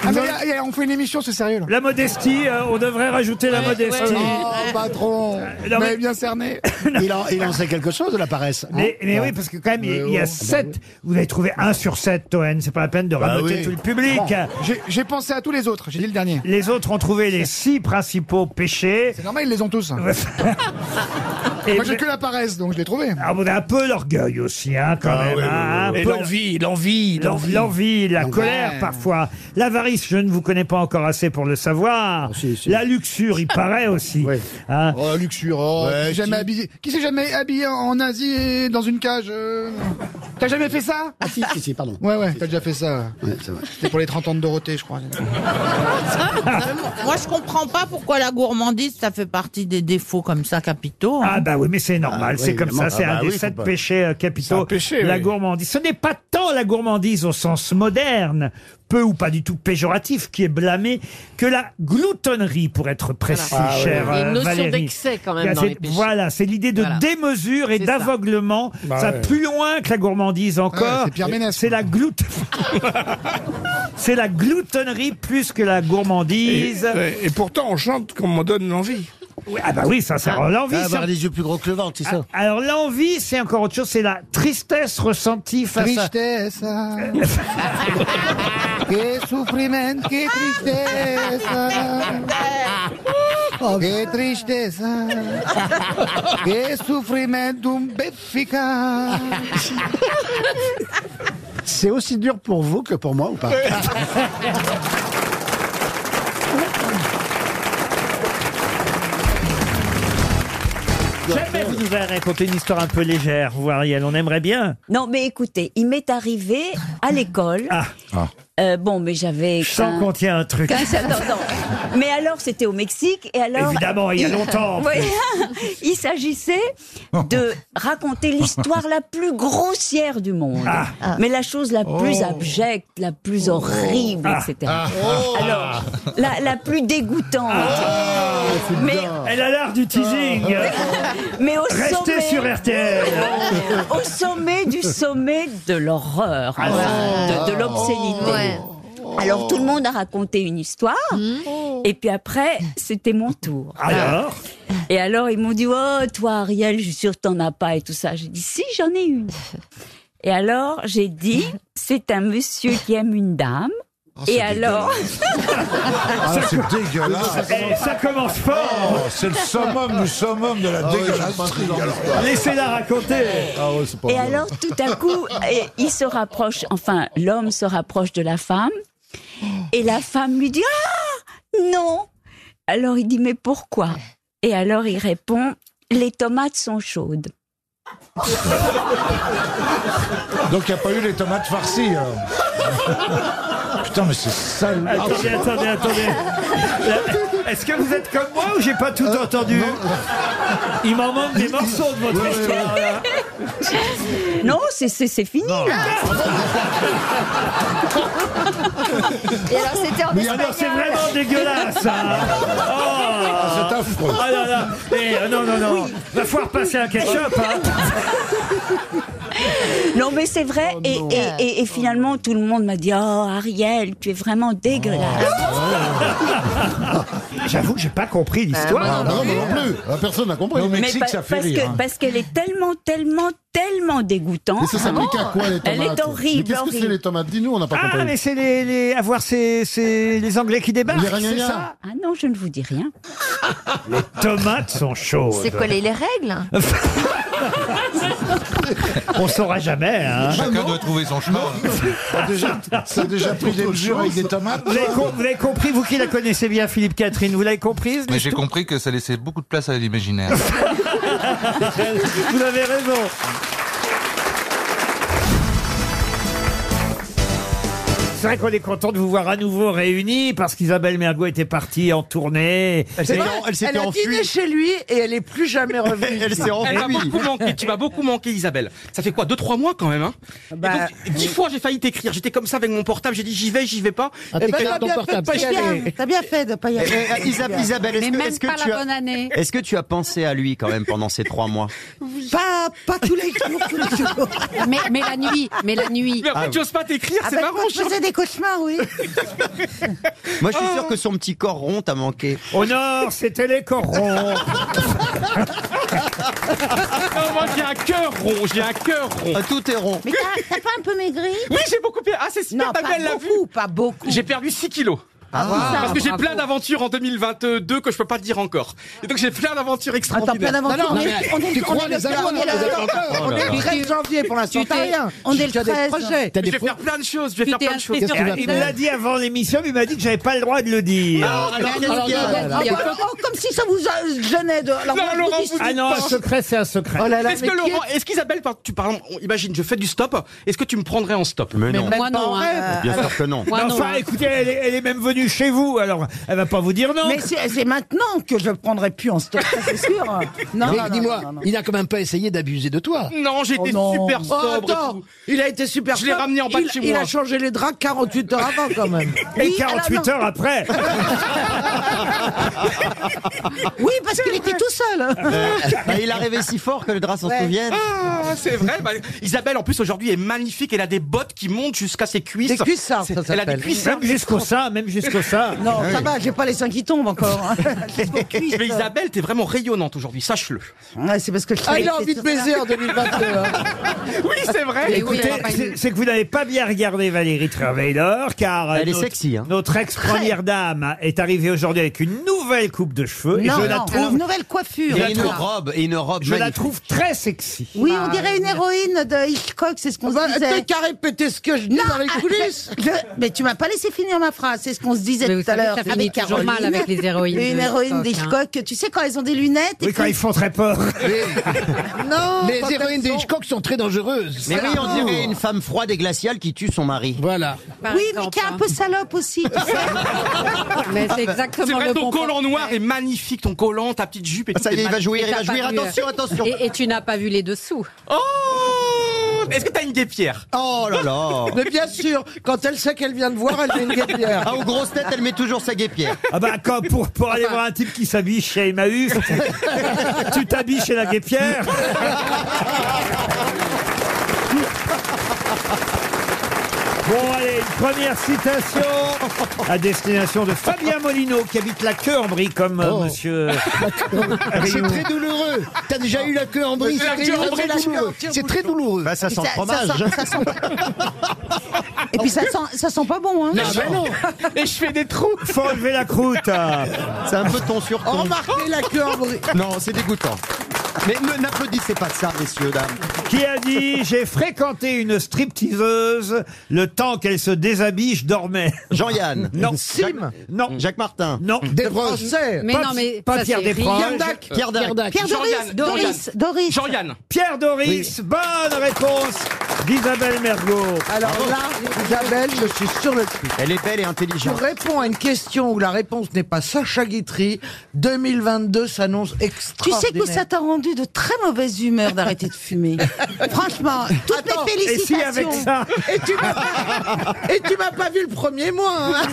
[SPEAKER 10] Ah, mais là, là, on fait une émission, c'est sérieux là.
[SPEAKER 1] La modestie, euh, on devrait rajouter la modestie.
[SPEAKER 10] Oh, patron,
[SPEAKER 1] non,
[SPEAKER 10] vous
[SPEAKER 1] mais-
[SPEAKER 10] m'avez bien cerné. Euh, il, en, sait quelque chose de la paresse. Euh,
[SPEAKER 1] Mais, mais oui, parce que quand même, il y a- il y a
[SPEAKER 10] Ah
[SPEAKER 1] 7. Vous avez trouvé 1 sur 7, Toen. C'est pas la peine de
[SPEAKER 10] Bah
[SPEAKER 1] raboter
[SPEAKER 10] oui.
[SPEAKER 1] tout le public.
[SPEAKER 10] Bon, j'ai- J'ai pensé à tous les autres, j'ai dit le dernier.
[SPEAKER 1] Les autres ont trouvé les 6 principaux péchés.
[SPEAKER 10] C'est normal, ils les ont tous. Moi j'ai que la paresse, donc je l'ai trouvé.
[SPEAKER 1] Ah, on a un peu l'orgueil aussi, hein, quand
[SPEAKER 10] Ah
[SPEAKER 1] même.
[SPEAKER 10] oui, oui,
[SPEAKER 1] hein,
[SPEAKER 10] oui.
[SPEAKER 1] un
[SPEAKER 10] Et
[SPEAKER 1] peu
[SPEAKER 10] l'envie,
[SPEAKER 1] l'envie, l'envie, la
[SPEAKER 10] L'envie.
[SPEAKER 1] colère parfois. L'avarice, je ne vous connais pas encore assez pour le savoir. La luxure, il paraît aussi. hein.
[SPEAKER 10] Oh, la luxure, oh,
[SPEAKER 1] Ouais,
[SPEAKER 10] qui s'est jamais
[SPEAKER 1] si.
[SPEAKER 10] habillé. Qui s'est jamais habillé en Asie et dans une cage euh, T'as jamais fait ça Ah si, si, si, pardon. Ouais, ouais, t'as déjà fait ça. C'était pour les 30 ans de Dorothée, je crois.
[SPEAKER 15] Moi, je comprends pas pourquoi la gourmandise, ça fait partie des défauts comme ça capitaux. hein.
[SPEAKER 1] Ah bah oui, mais c'est normal,
[SPEAKER 15] Ah,
[SPEAKER 1] c'est
[SPEAKER 15] oui,
[SPEAKER 1] comme ça,
[SPEAKER 15] évidemment.
[SPEAKER 1] c'est
[SPEAKER 15] Ah,
[SPEAKER 1] un
[SPEAKER 15] bah
[SPEAKER 1] des
[SPEAKER 15] oui, faut
[SPEAKER 1] sept
[SPEAKER 15] pas-
[SPEAKER 1] péchés euh,
[SPEAKER 15] C'est
[SPEAKER 1] capitaux,
[SPEAKER 15] un péché,
[SPEAKER 1] la
[SPEAKER 15] oui.
[SPEAKER 1] gourmandise. Ce n'est pas tant la gourmandise au sens moderne, peu ou pas du tout péjoratif, qui est blâmée, que la gloutonnerie, pour être précis,
[SPEAKER 2] Voilà. Ah, oui.
[SPEAKER 1] cher
[SPEAKER 2] Il y a une
[SPEAKER 1] euh,
[SPEAKER 2] notion
[SPEAKER 1] Valérie.
[SPEAKER 2] d'excès, quand même,
[SPEAKER 1] Il y a
[SPEAKER 2] dans
[SPEAKER 1] cette-
[SPEAKER 2] les péchés.
[SPEAKER 1] Voilà, c'est l'idée de
[SPEAKER 2] Voilà.
[SPEAKER 1] démesure et
[SPEAKER 2] C'est ça.
[SPEAKER 1] d'aveuglement.
[SPEAKER 2] Bah
[SPEAKER 1] ça va
[SPEAKER 2] ouais.
[SPEAKER 1] plus loin que la gourmandise encore.
[SPEAKER 10] c'est Pierre
[SPEAKER 1] c'est la gloute. c'est la gloutonnerie plus que la gourmandise.
[SPEAKER 18] Et, et pourtant, on chante comme on donne l'envie.
[SPEAKER 1] ah bah oui, ça, ça rend l'envie, Ah, avoir ça. les
[SPEAKER 18] yeux plus gros que le ventre, c'est ça.
[SPEAKER 1] Alors l'envie, c'est encore autre chose, c'est la tristesse ressentie face à...
[SPEAKER 10] Tristeza. Qué sufrimiento, qué tristeza. Oh, qué tristeza. Qué sufrimiento béfica. C'est aussi dur pour vous que pour moi ou
[SPEAKER 7] Euh,
[SPEAKER 10] pas
[SPEAKER 15] Ah,
[SPEAKER 1] Jamais vous nous avez raconté une histoire un peu légère, vous, Ariel, on aimerait bien.
[SPEAKER 23] Non, mais écoutez, il m'est arrivé à l'école.
[SPEAKER 18] Ah.
[SPEAKER 23] Euh, bon, mais j'avais.
[SPEAKER 1] Je sens qu'on tient un truc.
[SPEAKER 23] 15, attends, attends. Mais alors, c'était au Mexique, et alors.
[SPEAKER 1] Évidemment, il y a longtemps, en
[SPEAKER 23] Oui.
[SPEAKER 1] plus.
[SPEAKER 23] il s'agissait de raconter l'histoire la plus grossière du monde.
[SPEAKER 1] Ah.
[SPEAKER 23] Ah. Mais la chose la plus abjecte, la plus horrible,
[SPEAKER 1] Ah.
[SPEAKER 23] etc.
[SPEAKER 8] Ah.
[SPEAKER 15] Ah. Oh.
[SPEAKER 23] Ah. Alors, la, la plus dégoûtante. mais,
[SPEAKER 1] Ah. Elle a l'art du teasing.
[SPEAKER 23] mais au
[SPEAKER 1] Restez
[SPEAKER 23] sommet.
[SPEAKER 1] sur RTL.
[SPEAKER 23] au sommet du sommet de l'horreur,
[SPEAKER 1] Ah,
[SPEAKER 23] alors, de, de
[SPEAKER 6] Oh.
[SPEAKER 23] l'obscénité. Alors tout le monde a raconté une histoire, Oh. et puis après, c'était mon tour.
[SPEAKER 1] Alors
[SPEAKER 23] Et alors, ils m'ont dit Oh, toi, Ariel, je suis sûre que t'en as pas et tout ça. J'ai dit Si, j'en ai une. Et alors, j'ai dit C'est un monsieur qui aime une dame.
[SPEAKER 15] Oh,
[SPEAKER 23] et alors.
[SPEAKER 20] Ah, c'est dégueulasse.
[SPEAKER 1] Eh, ça commence fort.
[SPEAKER 20] Oh, c'est le summum du summum de la Ah,
[SPEAKER 23] Ah ouais,
[SPEAKER 20] dégueulasserie. alors.
[SPEAKER 1] Laissez-la raconter.
[SPEAKER 23] Et alors, tout à coup, et il se rapproche, enfin, l'homme se rapproche de la femme, et la femme lui dit Ah Non Alors il dit Mais pourquoi Et alors il répond Les tomates sont chaudes.
[SPEAKER 20] Donc il n'y a pas eu les tomates farcies. alors. Putain, mais c'est sale.
[SPEAKER 1] Attendez, attendez, attendez. La- Est-ce que vous êtes comme moi ou j'ai pas tout entendu Il m'en manque des morceaux de votre histoire. là.
[SPEAKER 23] Non, c'est- c'est c'est fini là.
[SPEAKER 1] Et alors, c'était en Mais alors, espagnol. c'est vraiment dégueulasse, hein. Ah,
[SPEAKER 18] c'est affreux.
[SPEAKER 1] Ah là là. Eh, euh, non, non, non. Va falloir passer un ketchup,
[SPEAKER 5] Ah,
[SPEAKER 1] hein.
[SPEAKER 23] Non, mais c'est vrai.
[SPEAKER 5] Oh
[SPEAKER 23] et, et- et- et finalement, tout le monde m'a dit Oh, Ariel, tu es vraiment dégueulasse.
[SPEAKER 5] Oh. J'avoue que j'ai pas compris
[SPEAKER 23] Ah,
[SPEAKER 5] l'histoire.
[SPEAKER 23] moi non plus.
[SPEAKER 5] Ah, Personne n'a compris.
[SPEAKER 23] Mais pa- parce que-
[SPEAKER 5] hein.
[SPEAKER 23] Parce qu'elle est tellement, tellement, tellement dégoûtante.
[SPEAKER 5] Mais ça s'applique à quoi les
[SPEAKER 23] Oh,
[SPEAKER 5] tomates
[SPEAKER 23] ah Elle est
[SPEAKER 5] Mais
[SPEAKER 23] horrible.
[SPEAKER 5] Qu'est-ce que
[SPEAKER 23] horrible.
[SPEAKER 5] c'est les tomates Dis-nous, on n'a pas
[SPEAKER 1] Ah,
[SPEAKER 5] compris.
[SPEAKER 1] mais c'est les, les- avoir ces, ces- les Anglais qui débarquent,
[SPEAKER 5] Les ragnagnas.
[SPEAKER 1] c'est ça
[SPEAKER 23] Ah non, je ne vous dis rien.
[SPEAKER 1] Les tomates sont chaudes.
[SPEAKER 15] C'est quoi les, les règles
[SPEAKER 1] On saura jamais,
[SPEAKER 5] Ah,
[SPEAKER 1] hein.
[SPEAKER 4] Ah, Chacun doit trouver son chemin.
[SPEAKER 18] T'as déjà, t'as déjà pris des mesures avec des tomates
[SPEAKER 1] Vous avez, com- vous avez compris, vous qui la connaissez bien, Philippe Catherine, vous l'avez comprise
[SPEAKER 4] Mais j'ai compris que ça laissait beaucoup de place à l'imaginaire.
[SPEAKER 1] Vous avez raison. C'est vrai qu'on est content de vous voir à nouveau réunis parce qu'Isabelle Mergo était partie en tournée.
[SPEAKER 6] C'est vrai,
[SPEAKER 1] Et-
[SPEAKER 6] elle a dîné chez lui et elle est plus jamais revenue.
[SPEAKER 8] Elle s'est enfuie. m'a beaucoup manqué, tu m'as beaucoup manqué Isabelle. Ça fait quoi, deux trois mois quand même hein Et
[SPEAKER 6] Bah,
[SPEAKER 8] donc, Dix fois j'ai failli t'écrire, j'étais comme ça avec mon portable, j'ai dit j'y vais, j'y vais pas.
[SPEAKER 6] Eh ben, t'as bien fait de pas y aller. T'as bien fait de pas y aller.
[SPEAKER 21] Eh, eh, Isa- Isabelle, est-ce
[SPEAKER 6] Mais
[SPEAKER 21] que-
[SPEAKER 6] même
[SPEAKER 21] est-ce que
[SPEAKER 6] pas la
[SPEAKER 21] tu as-
[SPEAKER 6] bonne année.
[SPEAKER 21] Est-ce que tu as pensé à lui quand même pendant ces trois mois
[SPEAKER 6] Pas, pas tous les jours, tous les jours.
[SPEAKER 17] Mais, mais la nuit, mais la nuit.
[SPEAKER 21] Mais après, Ah, tu oui.
[SPEAKER 8] oses pas t'écrire,
[SPEAKER 6] Ah
[SPEAKER 21] c'est
[SPEAKER 6] ben,
[SPEAKER 21] marrant,
[SPEAKER 6] quand Je faisais des cauchemars, oui.
[SPEAKER 21] Moi, je
[SPEAKER 6] Oh.
[SPEAKER 21] suis sûr que son petit corps rond t'a manqué.
[SPEAKER 1] Au nord, c'était les corons.
[SPEAKER 8] hein. moi j'ai un cœur rond, j'ai un cœur Ah, rond.
[SPEAKER 21] tout est rond.
[SPEAKER 6] Mais t'as pas un peu maigri
[SPEAKER 8] Oui, j'ai beaucoup perdu. Ah, c'est super,
[SPEAKER 6] Non,
[SPEAKER 8] ta
[SPEAKER 6] pas
[SPEAKER 8] gueule l'a
[SPEAKER 6] beaucoup, pas beaucoup.
[SPEAKER 8] J'ai perdu 6 kilos.
[SPEAKER 6] Ah, wow.
[SPEAKER 8] Parce que j'ai
[SPEAKER 6] bravo.
[SPEAKER 8] plein d'aventures en 2022 que je peux pas te dire encore. Et donc j'ai plein d'aventures extraordinaires.
[SPEAKER 6] plein d'aventures.
[SPEAKER 8] Non, non,
[SPEAKER 6] Mais
[SPEAKER 8] mais-
[SPEAKER 6] on est- Tu on crois est les le- attentes, on est les le- attentes. on est le 13 janvier pour l'instant,
[SPEAKER 8] Tu
[SPEAKER 6] t'as
[SPEAKER 8] t'es-
[SPEAKER 6] rien. On est le
[SPEAKER 8] tu as des
[SPEAKER 6] 13.
[SPEAKER 8] projets. Mais
[SPEAKER 6] T'as des
[SPEAKER 8] Je vais
[SPEAKER 6] pro-
[SPEAKER 8] faire plein de choses. Je vais
[SPEAKER 6] Tu
[SPEAKER 8] faire
[SPEAKER 6] t'es
[SPEAKER 8] plein de choses.
[SPEAKER 6] inscrit sur
[SPEAKER 1] Il me l'a dit avant l'émission, mais il m'a dit que j'avais pas le droit de le dire.
[SPEAKER 6] Ah, alors, alors, alors, alors, oh, Comme si ça vous a- gênait de. alors,
[SPEAKER 8] Non,
[SPEAKER 6] moi, je
[SPEAKER 8] Laurent,
[SPEAKER 6] dis-
[SPEAKER 8] vous dites
[SPEAKER 1] Ah non,
[SPEAKER 8] pas.
[SPEAKER 1] un secret, c'est un secret.
[SPEAKER 6] Oh là là,
[SPEAKER 8] Est-ce
[SPEAKER 6] mais
[SPEAKER 8] que
[SPEAKER 6] qui
[SPEAKER 8] Laurent,
[SPEAKER 6] est-
[SPEAKER 8] est-ce qu'Isabelle, par- tu parles, on- imagine, je fais du stop, est-ce que tu me prendrais en stop
[SPEAKER 21] Mais non.
[SPEAKER 6] moi, non, hein.
[SPEAKER 21] Bien sûr que non.
[SPEAKER 6] Moi,
[SPEAKER 1] Non,
[SPEAKER 6] non,
[SPEAKER 1] enfin,
[SPEAKER 6] hein.
[SPEAKER 1] écoutez, elle est, elle est même venue chez vous, alors elle va pas vous dire non.
[SPEAKER 6] Mais c'est c'est maintenant que je prendrai plus en stock, ça, c'est sûr.
[SPEAKER 8] Mais
[SPEAKER 6] dis-moi, il a quand même pas essayé d'abuser de toi.
[SPEAKER 8] Non, j'ai été super sobre et
[SPEAKER 6] Oh attends,
[SPEAKER 8] tout.
[SPEAKER 6] il a été super
[SPEAKER 8] Je l'ai
[SPEAKER 6] sobre.
[SPEAKER 8] ramené en bas de
[SPEAKER 6] Il-
[SPEAKER 8] chez
[SPEAKER 6] Il
[SPEAKER 8] moi.
[SPEAKER 6] a changé les draps 48 heures avant quand même.
[SPEAKER 1] Et
[SPEAKER 6] Oui,
[SPEAKER 1] 48
[SPEAKER 6] alors, non.
[SPEAKER 1] heures après.
[SPEAKER 6] Oui, parce qu'il était tout seul.
[SPEAKER 21] Bah, il a rêvé si fort que le drap s'en
[SPEAKER 6] Ouais.
[SPEAKER 21] souvienne.
[SPEAKER 8] Ah, c'est vrai. bah, Isabelle, en plus, aujourd'hui, est magnifique. Elle a des bottes qui montent jusqu'à ses cuisses.
[SPEAKER 6] Des cuissards, ça
[SPEAKER 8] C'est- Elle a des
[SPEAKER 6] s'appelle.
[SPEAKER 8] cuissards.
[SPEAKER 6] Même jusqu'au
[SPEAKER 1] sein, même jusqu'au sein.
[SPEAKER 6] Non, ça va, j'ai pas les seins qui tombent encore. hein. Jusqu'aux cuisses.
[SPEAKER 8] Mais Isabelle, t'es vraiment rayonnante aujourd'hui, sache-le.
[SPEAKER 6] Ouais, c'est parce que je
[SPEAKER 8] Ah, il a
[SPEAKER 6] travaille
[SPEAKER 8] envie de
[SPEAKER 6] sur ça.
[SPEAKER 8] baiser en 2022, hein. Oui, c'est
[SPEAKER 15] Eh
[SPEAKER 8] vrai.
[SPEAKER 1] Écoutez, c'est- c'est que vous n'avez pas bien regardé Valérie Trierweiler, car euh,
[SPEAKER 21] Elle est
[SPEAKER 1] notre,
[SPEAKER 21] sexy, hein.
[SPEAKER 1] notre ex-première dame est arrivée aujourd'hui avec une nouvelle coupe de cheveux Euh, et
[SPEAKER 21] Non,
[SPEAKER 1] je la
[SPEAKER 21] non.
[SPEAKER 1] trouve,
[SPEAKER 21] Alors,
[SPEAKER 6] Nouvelle coiffure.
[SPEAKER 21] Il y a une robe et une robe
[SPEAKER 1] je la
[SPEAKER 21] magnifique.
[SPEAKER 1] trouve très sexy.
[SPEAKER 6] Oui,
[SPEAKER 17] Bah,
[SPEAKER 6] on dirait une héroïne de Hitchcock, c'est ce qu'on se disait. T'as qu'à répéter ce que je dis dans les coulisses. Mais tu m'as pas laissé finir ma phrase, c'est ce qu'on se disait
[SPEAKER 17] Mais vous
[SPEAKER 6] tout à
[SPEAKER 17] savez,
[SPEAKER 6] l'heure.
[SPEAKER 17] ça finit
[SPEAKER 6] Avec
[SPEAKER 17] toujours mal avec les héroïnes
[SPEAKER 6] Une
[SPEAKER 17] de
[SPEAKER 6] héroïne
[SPEAKER 17] Hitchcock, hein.
[SPEAKER 6] d'Hitchcock, tu sais quand elles ont des lunettes. et
[SPEAKER 1] Oui, quand
[SPEAKER 6] puis-
[SPEAKER 1] ils font très peur.
[SPEAKER 6] Non.
[SPEAKER 12] Les
[SPEAKER 6] quand
[SPEAKER 12] héroïnes
[SPEAKER 6] elles
[SPEAKER 12] des
[SPEAKER 6] sont-
[SPEAKER 12] Hitchcock sont très dangereuses.
[SPEAKER 21] Mais oui, on dirait
[SPEAKER 12] Oh.
[SPEAKER 21] une femme froide et glaciale qui tue son mari.
[SPEAKER 12] Voilà.
[SPEAKER 6] Oui, mais qui est un peu
[SPEAKER 17] hein.
[SPEAKER 6] salope aussi. tu sais.
[SPEAKER 8] C'est vrai, ton collant noir est magnifique, ton collant, ta petite jupe et tout.
[SPEAKER 21] Ah, Ça y est, il va jouir,
[SPEAKER 17] Et
[SPEAKER 21] il va
[SPEAKER 17] t'as pas
[SPEAKER 21] jouir.
[SPEAKER 17] vu,
[SPEAKER 21] Attention,
[SPEAKER 17] euh,
[SPEAKER 21] attention.
[SPEAKER 17] Et, et tu n'as pas vu les dessous.
[SPEAKER 8] Oh Est-ce que t'as une guépière
[SPEAKER 21] Oh là là.
[SPEAKER 6] Mais bien sûr, quand elle sait qu'elle vient de voir, elle fait une guépière.
[SPEAKER 21] Ah, aux grosses têtes, elle met toujours sa guépière.
[SPEAKER 1] Ah bah quand pour, pour aller voir un type qui s'habille chez Emmaüs, tu t'habilles chez la guépière. Bon allez, une première citation à destination de Fabien Molino qui habite la queue en brie comme euh, monsieur.
[SPEAKER 12] Oh. C'est très douloureux. T'as déjà eu la queue en brise.
[SPEAKER 6] C'est la
[SPEAKER 12] C'est
[SPEAKER 6] queue en
[SPEAKER 12] très
[SPEAKER 6] brie, la
[SPEAKER 12] douloureux.
[SPEAKER 6] queue en
[SPEAKER 12] C'est très douloureux.
[SPEAKER 21] Bah, ça
[SPEAKER 6] Puis ça sent- Et puis ça sent, ça sent pas bon, hein.
[SPEAKER 12] bah non.
[SPEAKER 8] Et je fais des trous.
[SPEAKER 1] Faut enlever la croûte. hein.
[SPEAKER 21] C'est un peu ton sur ton.
[SPEAKER 6] Remarquez la queue en brie.
[SPEAKER 21] Non, c'est dégoûtant. Mais ne- n'applaudissez pas ça, messieurs, dames.
[SPEAKER 1] Qui a dit j'ai fréquenté une stripteaseuse le temps qu'elle se déshabille je dormais.
[SPEAKER 21] Jean-Yann.
[SPEAKER 1] Non.
[SPEAKER 21] Sim.
[SPEAKER 1] Non.
[SPEAKER 21] Jacques Martin.
[SPEAKER 1] Non.
[SPEAKER 12] Desproges.
[SPEAKER 17] Mais
[SPEAKER 1] pas,
[SPEAKER 17] non, mais
[SPEAKER 1] pas
[SPEAKER 17] ça,
[SPEAKER 1] Pierre
[SPEAKER 17] c'est ridicule.
[SPEAKER 1] Desproges.
[SPEAKER 17] Pierre
[SPEAKER 12] Dac.
[SPEAKER 21] Pierre Dac.
[SPEAKER 6] Pierre Doris,
[SPEAKER 8] Jean-Yann.
[SPEAKER 6] Doris, Doris.
[SPEAKER 8] Jean-Yann.
[SPEAKER 1] Pierre Doris, bonne réponse d'Isabelle Mergot.
[SPEAKER 28] Alors là, Isabelle, je suis sur le cul.
[SPEAKER 16] Elle est belle et
[SPEAKER 28] Je
[SPEAKER 16] intelligente.
[SPEAKER 28] réponds à une question où la réponse n'est pas Sacha Guitry. 2022 s'annonce
[SPEAKER 17] Tu
[SPEAKER 28] extraordinaire.
[SPEAKER 17] sais que ça t'a rendu de très mauvaise humeur d'arrêter de fumer. Franchement, toutes
[SPEAKER 28] Attends,
[SPEAKER 17] mes
[SPEAKER 28] et si
[SPEAKER 17] félicitations.
[SPEAKER 28] avec ça Et tu m'as et tu m'as pas vu le premier mois. hein.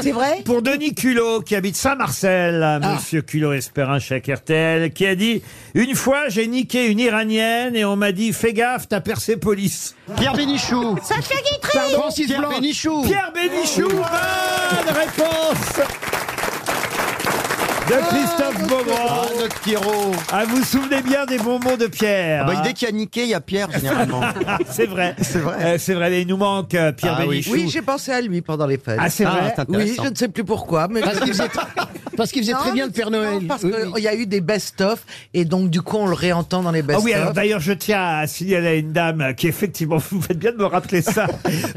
[SPEAKER 28] C'est vrai
[SPEAKER 1] Pour Denis Culot, qui habite Saint-Marcel, monsieur Culot espère un chèque RTL, qui a dit Une fois, j'ai niqué une iranienne et on m'a dit Fais gaffe, t'as Persépolis. Pierre Bénichou.
[SPEAKER 17] Sacha Guitry.
[SPEAKER 1] Pardon,
[SPEAKER 28] Pierre Bénichou.
[SPEAKER 1] Pierre Bénichou, bonne réponse de Christophe Beaugrand.
[SPEAKER 16] notre Pierrot.
[SPEAKER 1] Ah, vous vous souvenez bien des bons mots de Pierre.
[SPEAKER 16] Ah bah,
[SPEAKER 1] hein
[SPEAKER 16] dès qu'il y a niqué, il y a Pierre, généralement.
[SPEAKER 1] c'est vrai. C'est vrai. Euh, c'est vrai, mais il nous manque euh, Pierre
[SPEAKER 16] Ah oui.
[SPEAKER 1] Bénichou.
[SPEAKER 28] Oui, j'ai pensé à lui pendant les fêtes.
[SPEAKER 1] Ah, c'est vrai
[SPEAKER 28] Oui, je ne sais plus pourquoi. Mais...
[SPEAKER 1] Parce qu'il faisait
[SPEAKER 28] parce qu'il
[SPEAKER 1] faisait très bien le Père Noël.
[SPEAKER 28] Parce
[SPEAKER 1] Oui,
[SPEAKER 28] qu'il
[SPEAKER 1] oui.
[SPEAKER 28] y a eu des best-of, et donc du coup, on le réentend dans les
[SPEAKER 1] Ah
[SPEAKER 28] best-of.
[SPEAKER 1] oui, alors d'ailleurs, je tiens à signaler à une dame qui, effectivement, vous faites bien de me rappeler ça,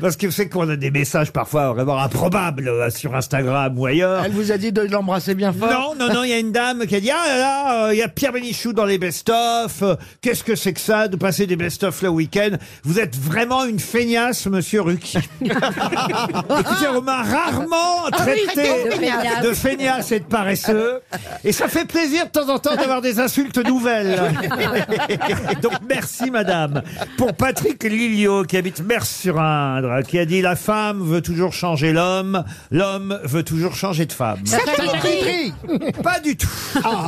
[SPEAKER 1] parce que c'est qu'on a des messages parfois vraiment improbables euh, sur Instagram ou ailleurs.
[SPEAKER 28] Elle vous a dit de l'embrasser bien fort.
[SPEAKER 1] Non, non, non, il y a une dame qui a dit Ah là là, euh, il y a Pierre Bénichou dans les best-of. euh, Qu'est-ce que c'est que ça de passer des best-of le week-end Vous êtes vraiment une feignasse, monsieur Ruki. Écoutez, on m'a rarement
[SPEAKER 28] Ah oui,
[SPEAKER 1] traité
[SPEAKER 28] de feignasse.
[SPEAKER 1] de feignasse et de paresseux. Et ça fait plaisir de temps en temps d'avoir des insultes nouvelles. Donc merci madame. Pour Patrick Lilio qui habite Mers-sur-Indre, qui a dit la femme veut toujours changer l'homme, l'homme veut toujours changer de femme. Pas du tout.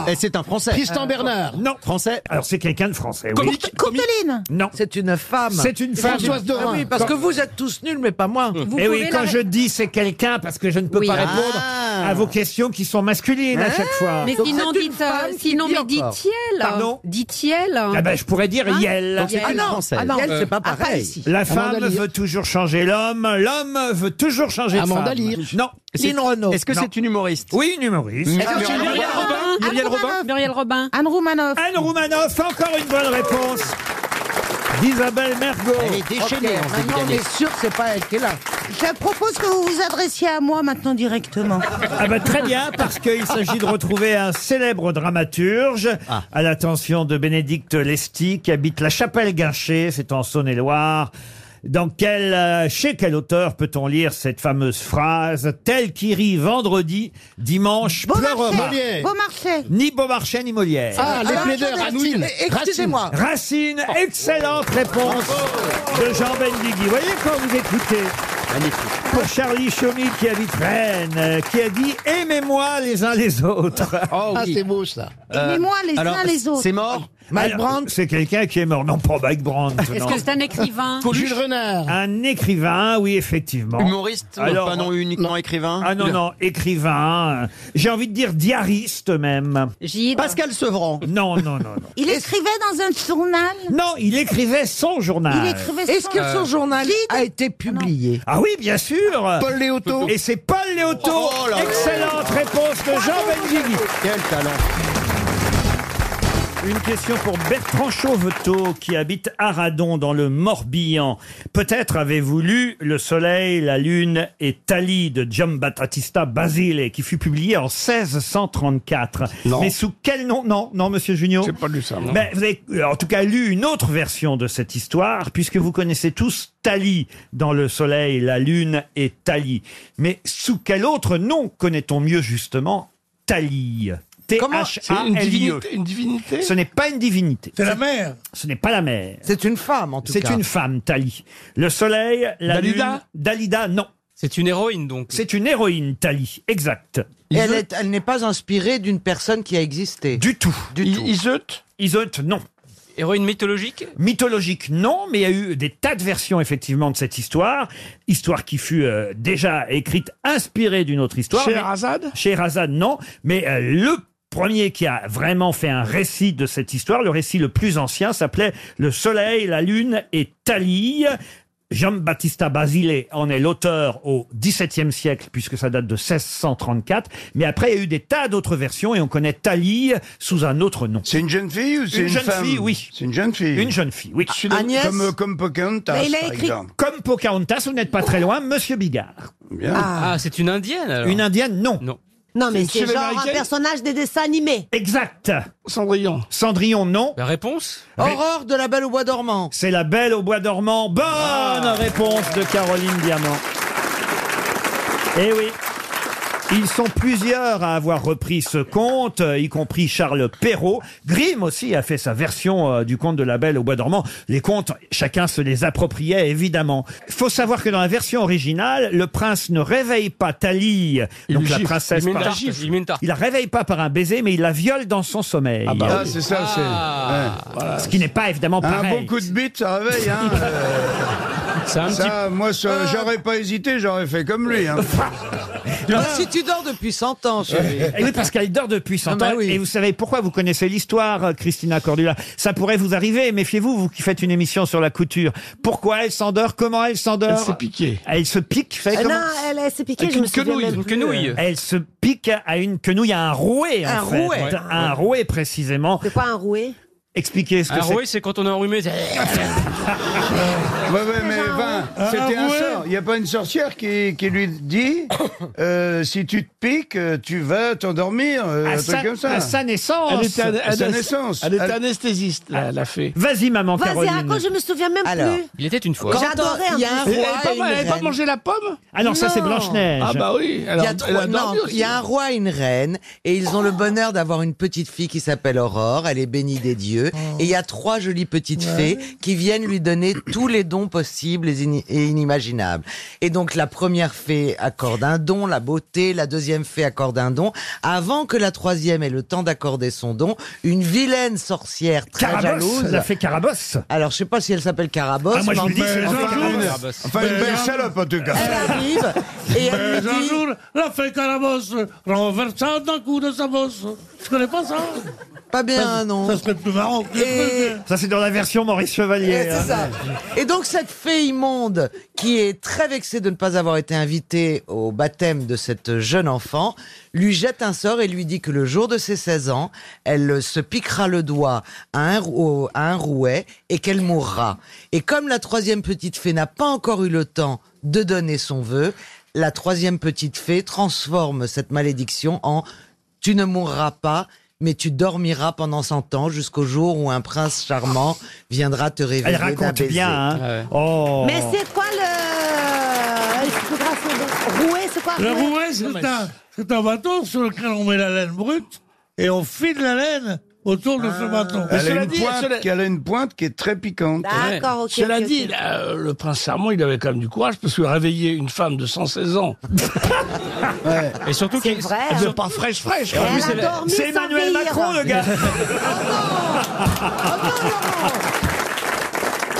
[SPEAKER 16] Et c'est un Ah, Français. Euh,
[SPEAKER 1] Tristan
[SPEAKER 8] Euh,
[SPEAKER 28] Bernard.
[SPEAKER 1] Non. Français. Alors c'est quelqu'un de français. Oui.
[SPEAKER 28] Courteline
[SPEAKER 1] Non.
[SPEAKER 28] C'est une femme.
[SPEAKER 1] C'est une femme. Françoise Dorin.
[SPEAKER 28] Ah oui, parce que vous êtes tous nuls, mais pas moi.
[SPEAKER 1] Et oui, quand je dis c'est quelqu'un, parce que je ne peux
[SPEAKER 28] Oui.
[SPEAKER 1] pas répondre
[SPEAKER 28] Ah.
[SPEAKER 1] à vos questions qui sont masculines à chaque fois.
[SPEAKER 29] Mais sinon, dites, euh, sinon, mais dites-elle.
[SPEAKER 1] Pardon
[SPEAKER 29] Dites-elle.
[SPEAKER 1] Ah ben, je pourrais dire
[SPEAKER 29] Hein
[SPEAKER 1] Yel.
[SPEAKER 29] Donc, c'est Ah une non, Française. ah non,
[SPEAKER 1] Euh,
[SPEAKER 29] c'est pas ah, pareil. pas ici.
[SPEAKER 1] La
[SPEAKER 29] Amanda
[SPEAKER 1] femme
[SPEAKER 29] Lear.
[SPEAKER 1] veut toujours changer l'homme, l'homme veut toujours changer de femme.
[SPEAKER 16] Amanda Lear.
[SPEAKER 1] Non.
[SPEAKER 16] C'est- Lynn Renaud. est-ce que
[SPEAKER 1] Non.
[SPEAKER 16] c'est une humoriste
[SPEAKER 1] Oui, une humoriste.
[SPEAKER 16] Est-ce que c'est Muriel Muriel Robin Robin Muriel Robin
[SPEAKER 29] Muriel Robin.
[SPEAKER 17] Anne Roumanoff.
[SPEAKER 1] Anne Roumanoff, encore une bonne réponse d'Isabelle Mergo.
[SPEAKER 16] Elle est déchaînée
[SPEAKER 17] Ok,
[SPEAKER 16] en début
[SPEAKER 17] maintenant, on
[SPEAKER 16] d'année.
[SPEAKER 17] est sûr que c'est pas elle qui est là. Je propose que vous vous adressiez à moi maintenant directement.
[SPEAKER 1] Ah bah, très bien, parce qu'il s'agit de retrouver un célèbre dramaturge à l'attention de Bénédicte Lesty, qui habite la Chapelle Guincher, c'est en Saône-et-Loire. Dans quel, euh, chez quel auteur peut-on lire cette fameuse phrase Tel qui rit vendredi, dimanche
[SPEAKER 15] Oh,
[SPEAKER 1] pleurera.
[SPEAKER 17] Beaumarchais. Beaumarchais.
[SPEAKER 1] Ni Beaumarchais ni Molière.
[SPEAKER 17] Ah, les Alors, plaideurs, attendez, Racine. excusez-moi.
[SPEAKER 1] Racine, excellente réponse de Jean Bendigui. Voyez quand vous écoutez. Pour Charlie Chomy qui habite Rennes, euh, qui a dit Aimez-moi les uns les autres.
[SPEAKER 7] Oh,
[SPEAKER 28] Ah, c'est beau ça.
[SPEAKER 17] Aimez-moi les uns les autres.
[SPEAKER 1] Mike Brandt C'est quelqu'un qui est mort. Non, pas Mike Brandt.
[SPEAKER 29] Est-ce
[SPEAKER 1] non.
[SPEAKER 29] que c'est un écrivain
[SPEAKER 1] Renard. Un écrivain, oui, effectivement.
[SPEAKER 16] Humoriste Alors, pas non uniquement écrivain
[SPEAKER 1] Ah non,
[SPEAKER 16] Il-
[SPEAKER 1] non, écrivain. euh, J'ai envie de dire diariste même.
[SPEAKER 16] Pascal Sevran.
[SPEAKER 1] Non, non, non, non.
[SPEAKER 17] Il écrivait dans un journal.
[SPEAKER 1] Non, il écrivait son journal.
[SPEAKER 17] Il écrivait son-
[SPEAKER 28] Est-ce que
[SPEAKER 1] Euh,
[SPEAKER 28] son journal a été publié
[SPEAKER 1] Ah oui, bien sûr
[SPEAKER 28] Paul Léoto
[SPEAKER 1] Et c'est Paul Léoto
[SPEAKER 28] Oh là là.
[SPEAKER 1] Excellente réponse de Jean Benguigui
[SPEAKER 16] Quel talent
[SPEAKER 1] Une question pour Bertrand Chauvetot qui habite Aradon dans le Morbihan. Peut-être avez-vous lu Le Soleil, la Lune et Thalie de Giambattista Basile qui fut publié en 1634. Mais sous quel nom Non, non, monsieur Junio. J'ai pas lu ça.
[SPEAKER 18] non.
[SPEAKER 1] vous avez euh, en tout cas lu une autre version de cette histoire puisque vous connaissez tous Thalie dans Le Soleil, la Lune et Thalie. Mais sous quel autre nom connaît-on mieux justement Thalie
[SPEAKER 18] C'est une
[SPEAKER 1] T-H-A-L-I-E.
[SPEAKER 18] divinité, une divinité
[SPEAKER 1] Ce n'est pas une divinité.
[SPEAKER 18] C'est la mère.
[SPEAKER 1] Ce n'est pas la mère.
[SPEAKER 28] C'est une femme en tout cas.
[SPEAKER 1] C'est une femme, Thalie. Le soleil, la
[SPEAKER 28] Dalida
[SPEAKER 1] lune. Dalida, non. C'est une héroïne donc. C'est une héroïne, Thalie. Exact.
[SPEAKER 28] Et elle est- elle n'est pas inspirée d'une personne qui a existé.
[SPEAKER 1] Du tout.
[SPEAKER 28] Du tout.
[SPEAKER 1] Iseut Iseut, non.
[SPEAKER 7] Héroïne mythologique
[SPEAKER 1] Mythologique, non, mais il y a eu des tas de versions effectivement de cette histoire. Histoire qui fut euh, déjà écrite, inspirée d'une autre histoire. mais-
[SPEAKER 18] Scheherazade
[SPEAKER 1] Scheherazade, non. Mais euh, le premier qui a vraiment fait un récit de cette histoire, le récit le plus ancien, s'appelait Le Soleil, la Lune et Thalie. Jean-Baptista Basile en est l'auteur au XVIIe siècle, puisque ça date de 1634. Mais après, il y a eu des tas d'autres versions et on connaît Thalie sous un autre nom.
[SPEAKER 9] C'est une jeune fille ou c'est une,
[SPEAKER 1] jeune
[SPEAKER 9] femme
[SPEAKER 1] fille, oui.
[SPEAKER 9] C'est une jeune fille.
[SPEAKER 1] Une jeune fille, oui.
[SPEAKER 9] Celui-là,
[SPEAKER 1] Ah, Agnès
[SPEAKER 9] Comme, comme Pocahontas,
[SPEAKER 1] Mais il a
[SPEAKER 9] par
[SPEAKER 1] écrit
[SPEAKER 9] exemple.
[SPEAKER 1] Comme Pocahontas, vous n'êtes pas très loin, Monsieur Bigard.
[SPEAKER 9] Bien.
[SPEAKER 7] Ah, c'est une indienne alors.
[SPEAKER 1] Une indienne, Ah. non.
[SPEAKER 7] Non.
[SPEAKER 6] Non, mais c'est
[SPEAKER 1] C'est une
[SPEAKER 6] genre un
[SPEAKER 1] américaine
[SPEAKER 6] personnage des dessins animés.
[SPEAKER 1] Exact. Cendrillon. Cendrillon, non.
[SPEAKER 30] La réponse
[SPEAKER 1] Aurore de la Belle au Bois dormant. Ah. C'est la Belle au Bois dormant. Bonne réponse de Caroline Diamant. Eh oui. Ils sont plusieurs à avoir repris ce conte, euh, y compris Charles Perrault. Grimm aussi a fait sa version euh, du conte de la Belle au Bois dormant. Les contes, chacun se les appropriait évidemment. Faut savoir que dans la version originale, le prince ne réveille pas Thalie,
[SPEAKER 8] Il
[SPEAKER 1] donc
[SPEAKER 8] lui
[SPEAKER 1] la
[SPEAKER 8] gifle.
[SPEAKER 1] princesse.
[SPEAKER 8] Il met une
[SPEAKER 1] par-
[SPEAKER 8] tarte, il met une tarte.
[SPEAKER 1] Il la réveille pas par un baiser, mais il la viole dans son sommeil.
[SPEAKER 7] Ah bah Ah, oui. c'est ça, c'est-
[SPEAKER 1] Ah.
[SPEAKER 7] ouais, voilà.
[SPEAKER 1] Ce qui n'est pas évidemment
[SPEAKER 8] Ah
[SPEAKER 7] Un
[SPEAKER 1] pareil.
[SPEAKER 7] bon coup de bite, ça réveille, hein. euh. ça, moi,
[SPEAKER 1] Ah.
[SPEAKER 7] ça, j'aurais pas hésité, j'aurais fait comme lui. Hein.
[SPEAKER 31] Ah, si tu dors depuis 100 ans, chérie.
[SPEAKER 1] Et Eh oui, parce qu'elle dort depuis 100
[SPEAKER 31] Ah bah
[SPEAKER 1] ans.
[SPEAKER 31] oui.
[SPEAKER 1] Et vous savez pourquoi vous connaissez l'histoire, euh, Christina Cordula. Ça pourrait vous arriver. Méfiez-vous, vous qui faites une émission sur la couture. Pourquoi elle s'endort Comment elle s'endort
[SPEAKER 31] Elle s'est
[SPEAKER 1] piquée. Elle se pique. vous savez
[SPEAKER 6] Euh,
[SPEAKER 1] comment
[SPEAKER 6] non, elle, elle s'est piquée, je me souviens même plus.
[SPEAKER 1] Elle se pique à une quenouille, à un rouet, en
[SPEAKER 6] Un
[SPEAKER 1] fait.
[SPEAKER 6] rouet. Ouais.
[SPEAKER 1] Un rouet, précisément.
[SPEAKER 6] C'est quoi un rouet
[SPEAKER 1] Expliquez ce que
[SPEAKER 8] Un
[SPEAKER 1] c'est.
[SPEAKER 8] roué, Ah c'est quand on est enrhumé. c'est-
[SPEAKER 7] Ouais, ouais, mais ben,
[SPEAKER 8] Ah,
[SPEAKER 7] c'était un
[SPEAKER 8] ouais.
[SPEAKER 7] sort. Il n'y a pas une sorcière qui, qui lui dit euh, si tu te piques, euh, tu vas t'endormir. euh,
[SPEAKER 1] À
[SPEAKER 7] un
[SPEAKER 1] sa-
[SPEAKER 7] truc comme ça.
[SPEAKER 1] à sa naissance. Elle était an-
[SPEAKER 7] à sa
[SPEAKER 1] anes-
[SPEAKER 7] naissance.
[SPEAKER 1] elle était
[SPEAKER 7] anesthésiste, la, fée.
[SPEAKER 1] Vas-y, maman
[SPEAKER 6] Vas-y,
[SPEAKER 1] Caroline.
[SPEAKER 6] raconte, je me souviens même plus.
[SPEAKER 8] Il était une fois.
[SPEAKER 6] Quand- J'adorais un
[SPEAKER 32] Il y a un
[SPEAKER 6] peu
[SPEAKER 32] roi. Elle avait
[SPEAKER 6] ça.
[SPEAKER 32] pas-
[SPEAKER 6] Et une
[SPEAKER 32] elle avait pas
[SPEAKER 6] reine.
[SPEAKER 32] mangé la pomme
[SPEAKER 1] Ah non, ça, c'est Blanche-Neige.
[SPEAKER 13] Ah bah oui.
[SPEAKER 32] alors,
[SPEAKER 13] il, y a
[SPEAKER 32] elle
[SPEAKER 13] trois-
[SPEAKER 32] a dormi
[SPEAKER 13] non,
[SPEAKER 32] aussi.
[SPEAKER 13] il y a un roi et une reine, et ils ont le bonheur d'avoir une petite fille qui s'appelle Aurore, elle est bénie des dieux, et il y a trois jolies petites
[SPEAKER 32] Ouais.
[SPEAKER 13] fées qui viennent lui donner tous les dons possibles et ini- et inimaginables. Et donc la première fée accorde un don, la beauté, la deuxième fée accorde un don. Avant que la troisième ait le temps d'accorder son don, une vilaine sorcière très
[SPEAKER 1] Carabosse,
[SPEAKER 13] jalouse...
[SPEAKER 1] la fée Carabosse
[SPEAKER 13] Alors je sais pas si elle s'appelle Carabosse,
[SPEAKER 1] Ah, moi, je
[SPEAKER 13] mais
[SPEAKER 1] vous le dis,
[SPEAKER 13] enfin,
[SPEAKER 1] c'est la
[SPEAKER 13] enfin,
[SPEAKER 1] fée Carabosse.
[SPEAKER 7] Enfin, une belle Ah, salope, en tout cas.
[SPEAKER 13] elle arrive et
[SPEAKER 18] Et
[SPEAKER 13] elle lui
[SPEAKER 18] un
[SPEAKER 13] dit...
[SPEAKER 18] jour, la fée Carabosse renversa d'un coup de sa bosse. Tu connais pas ça
[SPEAKER 13] Pas bien, non.
[SPEAKER 18] Ça serait plus marrant que
[SPEAKER 13] Et-
[SPEAKER 1] Ah, Ça, c'est dans la version Maurice Chevalier.
[SPEAKER 13] Eh,
[SPEAKER 1] hein.
[SPEAKER 13] c'est ça. Et donc cette fée immonde qui est très vexée de ne pas avoir été invitée au baptême de cette jeune enfant lui jette un sort et lui dit que le jour de ses 16 ans, elle se piquera le doigt à un, rou- au- à un rouet et qu'elle mourra. Et comme la troisième petite fée n'a pas encore eu le temps de donner son vœu, la troisième petite fée transforme cette malédiction en tu ne mourras pas, mais tu dormiras pendant 100 ans jusqu'au jour où un prince charmant viendra te réveiller.
[SPEAKER 1] Elle
[SPEAKER 13] d'un
[SPEAKER 1] raconte
[SPEAKER 13] baiser.
[SPEAKER 1] bien. hein. Oh.
[SPEAKER 6] Mais c'est quoi euh, le. Il faudra se- Rouet, c'est quoi
[SPEAKER 18] Le rouet, c'est un, c'est un bâton sur lequel on met la laine brute et on file la laine autour de ce bâton.
[SPEAKER 7] Elle a, une pointe, qu'elle a une pointe qui est très piquante.
[SPEAKER 6] D'accord, ok.
[SPEAKER 18] Cela
[SPEAKER 6] ok, ok.
[SPEAKER 18] dit,
[SPEAKER 6] euh,
[SPEAKER 18] le prince charmant, il avait quand même du courage parce que réveiller une femme de 116 ans.
[SPEAKER 8] Et surtout
[SPEAKER 6] C'est
[SPEAKER 8] qu'il-
[SPEAKER 6] vrai,
[SPEAKER 8] et
[SPEAKER 6] hein.
[SPEAKER 8] surtout-
[SPEAKER 18] Pas fraîche, fraîche.
[SPEAKER 6] Elle
[SPEAKER 18] quoi.
[SPEAKER 6] a dormi
[SPEAKER 1] c'est
[SPEAKER 6] sans
[SPEAKER 1] Emmanuel
[SPEAKER 6] veillir.
[SPEAKER 1] Macron, le gars.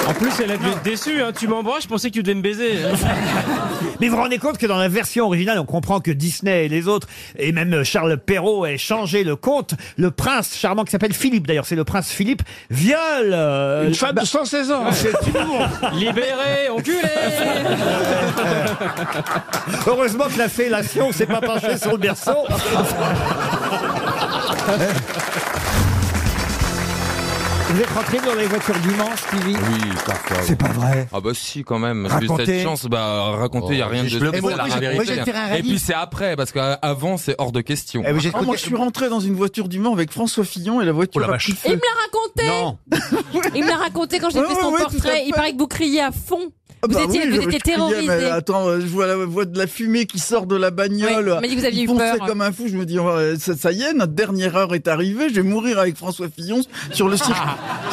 [SPEAKER 8] En plus, elle a dû être déçue. hein. Tu m'embrasses, je pensais que tu devais me baiser.
[SPEAKER 1] Mais vous vous rendez compte que dans la version originale, on comprend que Disney et les autres, et même Charles Perrault, aient changé le conte. Le prince charmant qui s'appelle Philippe, d'ailleurs, c'est le prince Philippe, viole... euh,
[SPEAKER 18] Une femme
[SPEAKER 1] bah,
[SPEAKER 18] de 116 ans. C'est humour.
[SPEAKER 8] Libéré, enculé
[SPEAKER 1] Heureusement que la fellation s'est pas penchée sur le berceau. Vous êtes rentré dans les voitures du Mans, Stevie
[SPEAKER 4] Oui, parfois.
[SPEAKER 1] C'est pas vrai.
[SPEAKER 4] Ah bah si, quand même. J'ai eu
[SPEAKER 1] Racontez.
[SPEAKER 4] cette chance. Bah raconter, il y a
[SPEAKER 1] Oh,
[SPEAKER 4] rien de
[SPEAKER 1] juste le
[SPEAKER 4] spécial,
[SPEAKER 1] mot.
[SPEAKER 4] la
[SPEAKER 1] Moi, j'ai-
[SPEAKER 4] vérité.
[SPEAKER 1] moi, j'ai fait un
[SPEAKER 4] Et
[SPEAKER 1] rallye.
[SPEAKER 4] puis c'est après, parce qu'avant c'est hors de question.
[SPEAKER 12] Eh,
[SPEAKER 16] Ah, moi, je suis rentré dans une voiture du Mans avec François Fillon et la
[SPEAKER 12] Oh
[SPEAKER 16] voiture. a pris feu.
[SPEAKER 2] Il me l'a raconté
[SPEAKER 4] Non.
[SPEAKER 2] Il me l'a raconté quand j'ai
[SPEAKER 16] Ouais,
[SPEAKER 2] fait
[SPEAKER 16] ouais,
[SPEAKER 2] son
[SPEAKER 16] ouais, tout à
[SPEAKER 2] portrait. Il
[SPEAKER 16] fait.
[SPEAKER 2] paraît que vous criez à fond.
[SPEAKER 16] Ah
[SPEAKER 2] Vous
[SPEAKER 16] bah
[SPEAKER 2] étiez,
[SPEAKER 16] oui, je-
[SPEAKER 2] vous étiez
[SPEAKER 16] je criais,
[SPEAKER 2] terrorisé.
[SPEAKER 16] mais attends, euh, je vois la voix de la fumée qui sort de la bagnole.
[SPEAKER 2] Oui, mais vous aviez
[SPEAKER 16] Il
[SPEAKER 2] eu
[SPEAKER 16] ponçait
[SPEAKER 2] peur.
[SPEAKER 16] comme un fou. Je me dis, oh, euh, ça, ça y est, notre dernière heure est arrivée. Je vais mourir avec François Fillon sur le, cir-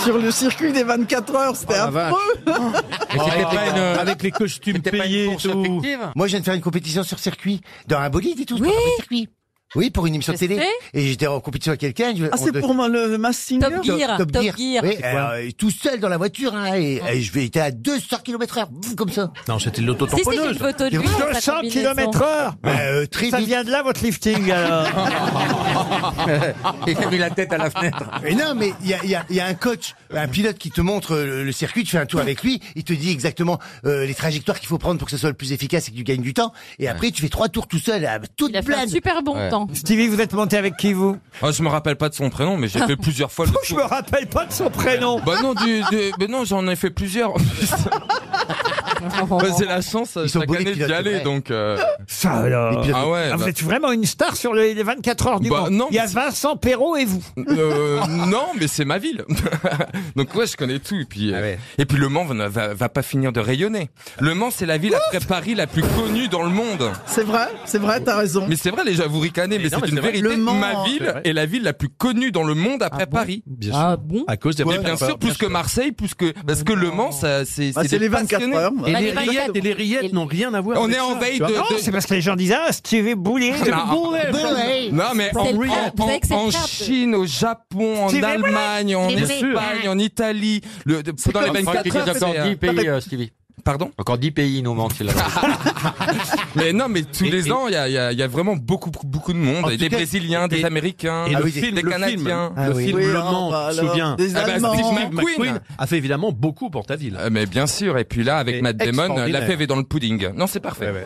[SPEAKER 16] sur le circuit des 24 heures.
[SPEAKER 15] Oh
[SPEAKER 16] C'était affreux.
[SPEAKER 12] avec les costumes payés et tout. Moi, je viens de faire une compétition sur circuit, dans un bolide et tout. Oui. circuit. Oui, pour une émission
[SPEAKER 16] Je
[SPEAKER 12] télé.
[SPEAKER 16] sais.
[SPEAKER 12] Et j'étais en compétition avec quelqu'un. je-
[SPEAKER 16] Ah,
[SPEAKER 12] on
[SPEAKER 16] c'est
[SPEAKER 12] de-
[SPEAKER 16] pour moi le Mass Singer
[SPEAKER 12] Top Gear. Top Gear. Oui, alors, et tout seul dans la voiture, hein, et, et je vais, j'étais à 200 km heure, comme ça.
[SPEAKER 33] Non, c'était lauto
[SPEAKER 12] Si, si, j'ai une photo de lui dans sa
[SPEAKER 1] 200
[SPEAKER 12] combinaison.
[SPEAKER 1] km heure
[SPEAKER 12] Euh, très
[SPEAKER 1] Ça
[SPEAKER 12] vite.
[SPEAKER 1] vient de là, votre lifting, alors
[SPEAKER 12] Il a mis la tête à la fenêtre. Mais non, mais il y a, il y a- il y a un coach, un pilote qui te montre euh, le, le circuit, tu fais un tour avec lui, il te dit exactement euh, les trajectoires qu'il faut prendre pour que ce soit le plus efficace et que tu gagnes du temps. Et après, tu fais trois tours tout seul, à toute
[SPEAKER 2] Il a fait un
[SPEAKER 12] blinde.
[SPEAKER 2] super bon
[SPEAKER 4] Ouais.
[SPEAKER 2] temps.
[SPEAKER 1] Stevie, vous êtes monté avec qui, vous
[SPEAKER 4] Ah, je me rappelle pas de son prénom, mais j'ai fait plusieurs fois le.
[SPEAKER 1] Je me rappelle pas de son prénom.
[SPEAKER 4] Bah non, du, du- mais non, j'en ai fait plusieurs. Bah, c'est la chance
[SPEAKER 1] Ils sont
[SPEAKER 4] chaque
[SPEAKER 1] beaux, les
[SPEAKER 4] année d'y
[SPEAKER 1] pilotes,
[SPEAKER 4] aller,
[SPEAKER 1] ouais.
[SPEAKER 4] donc. euh,
[SPEAKER 1] Ça alors.
[SPEAKER 4] Ah ouais.
[SPEAKER 1] Ah, vous
[SPEAKER 4] bah-
[SPEAKER 1] êtes vraiment une star sur les les 24 heures du
[SPEAKER 4] Bah,
[SPEAKER 1] monde.
[SPEAKER 4] non,
[SPEAKER 1] Il y a
[SPEAKER 4] mais c'est-
[SPEAKER 1] Vincent Perrault et vous.
[SPEAKER 4] Euh, non, mais c'est ma ville. Donc ouais, je connais tout. Et
[SPEAKER 8] Ah
[SPEAKER 4] puis, euh, et puis Le Mans va, va, va pas finir de rayonner. Le Mans, c'est la ville après Paris la plus connue dans le monde.
[SPEAKER 8] C'est vrai, c'est vrai, t'as raison.
[SPEAKER 4] Mais c'est vrai, les gens vous ricanez, mais,
[SPEAKER 8] Mais non,
[SPEAKER 4] c'est
[SPEAKER 8] mais
[SPEAKER 4] une
[SPEAKER 8] c'est vrai.
[SPEAKER 4] vérité.
[SPEAKER 8] Le Mans,
[SPEAKER 4] ma
[SPEAKER 8] c'est
[SPEAKER 4] ville
[SPEAKER 8] vrai.
[SPEAKER 4] est la ville la plus connue dans le monde après Paris.
[SPEAKER 8] Bien Ah sûr. bon
[SPEAKER 4] À cause
[SPEAKER 8] des
[SPEAKER 4] Mais
[SPEAKER 8] rues
[SPEAKER 4] bien
[SPEAKER 8] d'Europe,
[SPEAKER 4] sûr,
[SPEAKER 8] bien
[SPEAKER 4] plus que Marseille, plus que parce que Le Mans, ça, c'est
[SPEAKER 8] Bah, c'est
[SPEAKER 4] des
[SPEAKER 8] les 24
[SPEAKER 4] passionnés.
[SPEAKER 8] heures, ouais. Et Bah, les les
[SPEAKER 1] rillettes,
[SPEAKER 8] et les rillettes
[SPEAKER 4] n'ont rien à
[SPEAKER 8] voir
[SPEAKER 4] On
[SPEAKER 8] avec
[SPEAKER 4] est
[SPEAKER 8] ça,
[SPEAKER 4] envahi
[SPEAKER 8] tu
[SPEAKER 4] de,
[SPEAKER 8] vois.
[SPEAKER 1] Non,
[SPEAKER 4] de-
[SPEAKER 1] c'est parce que les gens disent Ah, Stevie Boulet.
[SPEAKER 4] Non. Non, mais en, en- en Chine, au Japon,
[SPEAKER 1] C'est
[SPEAKER 4] en
[SPEAKER 1] vrai,
[SPEAKER 4] Allemagne, en
[SPEAKER 1] c'est vrai.
[SPEAKER 4] Espagne, en Italie, le, de-
[SPEAKER 1] C'est
[SPEAKER 4] dans les
[SPEAKER 1] comme-
[SPEAKER 4] 24
[SPEAKER 1] Enfin,
[SPEAKER 4] heures,
[SPEAKER 1] encore
[SPEAKER 4] c'est,
[SPEAKER 1] 10 pays, euh,
[SPEAKER 4] Stevie. Pardon Encore 10 pays nous manquent là. mais non, mais tous les ans, il y a, il y a- il y a vraiment beaucoup, beaucoup de monde.
[SPEAKER 21] En tout
[SPEAKER 4] Et des
[SPEAKER 21] cas,
[SPEAKER 4] Brésiliens, des
[SPEAKER 21] et-
[SPEAKER 4] Américains,
[SPEAKER 21] et le
[SPEAKER 4] des-
[SPEAKER 21] film,
[SPEAKER 4] des
[SPEAKER 21] le
[SPEAKER 4] Canadiens.
[SPEAKER 21] film, le film Le Mans, tu te souviens.
[SPEAKER 4] Des
[SPEAKER 21] Ah bah, Steve
[SPEAKER 4] Steve
[SPEAKER 21] McQueen.
[SPEAKER 4] McQueen a fait évidemment beaucoup pour ta ville. mais bien sûr. Et puis là, avec
[SPEAKER 21] Et
[SPEAKER 4] Matt Damon, la
[SPEAKER 21] extraordinaire.
[SPEAKER 4] fève est dans le pudding. Non, c'est parfait.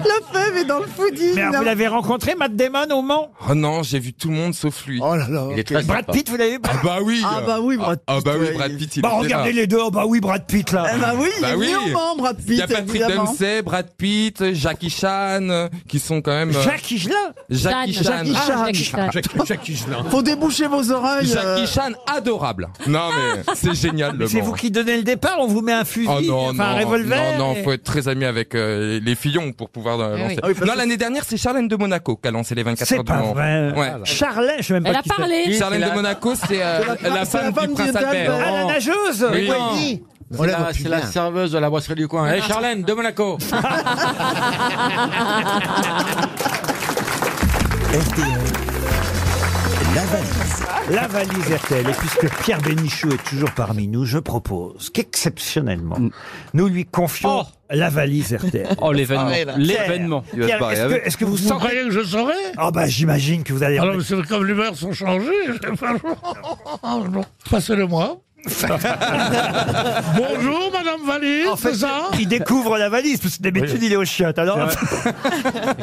[SPEAKER 8] La fève est dans le pudding.
[SPEAKER 1] Mais alors, vous l'avez rencontré, Matt Damon, au Mans
[SPEAKER 4] Oh non, j'ai vu tout le monde sauf lui. Oh là là. Il est
[SPEAKER 1] très Brad sympa. Pitt, vous l'avez vu
[SPEAKER 4] Ah bah oui.
[SPEAKER 8] Ah bah oui, Brad
[SPEAKER 4] Ah, ah bah oui,
[SPEAKER 8] Pitt,
[SPEAKER 4] Brad
[SPEAKER 8] oui.
[SPEAKER 4] Pitt. Il
[SPEAKER 1] Bah,
[SPEAKER 4] était
[SPEAKER 1] regardez
[SPEAKER 4] là.
[SPEAKER 1] les deux. Oh, bah oui, Brad Pitt, là.
[SPEAKER 8] Eh bah oui, il
[SPEAKER 4] Bah
[SPEAKER 8] est
[SPEAKER 4] oui.
[SPEAKER 8] venu au Mans, Brad Pitt.
[SPEAKER 4] Il y a Patrick
[SPEAKER 8] évidemment.
[SPEAKER 4] Dempsey, Brad Pitt, Jackie Chan, euh, qui sont quand même. euh,
[SPEAKER 8] Jackie Chan
[SPEAKER 4] Jackie Chan.
[SPEAKER 8] Jackie Chan. Ah, Jackie Chan.
[SPEAKER 4] Jackie Chan.
[SPEAKER 8] Faut déboucher vos oreilles. euh.
[SPEAKER 4] Jackie Chan, adorable. Non mais c'est génial le
[SPEAKER 1] Ah. Mais C'est
[SPEAKER 4] Mans.
[SPEAKER 1] vous qui donnez le départ, on vous met un fusil,
[SPEAKER 4] Oh non,
[SPEAKER 1] enfin,
[SPEAKER 4] non,
[SPEAKER 1] un revolver.
[SPEAKER 4] non, non,
[SPEAKER 1] et-
[SPEAKER 4] faut être très ami avec euh, les fillons pour pouvoir euh,
[SPEAKER 1] Eh
[SPEAKER 4] lancer.
[SPEAKER 1] oui. Ah oui, parce
[SPEAKER 4] non,
[SPEAKER 1] que-
[SPEAKER 4] l'année dernière, c'est Charlène de Monaco qui a lancé les 24
[SPEAKER 1] C'est
[SPEAKER 4] heures du
[SPEAKER 1] pas
[SPEAKER 4] Mans.
[SPEAKER 1] vrai.
[SPEAKER 4] Ouais.
[SPEAKER 1] Charlène, je sais même pas qui c'est.
[SPEAKER 4] Charlène de Monaco, c'est euh, la, femme du prince Albert. Ah.
[SPEAKER 1] Ah, la nageuse
[SPEAKER 4] Mais
[SPEAKER 1] Oui.
[SPEAKER 4] non.
[SPEAKER 34] C'est la, c'est la
[SPEAKER 1] bien.
[SPEAKER 34] serveuse de la boisserie du
[SPEAKER 18] Ah,
[SPEAKER 34] coin. Eh, Charlène, de Monaco.
[SPEAKER 1] La valise. La valise RTL. Et puisque Pierre Bénichou est toujours parmi nous, je propose qu'exceptionnellement, nous lui confions la valise RTL.
[SPEAKER 15] Mm. Oh, l'événement. Ah ouais, là.
[SPEAKER 1] Pierre,
[SPEAKER 15] L'événement. Il va se
[SPEAKER 1] Pierre,
[SPEAKER 18] Bah, eh
[SPEAKER 15] barrer
[SPEAKER 1] Est-ce que,
[SPEAKER 15] avec.
[SPEAKER 1] est-ce que vous,
[SPEAKER 15] Vous
[SPEAKER 1] sentez-
[SPEAKER 15] croyez que je saurais
[SPEAKER 1] Ah bah j'imagine que vous allez...
[SPEAKER 18] Alors, Ah, c'est comme les mœurs sont changées, franchement, passez-le moi. Bonjour, Madame Valise, c'est ça
[SPEAKER 1] Il découvre la valise, parce que d'habitude il est aux chiottes. Alors...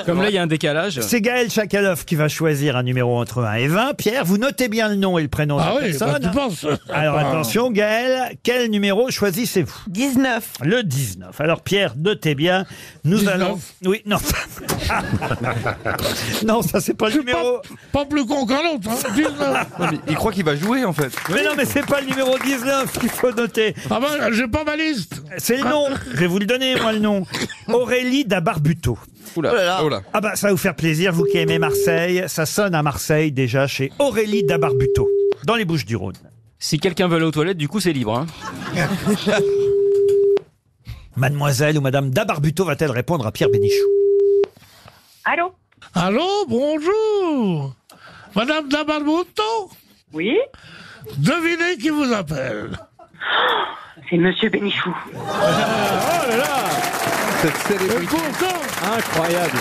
[SPEAKER 15] Comme là, il y a un décalage.
[SPEAKER 1] C'est Gaël Chakalov qui va choisir un numéro entre 1 et 20. Pierre, vous notez bien le nom et le prénom
[SPEAKER 18] Ah
[SPEAKER 1] de la
[SPEAKER 18] oui,
[SPEAKER 1] personne.
[SPEAKER 18] bah, tu penses.
[SPEAKER 1] Alors
[SPEAKER 18] Ah.
[SPEAKER 1] attention, Gaël, quel numéro choisissez-vous 19. Le 19. Alors Pierre, notez bien. Nous allons. Oui, non. non, ça c'est pas le numéro.
[SPEAKER 18] Pas plus con qu'un autre. hein, 19.
[SPEAKER 4] il croit qu'il va jouer en fait.
[SPEAKER 1] Mais non, mais c'est pas le numéro 19 qu'il faut noter.
[SPEAKER 18] Ah ben, j'ai pas ma liste.
[SPEAKER 1] C'est le nom. Je vais vous le donner, moi, le nom. Aurélie Dabarbuto.
[SPEAKER 15] Oh
[SPEAKER 4] Oula. Oula.
[SPEAKER 1] Ah bah, ça va vous faire plaisir, vous qui aimez Marseille. Ça sonne à Marseille, déjà, chez Aurélie Dabarbuto, dans les Bouches-du-Rhône.
[SPEAKER 15] Si quelqu'un veut aller aux toilettes, du coup, c'est libre. hein.
[SPEAKER 1] Mademoiselle ou Madame Dabarbuto va-t-elle répondre à Pierre Bénichou
[SPEAKER 18] Allô Allô, bonjour. Madame Dabalmonto Oui Devinez qui vous appelle. C'est Monsieur Bénichou. oh là là
[SPEAKER 21] Cette célébrité.
[SPEAKER 18] Et pourtant,
[SPEAKER 21] Incroyable.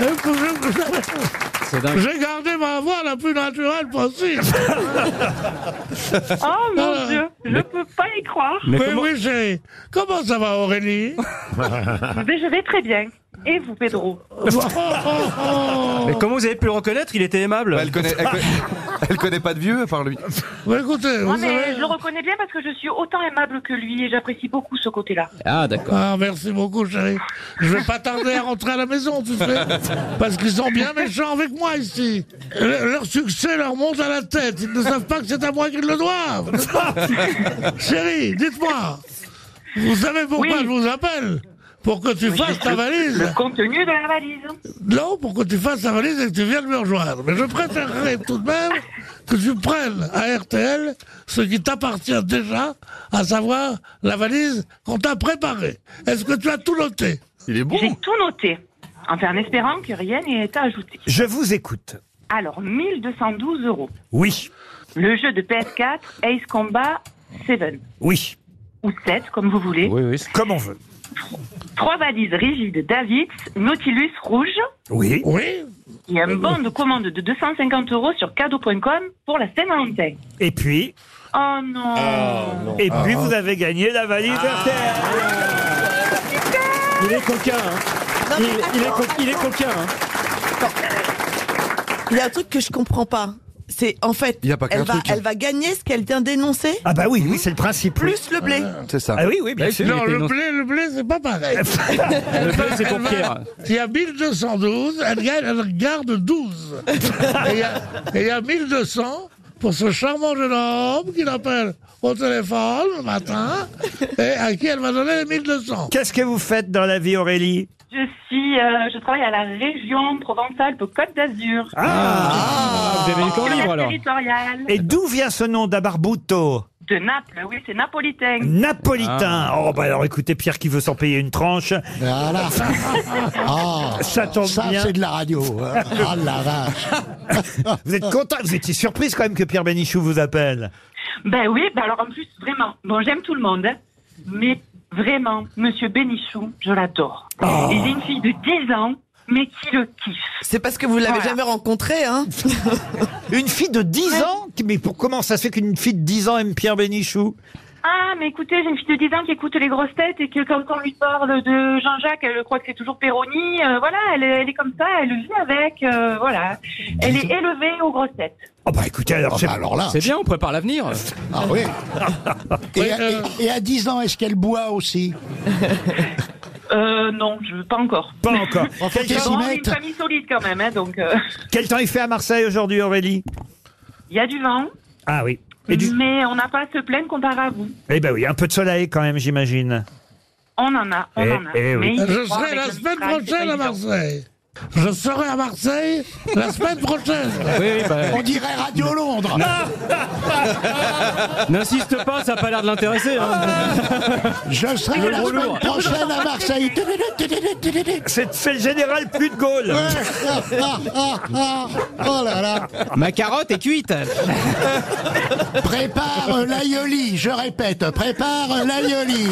[SPEAKER 18] et pour- je-
[SPEAKER 21] C'est dingue.
[SPEAKER 18] J'ai gardé ma voix la plus naturelle possible.
[SPEAKER 2] Oh
[SPEAKER 15] Ah.
[SPEAKER 2] mon Dieu, je peux pas y croire.
[SPEAKER 18] Mais, oui, chérie. Comment ça va, Aurélie
[SPEAKER 2] Mais je vais très bien. Et vous, Pedro
[SPEAKER 15] Mais comment vous avez pu le reconnaître Il était
[SPEAKER 8] Bah,
[SPEAKER 15] aimable. elle, connaît,
[SPEAKER 35] pas de vieux à part lui.
[SPEAKER 18] Mais écoutez,
[SPEAKER 2] Moi,
[SPEAKER 18] vous
[SPEAKER 2] mais
[SPEAKER 18] savez...
[SPEAKER 2] je le reconnais bien parce que je suis autant aimable que lui et j'apprécie beaucoup ce côté-là.
[SPEAKER 18] Ah, d'accord. Ah, merci beaucoup, chérie. Je vais pas tarder à rentrer à la maison, tu sais. Parce qu'ils sont bien méchants avec moi ici. Le- leur succès leur monte à la tête. Ils ne savent pas que c'est à moi qu'ils le doivent. n'est-ce pas chérie, dites-moi. Vous savez pourquoi je vous appelle Pour que tu fasses ta valise.
[SPEAKER 2] Le contenu de la valise.
[SPEAKER 18] Non, pour que tu fasses ta valise et que tu viennes me rejoindre. Mais je préférerais tout de même que tu prennes à RTL ce qui t'appartient déjà, à savoir la valise qu'on t'a préparée. Est-ce que tu as tout noté Il est bon.
[SPEAKER 2] J'ai tout noté. Enfin, en espérant que rien n'ait été ajouté.
[SPEAKER 1] Je vous écoute.
[SPEAKER 2] Alors, 1212 euros.
[SPEAKER 1] Oui.
[SPEAKER 2] Le jeu de PS4, Ace Combat 7.
[SPEAKER 1] Oui.
[SPEAKER 2] Ou 7, comme vous voulez.
[SPEAKER 1] Oui, oui. Comme on veut.
[SPEAKER 2] Trois valises rigides Davids, Nautilus rouge.
[SPEAKER 1] Oui.
[SPEAKER 18] Oui.
[SPEAKER 2] Et un bon de commande de 250 euros sur cadeau.com pour la Saint-Valentin.
[SPEAKER 1] Et puis
[SPEAKER 2] Oh non Ah.
[SPEAKER 1] Et puis, vous avez gagné la valise RTL.
[SPEAKER 15] Il est coquin. hein.
[SPEAKER 6] Non, mais
[SPEAKER 15] il, il est co- il est coquin. hein.
[SPEAKER 6] Il y a un truc que je comprends pas.
[SPEAKER 10] c'est en fait,
[SPEAKER 1] Il y a pas qu'un
[SPEAKER 10] elle, va,
[SPEAKER 1] truc, hein.
[SPEAKER 10] elle va gagner ce qu'elle vient dénoncer.
[SPEAKER 1] Ah bah oui, oui, c'est le principe.
[SPEAKER 10] Plus
[SPEAKER 1] oui.
[SPEAKER 10] le blé.
[SPEAKER 1] C'est ça. Ah oui, oui, bien sûr.
[SPEAKER 18] Non, le blé, le blé, c'est pas pareil.
[SPEAKER 1] Le blé, c'est pour
[SPEAKER 18] Elle va-
[SPEAKER 1] Pierre.
[SPEAKER 18] S'il y a 1212, elle, gagne- elle garde 12. Et il y a- et il y, a 1200 pour ce charmant jeune homme qui l'appelle au téléphone le matin et à qui elle va donner les 1200.
[SPEAKER 1] Qu'est-ce que vous faites dans la vie, Aurélie
[SPEAKER 2] Je suis, euh, je travaille à la région Provence-Alpes-Côte d'Azur.
[SPEAKER 1] Ah, Vous avez du temps libre, alors.
[SPEAKER 2] Territorial.
[SPEAKER 1] Et d'où vient ce nom d'Abarbuto
[SPEAKER 2] De Naples, oui, c'est napolitain.
[SPEAKER 1] Napolitain.
[SPEAKER 18] Ah.
[SPEAKER 1] Oh bah alors écoutez Pierre qui veut s'en payer une tranche.
[SPEAKER 2] Voilà.
[SPEAKER 1] Ah, ça tombe
[SPEAKER 2] ça,
[SPEAKER 1] bien.
[SPEAKER 2] c'est de
[SPEAKER 1] la radio. hein.
[SPEAKER 10] oh
[SPEAKER 2] Ah, la
[SPEAKER 1] vache. vous êtes content, vous étiez surprise quand même que Pierre Bénichou vous appelle.
[SPEAKER 2] Ben oui, ben alors en plus, vraiment, bon, j'aime tout le monde, hein, mais vraiment, Monsieur Bénichou, je l'adore. Il est une fille de 10 ans, mais qui le kiffe.
[SPEAKER 10] Oh. C'est parce que vous l'avez jamais rencontrée, hein
[SPEAKER 1] Une fille de 10 ans Qui- Mais pour, comment ça se fait qu'une fille de 10 ans aime Pierre Bénichou
[SPEAKER 2] Ah, mais écoutez, j'ai une fille de 10 ans qui écoute les grosses têtes et que quand on lui parle de Jean-Jacques, elle croit que c'est toujours Péroni. euh, voilà, elle, est- elle est comme ça, elle vit avec, euh, voilà. Elle est élevée aux grosses têtes.
[SPEAKER 1] Oh bah écoutez,
[SPEAKER 8] Ah,
[SPEAKER 1] alors,
[SPEAKER 23] c'est... C'est bien, on prépare l'avenir.
[SPEAKER 2] Ah oui.
[SPEAKER 23] Et à-
[SPEAKER 1] euh,
[SPEAKER 23] et-
[SPEAKER 2] et à 10 ans, est-ce qu'elle boit aussi Euh, non, je pas encore.
[SPEAKER 1] Pas encore.
[SPEAKER 2] Enfin,
[SPEAKER 1] Quel temps-
[SPEAKER 2] c'est une famille solide quand même, hein, donc euh,
[SPEAKER 1] Quel temps il fait à Marseille aujourd'hui, Aurélie
[SPEAKER 2] il y a du vent,
[SPEAKER 1] Ah oui. Et du...
[SPEAKER 2] mais on n'a pas à se plaindre comparé à vous.
[SPEAKER 1] Eh ben oui, un peu de soleil quand même, j'imagine.
[SPEAKER 2] On en a, on
[SPEAKER 1] Eh-
[SPEAKER 2] en a.
[SPEAKER 1] eh
[SPEAKER 2] Mais
[SPEAKER 1] oui.
[SPEAKER 2] il fait
[SPEAKER 18] Je
[SPEAKER 2] froid
[SPEAKER 18] serai
[SPEAKER 2] avec
[SPEAKER 18] la
[SPEAKER 2] le
[SPEAKER 18] semaine
[SPEAKER 2] Mistral, c'est pas
[SPEAKER 18] prochaine à
[SPEAKER 2] évident.
[SPEAKER 18] Marseille. Je serai à Marseille la semaine prochaine.
[SPEAKER 23] Oui, oui, bah- On dirait Radio Londres.
[SPEAKER 7] N'insiste pas, ça a pas l'air de l'intéresser.
[SPEAKER 23] Je serai
[SPEAKER 7] Le
[SPEAKER 23] la
[SPEAKER 7] gros
[SPEAKER 23] semaine
[SPEAKER 7] lourd.
[SPEAKER 23] prochaine à Marseille.
[SPEAKER 1] C'est c'est le général plus de Gaulle.
[SPEAKER 23] Oh là là.
[SPEAKER 7] Ma carotte est cuite.
[SPEAKER 23] Prépare l'aioli, je répète, prépare l'aioli.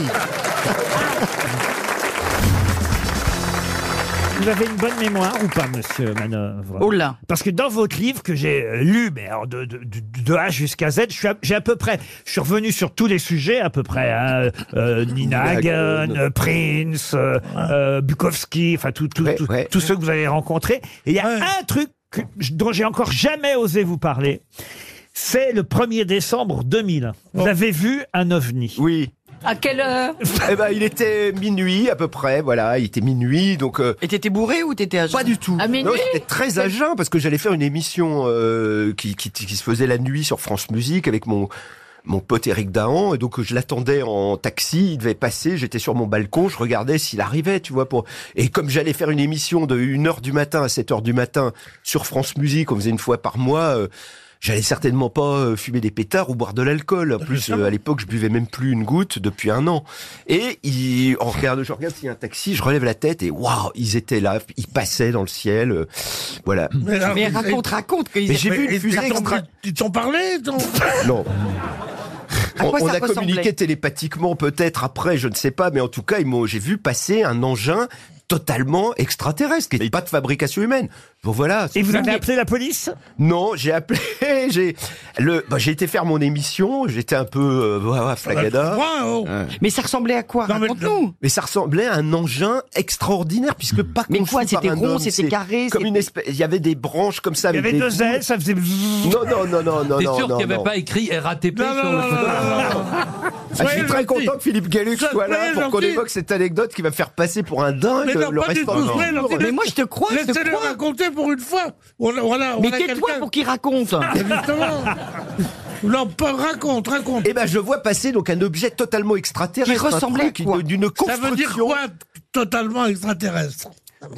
[SPEAKER 1] Vous avez une bonne mémoire ou pas, monsieur Manœuvre
[SPEAKER 10] Oh là.
[SPEAKER 1] Parce que dans votre livre que j'ai euh, lu, mais alors de, de- de- de A jusqu'à Z, je suis à- j'ai à peu près, je suis revenu sur tous les sujets à peu près. hein, euh, Nina Hagen,
[SPEAKER 23] Hagen.
[SPEAKER 1] euh, Prince, euh, euh, Bukowski, enfin tout- tout- tout- tous ceux que vous avez rencontrés. Et il y a un truc que- dont j'ai encore jamais osé vous parler. C'est le 1er décembre 2000. Vous avez vu un ovni
[SPEAKER 22] Oui.
[SPEAKER 24] À quelle heure
[SPEAKER 22] Eh ben, il était
[SPEAKER 1] Euh,
[SPEAKER 22] minuit à peu près, voilà, il était minuit, donc. Et t'étais bourré ou t'étais à Pas du
[SPEAKER 10] Ah,
[SPEAKER 22] tout.
[SPEAKER 24] À minuit
[SPEAKER 22] Non, j'étais très à jeun parce que j'allais faire une émission euh, qui, qui, qui se faisait la nuit sur France Musique avec mon mon pote Eric Dahan et donc euh, je l'attendais en taxi il devait passer j'étais sur mon balcon je regardais s'il arrivait tu vois pour et comme j'allais faire une émission de 1h du matin à 7h du matin sur France Musique on faisait une fois par mois euh, J'allais certainement pas euh, fumer des pétards ou boire de l'alcool. En plus, euh, à l'époque, je buvais même plus une goutte depuis un an. Et il, on regarde, je regarde s'il y a un taxi, je relève la tête et waouh, ils étaient là, ils passaient dans le ciel. euh, voilà.
[SPEAKER 18] Mais raconte,
[SPEAKER 22] raconte qu'ils Mais j'ai vu une fusée extra-
[SPEAKER 18] Ils t'ont parlé ils t'ont-
[SPEAKER 22] Non.
[SPEAKER 18] À
[SPEAKER 22] On,
[SPEAKER 18] quoi
[SPEAKER 22] on
[SPEAKER 18] ça
[SPEAKER 22] a communiqué
[SPEAKER 18] ressemblait
[SPEAKER 22] télépathiquement peut-être après, je ne sais pas, mais en tout cas, ils m'ont- j'ai vu passer un engin totalement extraterrestre, qui n'est pas de fabrication humaine. Bon voilà.
[SPEAKER 1] Et vous avez appelé la police
[SPEAKER 22] Non, j'ai appelé, j'ai le, bah, j'ai été faire mon émission, j'étais un peu euh, voilà,
[SPEAKER 1] Ah, bah,
[SPEAKER 22] flagada.
[SPEAKER 1] oh.
[SPEAKER 10] Mais ça ressemblait à quoi Raconte-nous.
[SPEAKER 22] Mais ça ressemblait à un engin extraordinaire puisque pas
[SPEAKER 10] Mais
[SPEAKER 22] conçu
[SPEAKER 10] quoi,
[SPEAKER 22] par
[SPEAKER 10] c'était
[SPEAKER 22] un
[SPEAKER 10] rond,
[SPEAKER 22] homme,
[SPEAKER 10] c'était
[SPEAKER 22] c'est
[SPEAKER 10] carré,
[SPEAKER 22] comme une espèce. Il y avait des branches comme ça.
[SPEAKER 1] Il y
[SPEAKER 22] avec
[SPEAKER 1] avait
[SPEAKER 22] des
[SPEAKER 1] deux ailes, ça faisait.
[SPEAKER 22] Non, non, non, non, non,
[SPEAKER 23] T'es
[SPEAKER 22] non.
[SPEAKER 23] sûr
[SPEAKER 22] non,
[SPEAKER 23] qu'il n'y avait
[SPEAKER 22] non.
[SPEAKER 23] pas écrit RATP sur le
[SPEAKER 22] Ah, je suis très content que Philippe Galluc
[SPEAKER 23] Soyez
[SPEAKER 22] soit là pour qu'on
[SPEAKER 23] gentil.
[SPEAKER 22] évoque cette anecdote qui va faire passer pour un dingue
[SPEAKER 18] Mais non,
[SPEAKER 22] le
[SPEAKER 18] pas du
[SPEAKER 22] restant
[SPEAKER 18] tout.
[SPEAKER 22] du
[SPEAKER 18] soyez
[SPEAKER 22] jour.
[SPEAKER 18] gentil. Laissez-le raconter pour une fois. On a- on a- on
[SPEAKER 22] Mais
[SPEAKER 18] a
[SPEAKER 22] tais-toi
[SPEAKER 18] quelqu'un-
[SPEAKER 22] pour qu'il raconte.
[SPEAKER 18] Justement. Non, pas- raconte, raconte.
[SPEAKER 22] Eh ben, je vois passer donc un objet totalement extraterrestre.
[SPEAKER 18] Qui ressemblait
[SPEAKER 22] un truc d'une- D'une
[SPEAKER 18] Ça
[SPEAKER 22] construction.
[SPEAKER 18] veut dire quoi totalement extraterrestre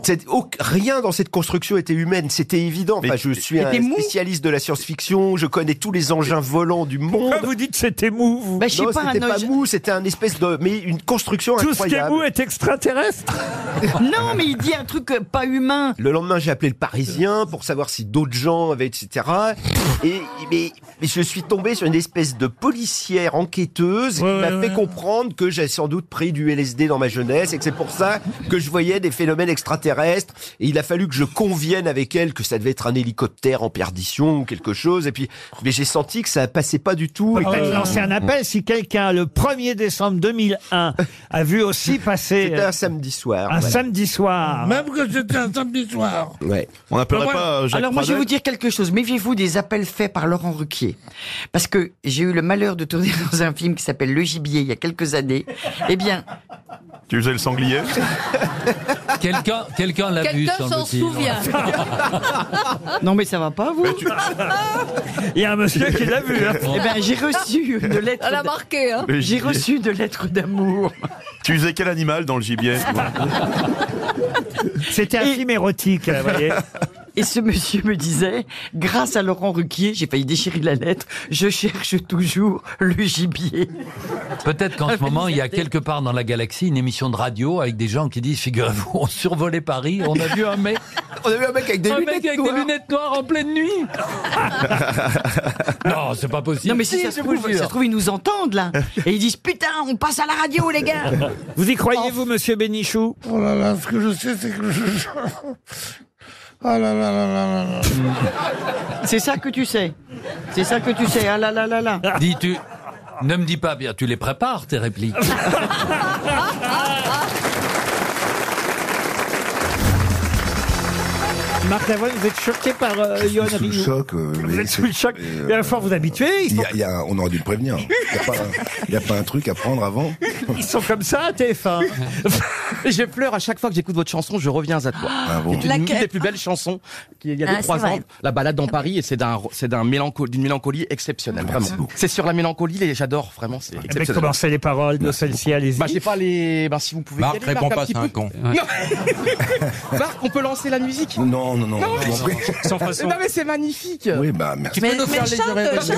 [SPEAKER 22] C'est- au- rien dans cette construction était humaine, c'était évident. Enfin, je suis un
[SPEAKER 18] c'était mou
[SPEAKER 22] spécialiste de la science-fiction, je connais tous les engins volants du monde.
[SPEAKER 1] vous dites c'était mou vous
[SPEAKER 22] Non,
[SPEAKER 10] Bah, je sais
[SPEAKER 22] c'était
[SPEAKER 10] pas, un
[SPEAKER 22] pas
[SPEAKER 10] engin-
[SPEAKER 22] mou, c'était un espèce de, mais une construction
[SPEAKER 1] Tout ce qui est
[SPEAKER 22] incroyable.
[SPEAKER 1] mou est extraterrestre
[SPEAKER 10] non, mais il dit un truc euh, pas humain.
[SPEAKER 22] Le lendemain, j'ai appelé le Parisien pour savoir si d'autres gens avaient, etc. Et mais, mais je suis tombé sur une espèce de policière enquêteuse qui m'a fait comprendre que j'ai sans doute pris du LSD dans ma jeunesse et que c'est pour ça que je voyais des phénomènes extraterrestre. Et il a fallu que je convienne avec elle que ça devait être un hélicoptère en perdition ou quelque chose. Et puis, mais j'ai senti que ça passait pas du tout.
[SPEAKER 1] On peut Ah, lancer un appel si quelqu'un, le 1er décembre 2001, a vu aussi passer. euh,
[SPEAKER 22] C'était un samedi soir.
[SPEAKER 1] Un
[SPEAKER 22] voilà.
[SPEAKER 1] samedi soir.
[SPEAKER 18] Même que c'était un samedi soir.
[SPEAKER 22] Ouais.
[SPEAKER 21] On n'appellerait
[SPEAKER 10] Bah,
[SPEAKER 8] Ah,
[SPEAKER 21] pas
[SPEAKER 10] voilà.
[SPEAKER 21] euh, Jacques
[SPEAKER 10] Alors moi je vais
[SPEAKER 21] Pradel
[SPEAKER 10] vous dire quelque chose. Méfiez-vous des appels faits par Laurent Ruquier, parce que j'ai eu le malheur de tourner dans un film qui s'appelle Le Gibier il y a quelques années. Eh bien,
[SPEAKER 21] Tu faisais le sanglier
[SPEAKER 6] Quelqu'un quelqu'un l'a vu,
[SPEAKER 10] Quelqu'un s'en
[SPEAKER 6] semble-t-il.
[SPEAKER 10] souvient. non mais ça va pas vous
[SPEAKER 1] Il y a un monsieur qui l'a vu. hein.
[SPEAKER 10] Eh ben j'ai reçu une lettre.
[SPEAKER 24] On l'a marqué, hein.
[SPEAKER 21] Le
[SPEAKER 10] J'ai
[SPEAKER 21] gibier.
[SPEAKER 10] reçu de lettres d'amour.
[SPEAKER 21] Tu faisais quel animal dans le gibier
[SPEAKER 1] C'était un film érotique, vous voyez.
[SPEAKER 10] Et ce monsieur me disait, grâce à Laurent Ruquier, j'ai failli déchirer la lettre, je cherche toujours le gibier. Ah,
[SPEAKER 6] Peut-être qu'en ce moment, il y a quelque part dans la galaxie une émission de radio avec des gens qui disent Figurez-vous, on survolait Paris, on a vu un mec.
[SPEAKER 22] on a vu un mec avec
[SPEAKER 6] des lunettes noires. en pleine nuit. non, c'est pas possible.
[SPEAKER 10] Non mais si, ça, se trouve, ça se trouve, ils nous entendent là. Et ils disent, putain, on passe à la radio les gars.
[SPEAKER 1] Vous y croyez, vous, monsieur Bénichou
[SPEAKER 18] Oh là là, ce que je sais, c'est que je. Ah là là là là là
[SPEAKER 6] Hmm.
[SPEAKER 10] C'est ça que tu sais. C'est ça que tu sais. Ah là là là là.
[SPEAKER 6] Dis-tu. Ne me dis pas bien, tu les prépares, tes répliques.
[SPEAKER 1] Marc Lavoine, vous êtes choqué par euh, Johan
[SPEAKER 15] sous le
[SPEAKER 1] Rioux.
[SPEAKER 15] choc, euh,
[SPEAKER 1] vous êtes
[SPEAKER 15] c'est-
[SPEAKER 1] sous le choc.
[SPEAKER 15] euh,
[SPEAKER 1] Mais à la fois, vous habituez. Ils
[SPEAKER 15] Il
[SPEAKER 1] sont,
[SPEAKER 15] y a- il y a- on aurait dû le prévenir. Il n'y a, pas un truc à prendre avant.
[SPEAKER 1] ils sont comme ça à TF1.
[SPEAKER 8] je pleure à chaque fois que j'écoute votre chanson, je reviens à toi.
[SPEAKER 15] bon
[SPEAKER 8] C'est une des plus belles chansons qu'il y a
[SPEAKER 15] Ah,
[SPEAKER 8] deux,
[SPEAKER 15] c'est
[SPEAKER 8] trois
[SPEAKER 15] vrai. Ah.
[SPEAKER 8] ans. La balade dans Paris, et c'est d'un, c'est d'un mélanco- d'une mélancolie exceptionnelle. Vraiment. C'est sur la mélancolie, et j'adore vraiment, c'est
[SPEAKER 15] Ah,
[SPEAKER 1] Mais
[SPEAKER 8] exceptionnel.
[SPEAKER 1] comment c'est les paroles de celle-ci Allez-y.
[SPEAKER 8] Bah, j'ai pas les. Bah, si vous pouvez. y
[SPEAKER 1] Marc,
[SPEAKER 8] aller,
[SPEAKER 1] réponds
[SPEAKER 8] un
[SPEAKER 1] pas,
[SPEAKER 8] petit
[SPEAKER 1] c'est un
[SPEAKER 8] peu.
[SPEAKER 1] con.
[SPEAKER 8] Non. Marc, on peut lancer la musique
[SPEAKER 15] Non, non, non.
[SPEAKER 8] Non,
[SPEAKER 15] non,
[SPEAKER 8] mais-
[SPEAKER 15] non.
[SPEAKER 8] Non, mais c'est magnifique.
[SPEAKER 15] Oui, bah merci.
[SPEAKER 8] Mais- mais Charles, Charles,
[SPEAKER 15] Je suis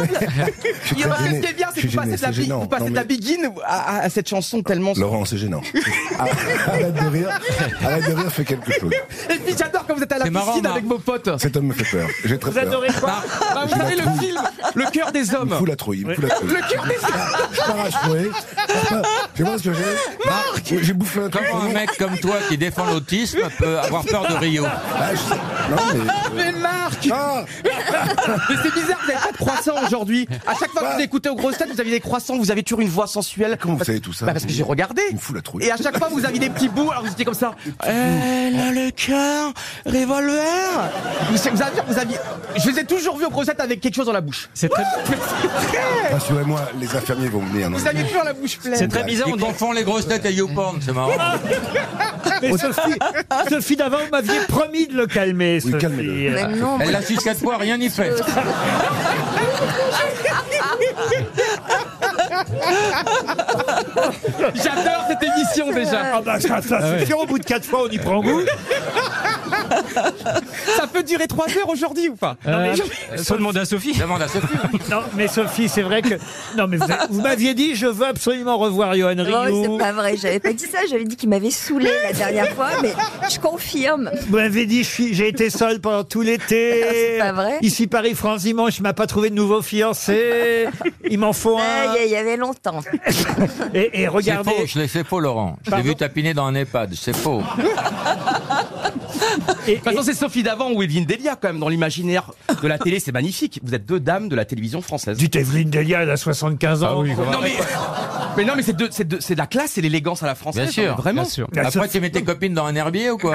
[SPEAKER 8] il y aura-
[SPEAKER 15] très
[SPEAKER 8] ce
[SPEAKER 15] gêné.
[SPEAKER 8] qui est bien, c'est
[SPEAKER 15] Je
[SPEAKER 8] que
[SPEAKER 15] suis
[SPEAKER 8] vous passez
[SPEAKER 15] gêné,
[SPEAKER 8] de la,
[SPEAKER 15] c'est
[SPEAKER 8] big-
[SPEAKER 15] gênant.
[SPEAKER 8] vous passez
[SPEAKER 15] Non,
[SPEAKER 8] de la
[SPEAKER 15] mais-
[SPEAKER 8] begin à, à- à cette chanson tellement.
[SPEAKER 15] Laurent, c'est gênant. Arrête de rire. Arrête de rire, fais quelque chose.
[SPEAKER 8] Et puis j'adore quand vous êtes à la
[SPEAKER 15] C'est
[SPEAKER 8] piscine
[SPEAKER 15] marrant, Marc.
[SPEAKER 8] avec vos potes.
[SPEAKER 15] Cet homme me fait peur. J'ai très
[SPEAKER 8] Vous
[SPEAKER 15] peur.
[SPEAKER 8] adorez quoi Bah, Vous
[SPEAKER 15] Je
[SPEAKER 8] savez
[SPEAKER 15] la
[SPEAKER 8] le
[SPEAKER 15] trouille.
[SPEAKER 8] film Le cœur des
[SPEAKER 15] Il
[SPEAKER 8] hommes.
[SPEAKER 15] me fout la trouille. Il me fout la trouille.
[SPEAKER 8] Le cœur des hommes.
[SPEAKER 15] Je pars à chouer. Je sais pas ce que j'ai. Marc J'ai bouffé un truc.
[SPEAKER 6] Comment un mec comme toi qui défend l'autisme peut avoir peur de Rio
[SPEAKER 15] Ah, je sais- Non, mais. euh,
[SPEAKER 8] Mais Marc
[SPEAKER 15] Ah.
[SPEAKER 8] Mais c'est bizarre, vous n'avez pas de croissant aujourd'hui. À chaque fois
[SPEAKER 1] Bah.
[SPEAKER 8] que vous écoutez au gros stade, vous aviez des croissants, vous avez toujours une voix sensuelle. Comment vous savez tout ça Parce que j'ai regardé. Et à chaque fois, vous aviez des petits bouts, alors vous étiez comme ça. Elle a le cœur, revolver. Vous, vous aviez, vous aviez- je les ai toujours vus au gros stade avec quelque chose dans la bouche. C'est très.
[SPEAKER 1] Ah
[SPEAKER 15] Rassurez-moi, les infirmiers vont venir. non,
[SPEAKER 8] Vous
[SPEAKER 15] mais-
[SPEAKER 8] aviez toujours la bouche pleine.
[SPEAKER 15] C'est très
[SPEAKER 1] Bah,
[SPEAKER 15] bizarre,
[SPEAKER 6] Ils confondent les grosses têtes à YouPorn, c'est marrant.
[SPEAKER 1] Mais Sophie, Sophie d'avant, vous m'aviez promis de le calmer. Sophie. euh,
[SPEAKER 6] Mais non, Elle mais- l'a su quatre fois, rien n'y fait.
[SPEAKER 8] J'adore cette émission déjà.
[SPEAKER 1] Ah bah, ça, ça, c'est sûr, au bout de quatre fois, on y prend goût.
[SPEAKER 8] Ça peut durer trois heures aujourd'hui ou pas
[SPEAKER 1] Non, mais-
[SPEAKER 8] euh,
[SPEAKER 6] demande à Sophie. Demande à Sophie.
[SPEAKER 1] Non, mais Sophie, c'est vrai que. Non, mais vous, vous m'aviez dit, je veux absolument revoir Johan
[SPEAKER 25] Oh,
[SPEAKER 1] Rioux.
[SPEAKER 25] c'est pas vrai, j'avais pas dit ça, j'avais dit qu'il m'avait saoulé la dernière fois, mais je confirme.
[SPEAKER 1] Vous m'avez dit, je suis- j'ai été seul pendant tout l'été.
[SPEAKER 25] C'est
[SPEAKER 23] Ah,
[SPEAKER 25] pas vrai.
[SPEAKER 1] Ici, Paris-France, dimanche, je m'a pas trouvé de nouveau fiancé. Il m'en faut
[SPEAKER 25] Ah,
[SPEAKER 1] un.
[SPEAKER 25] Il y, y avait longtemps.
[SPEAKER 1] Et, et regardez.
[SPEAKER 6] C'est faux, je l'ai- c'est faux, Laurent. Je l'ai
[SPEAKER 1] Pardon
[SPEAKER 6] vu tapiner dans un EHPAD, c'est faux.
[SPEAKER 8] De toute façon, c'est Sophie d'avant ou Evelyne Delia, quand même, dans l'imaginaire de la télé, c'est magnifique. Vous êtes deux dames de la télévision française.
[SPEAKER 1] Dites Evelyne Delia, elle a 75
[SPEAKER 6] Ah
[SPEAKER 1] ans.
[SPEAKER 8] non, mais, mais non, mais c'est de, c'est de, c'est de la classe et l'élégance à la française.
[SPEAKER 6] Bien sûr,
[SPEAKER 8] hein, vraiment.
[SPEAKER 6] bien sûr. Après, tu mets tes copines dans un herbier ou quoi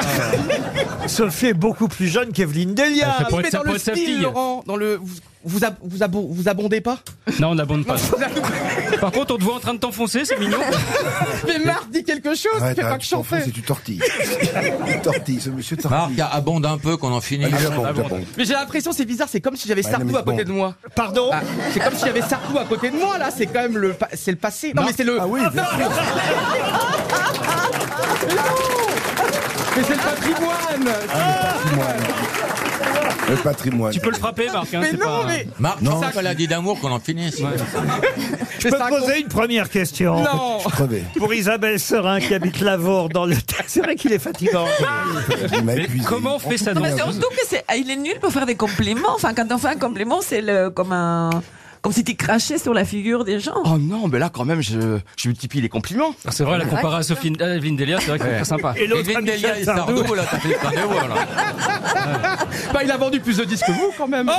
[SPEAKER 1] Sophie est beaucoup plus jeune qu'Evelyne Delia.
[SPEAKER 8] Ah, mais dans le style, Laurent, dans le, vous, vous, ab- vous, abo- vous abondez pas
[SPEAKER 6] Non, on n'abonde pas.
[SPEAKER 8] Par contre, on te voit en train de t'enfoncer, c'est mignon. mais Marc dit quelque chose,
[SPEAKER 15] Arrête,
[SPEAKER 8] fais pas
[SPEAKER 15] arrête,
[SPEAKER 8] que
[SPEAKER 15] tu t'en fous,
[SPEAKER 8] chanter.
[SPEAKER 15] C'est du tortille. Du tortille, ce monsieur tortille. Ah,
[SPEAKER 6] Marc, abonde un peu qu'on en finisse.
[SPEAKER 15] Allez, abonde, abonde.
[SPEAKER 8] Mais j'ai l'impression, c'est bizarre, c'est comme si j'avais
[SPEAKER 15] Ah, non,
[SPEAKER 8] Sartou
[SPEAKER 15] mais
[SPEAKER 8] à côté
[SPEAKER 15] bon.
[SPEAKER 8] de moi. Ah,
[SPEAKER 1] Pardon
[SPEAKER 8] C'est comme si j'avais Sartou à côté de moi, là, c'est quand même le, pa- c'est le passé. Non, mais c'est le. Ah oui, Mais c'est le Ah, patrimoine
[SPEAKER 15] Le patrimoine.
[SPEAKER 6] le frapper, Marc.
[SPEAKER 8] hein, Mais c'est non, pas- mais-
[SPEAKER 6] Marc,
[SPEAKER 8] Non.
[SPEAKER 6] non, ça, a dit d'amour qu'on en finisse.
[SPEAKER 1] Je peux poser une première question.
[SPEAKER 8] Non. Je suis
[SPEAKER 15] crevé.
[SPEAKER 1] Pour Isabelle Serin qui habite Lavour dans le. C'est vrai qu'il est fatigant.
[SPEAKER 2] Ah.
[SPEAKER 26] comment on fait ça Non, mais surtout que c'est, ah, il est nul pour faire des compliments. Enfin, quand on fait un compliment, c'est le, comme un.
[SPEAKER 2] Comme si tu crachais sur la figure des gens.
[SPEAKER 22] Oh non, mais là quand même, je, je multiplie les compliments.
[SPEAKER 8] C'est vrai, la comparer à Sophie à Evelyne Delia, c'est vrai que c'est
[SPEAKER 22] Ouais.
[SPEAKER 8] très sympa.
[SPEAKER 22] Et l'autre, Evelyne Delia et Sardou, là, t'as fait plein de voix, là.
[SPEAKER 4] Bah, il a vendu plus de disques que vous, quand même.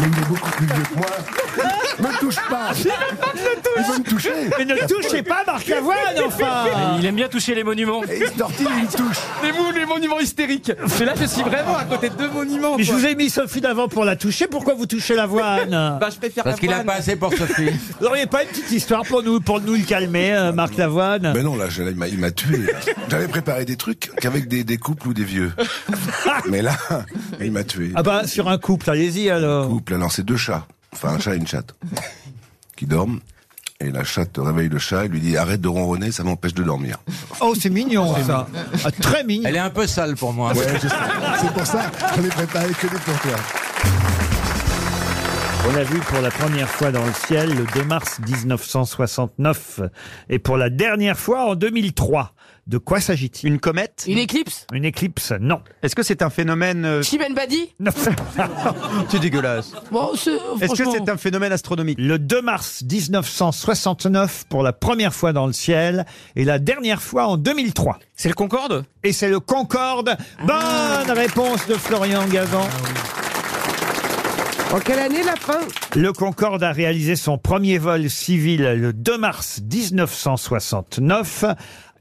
[SPEAKER 15] Mais il est beaucoup plus vieux que moi. Me touche pas. Il veut me toucher.
[SPEAKER 1] Mais ne touchez pas Marc Lavoine,
[SPEAKER 8] Mais
[SPEAKER 1] enfin
[SPEAKER 8] Il aime bien toucher les monuments.
[SPEAKER 15] Et il sortit une touche.
[SPEAKER 4] Les, mou- les monuments hystériques. Et là, je suis vraiment à côté de deux monuments.
[SPEAKER 1] Mais je
[SPEAKER 4] quoi.
[SPEAKER 1] vous ai mis Sophie d'avant pour la toucher, pourquoi vous touchez l'avoine
[SPEAKER 4] Bah, je préfère Parce qu'il a l'avoine. pas assez
[SPEAKER 1] pour Sophie. Vous n'auriez pas une petite histoire pour nous, pour nous le calmer, euh, Marc Lavoine
[SPEAKER 15] Mais non, là, je- là, il m'a- il m'a tué. là. J'avais préparé des trucs qu'avec des, des couples ou des vieux. Mais là, il m'a tué.
[SPEAKER 1] Ah bah, sur un couple, allez-y alors.
[SPEAKER 15] couple, alors c'est deux chats. Enfin, un chat et une chatte. Qui dorment. Et la chatte réveille le chat et lui dit arrête de ronronner, ça m'empêche de dormir.
[SPEAKER 1] Oh, c'est mignon ça. Ah, très mignon.
[SPEAKER 15] Elle est un peu sale pour
[SPEAKER 4] hein.
[SPEAKER 15] moi. Ouais, je sais. C'est pour ça qu'on est préparé que des pour toi.
[SPEAKER 1] On a vu pour la première fois dans le ciel le 2 mars 1969 et pour la dernière fois en 2003. De quoi s'agit-il Une comète
[SPEAKER 6] Une éclipse
[SPEAKER 1] Une éclipse, non. Est-ce que c'est un phénomène... euh,
[SPEAKER 6] Chimène Badi
[SPEAKER 1] C'est dégueulasse.
[SPEAKER 6] Bon, c'est-
[SPEAKER 1] Est-ce que
[SPEAKER 6] franchement-
[SPEAKER 1] c'est un phénomène astronomique Le 2 mars 1969, pour la première fois dans le ciel, et la dernière fois en 2003. C'est le Concorde Ah. Et c'est le Concorde. Bonne réponse de Florian Gazan.
[SPEAKER 13] Ah
[SPEAKER 6] En quelle année la fin
[SPEAKER 1] Le Concorde a réalisé son premier vol civil le 2 mars 1969.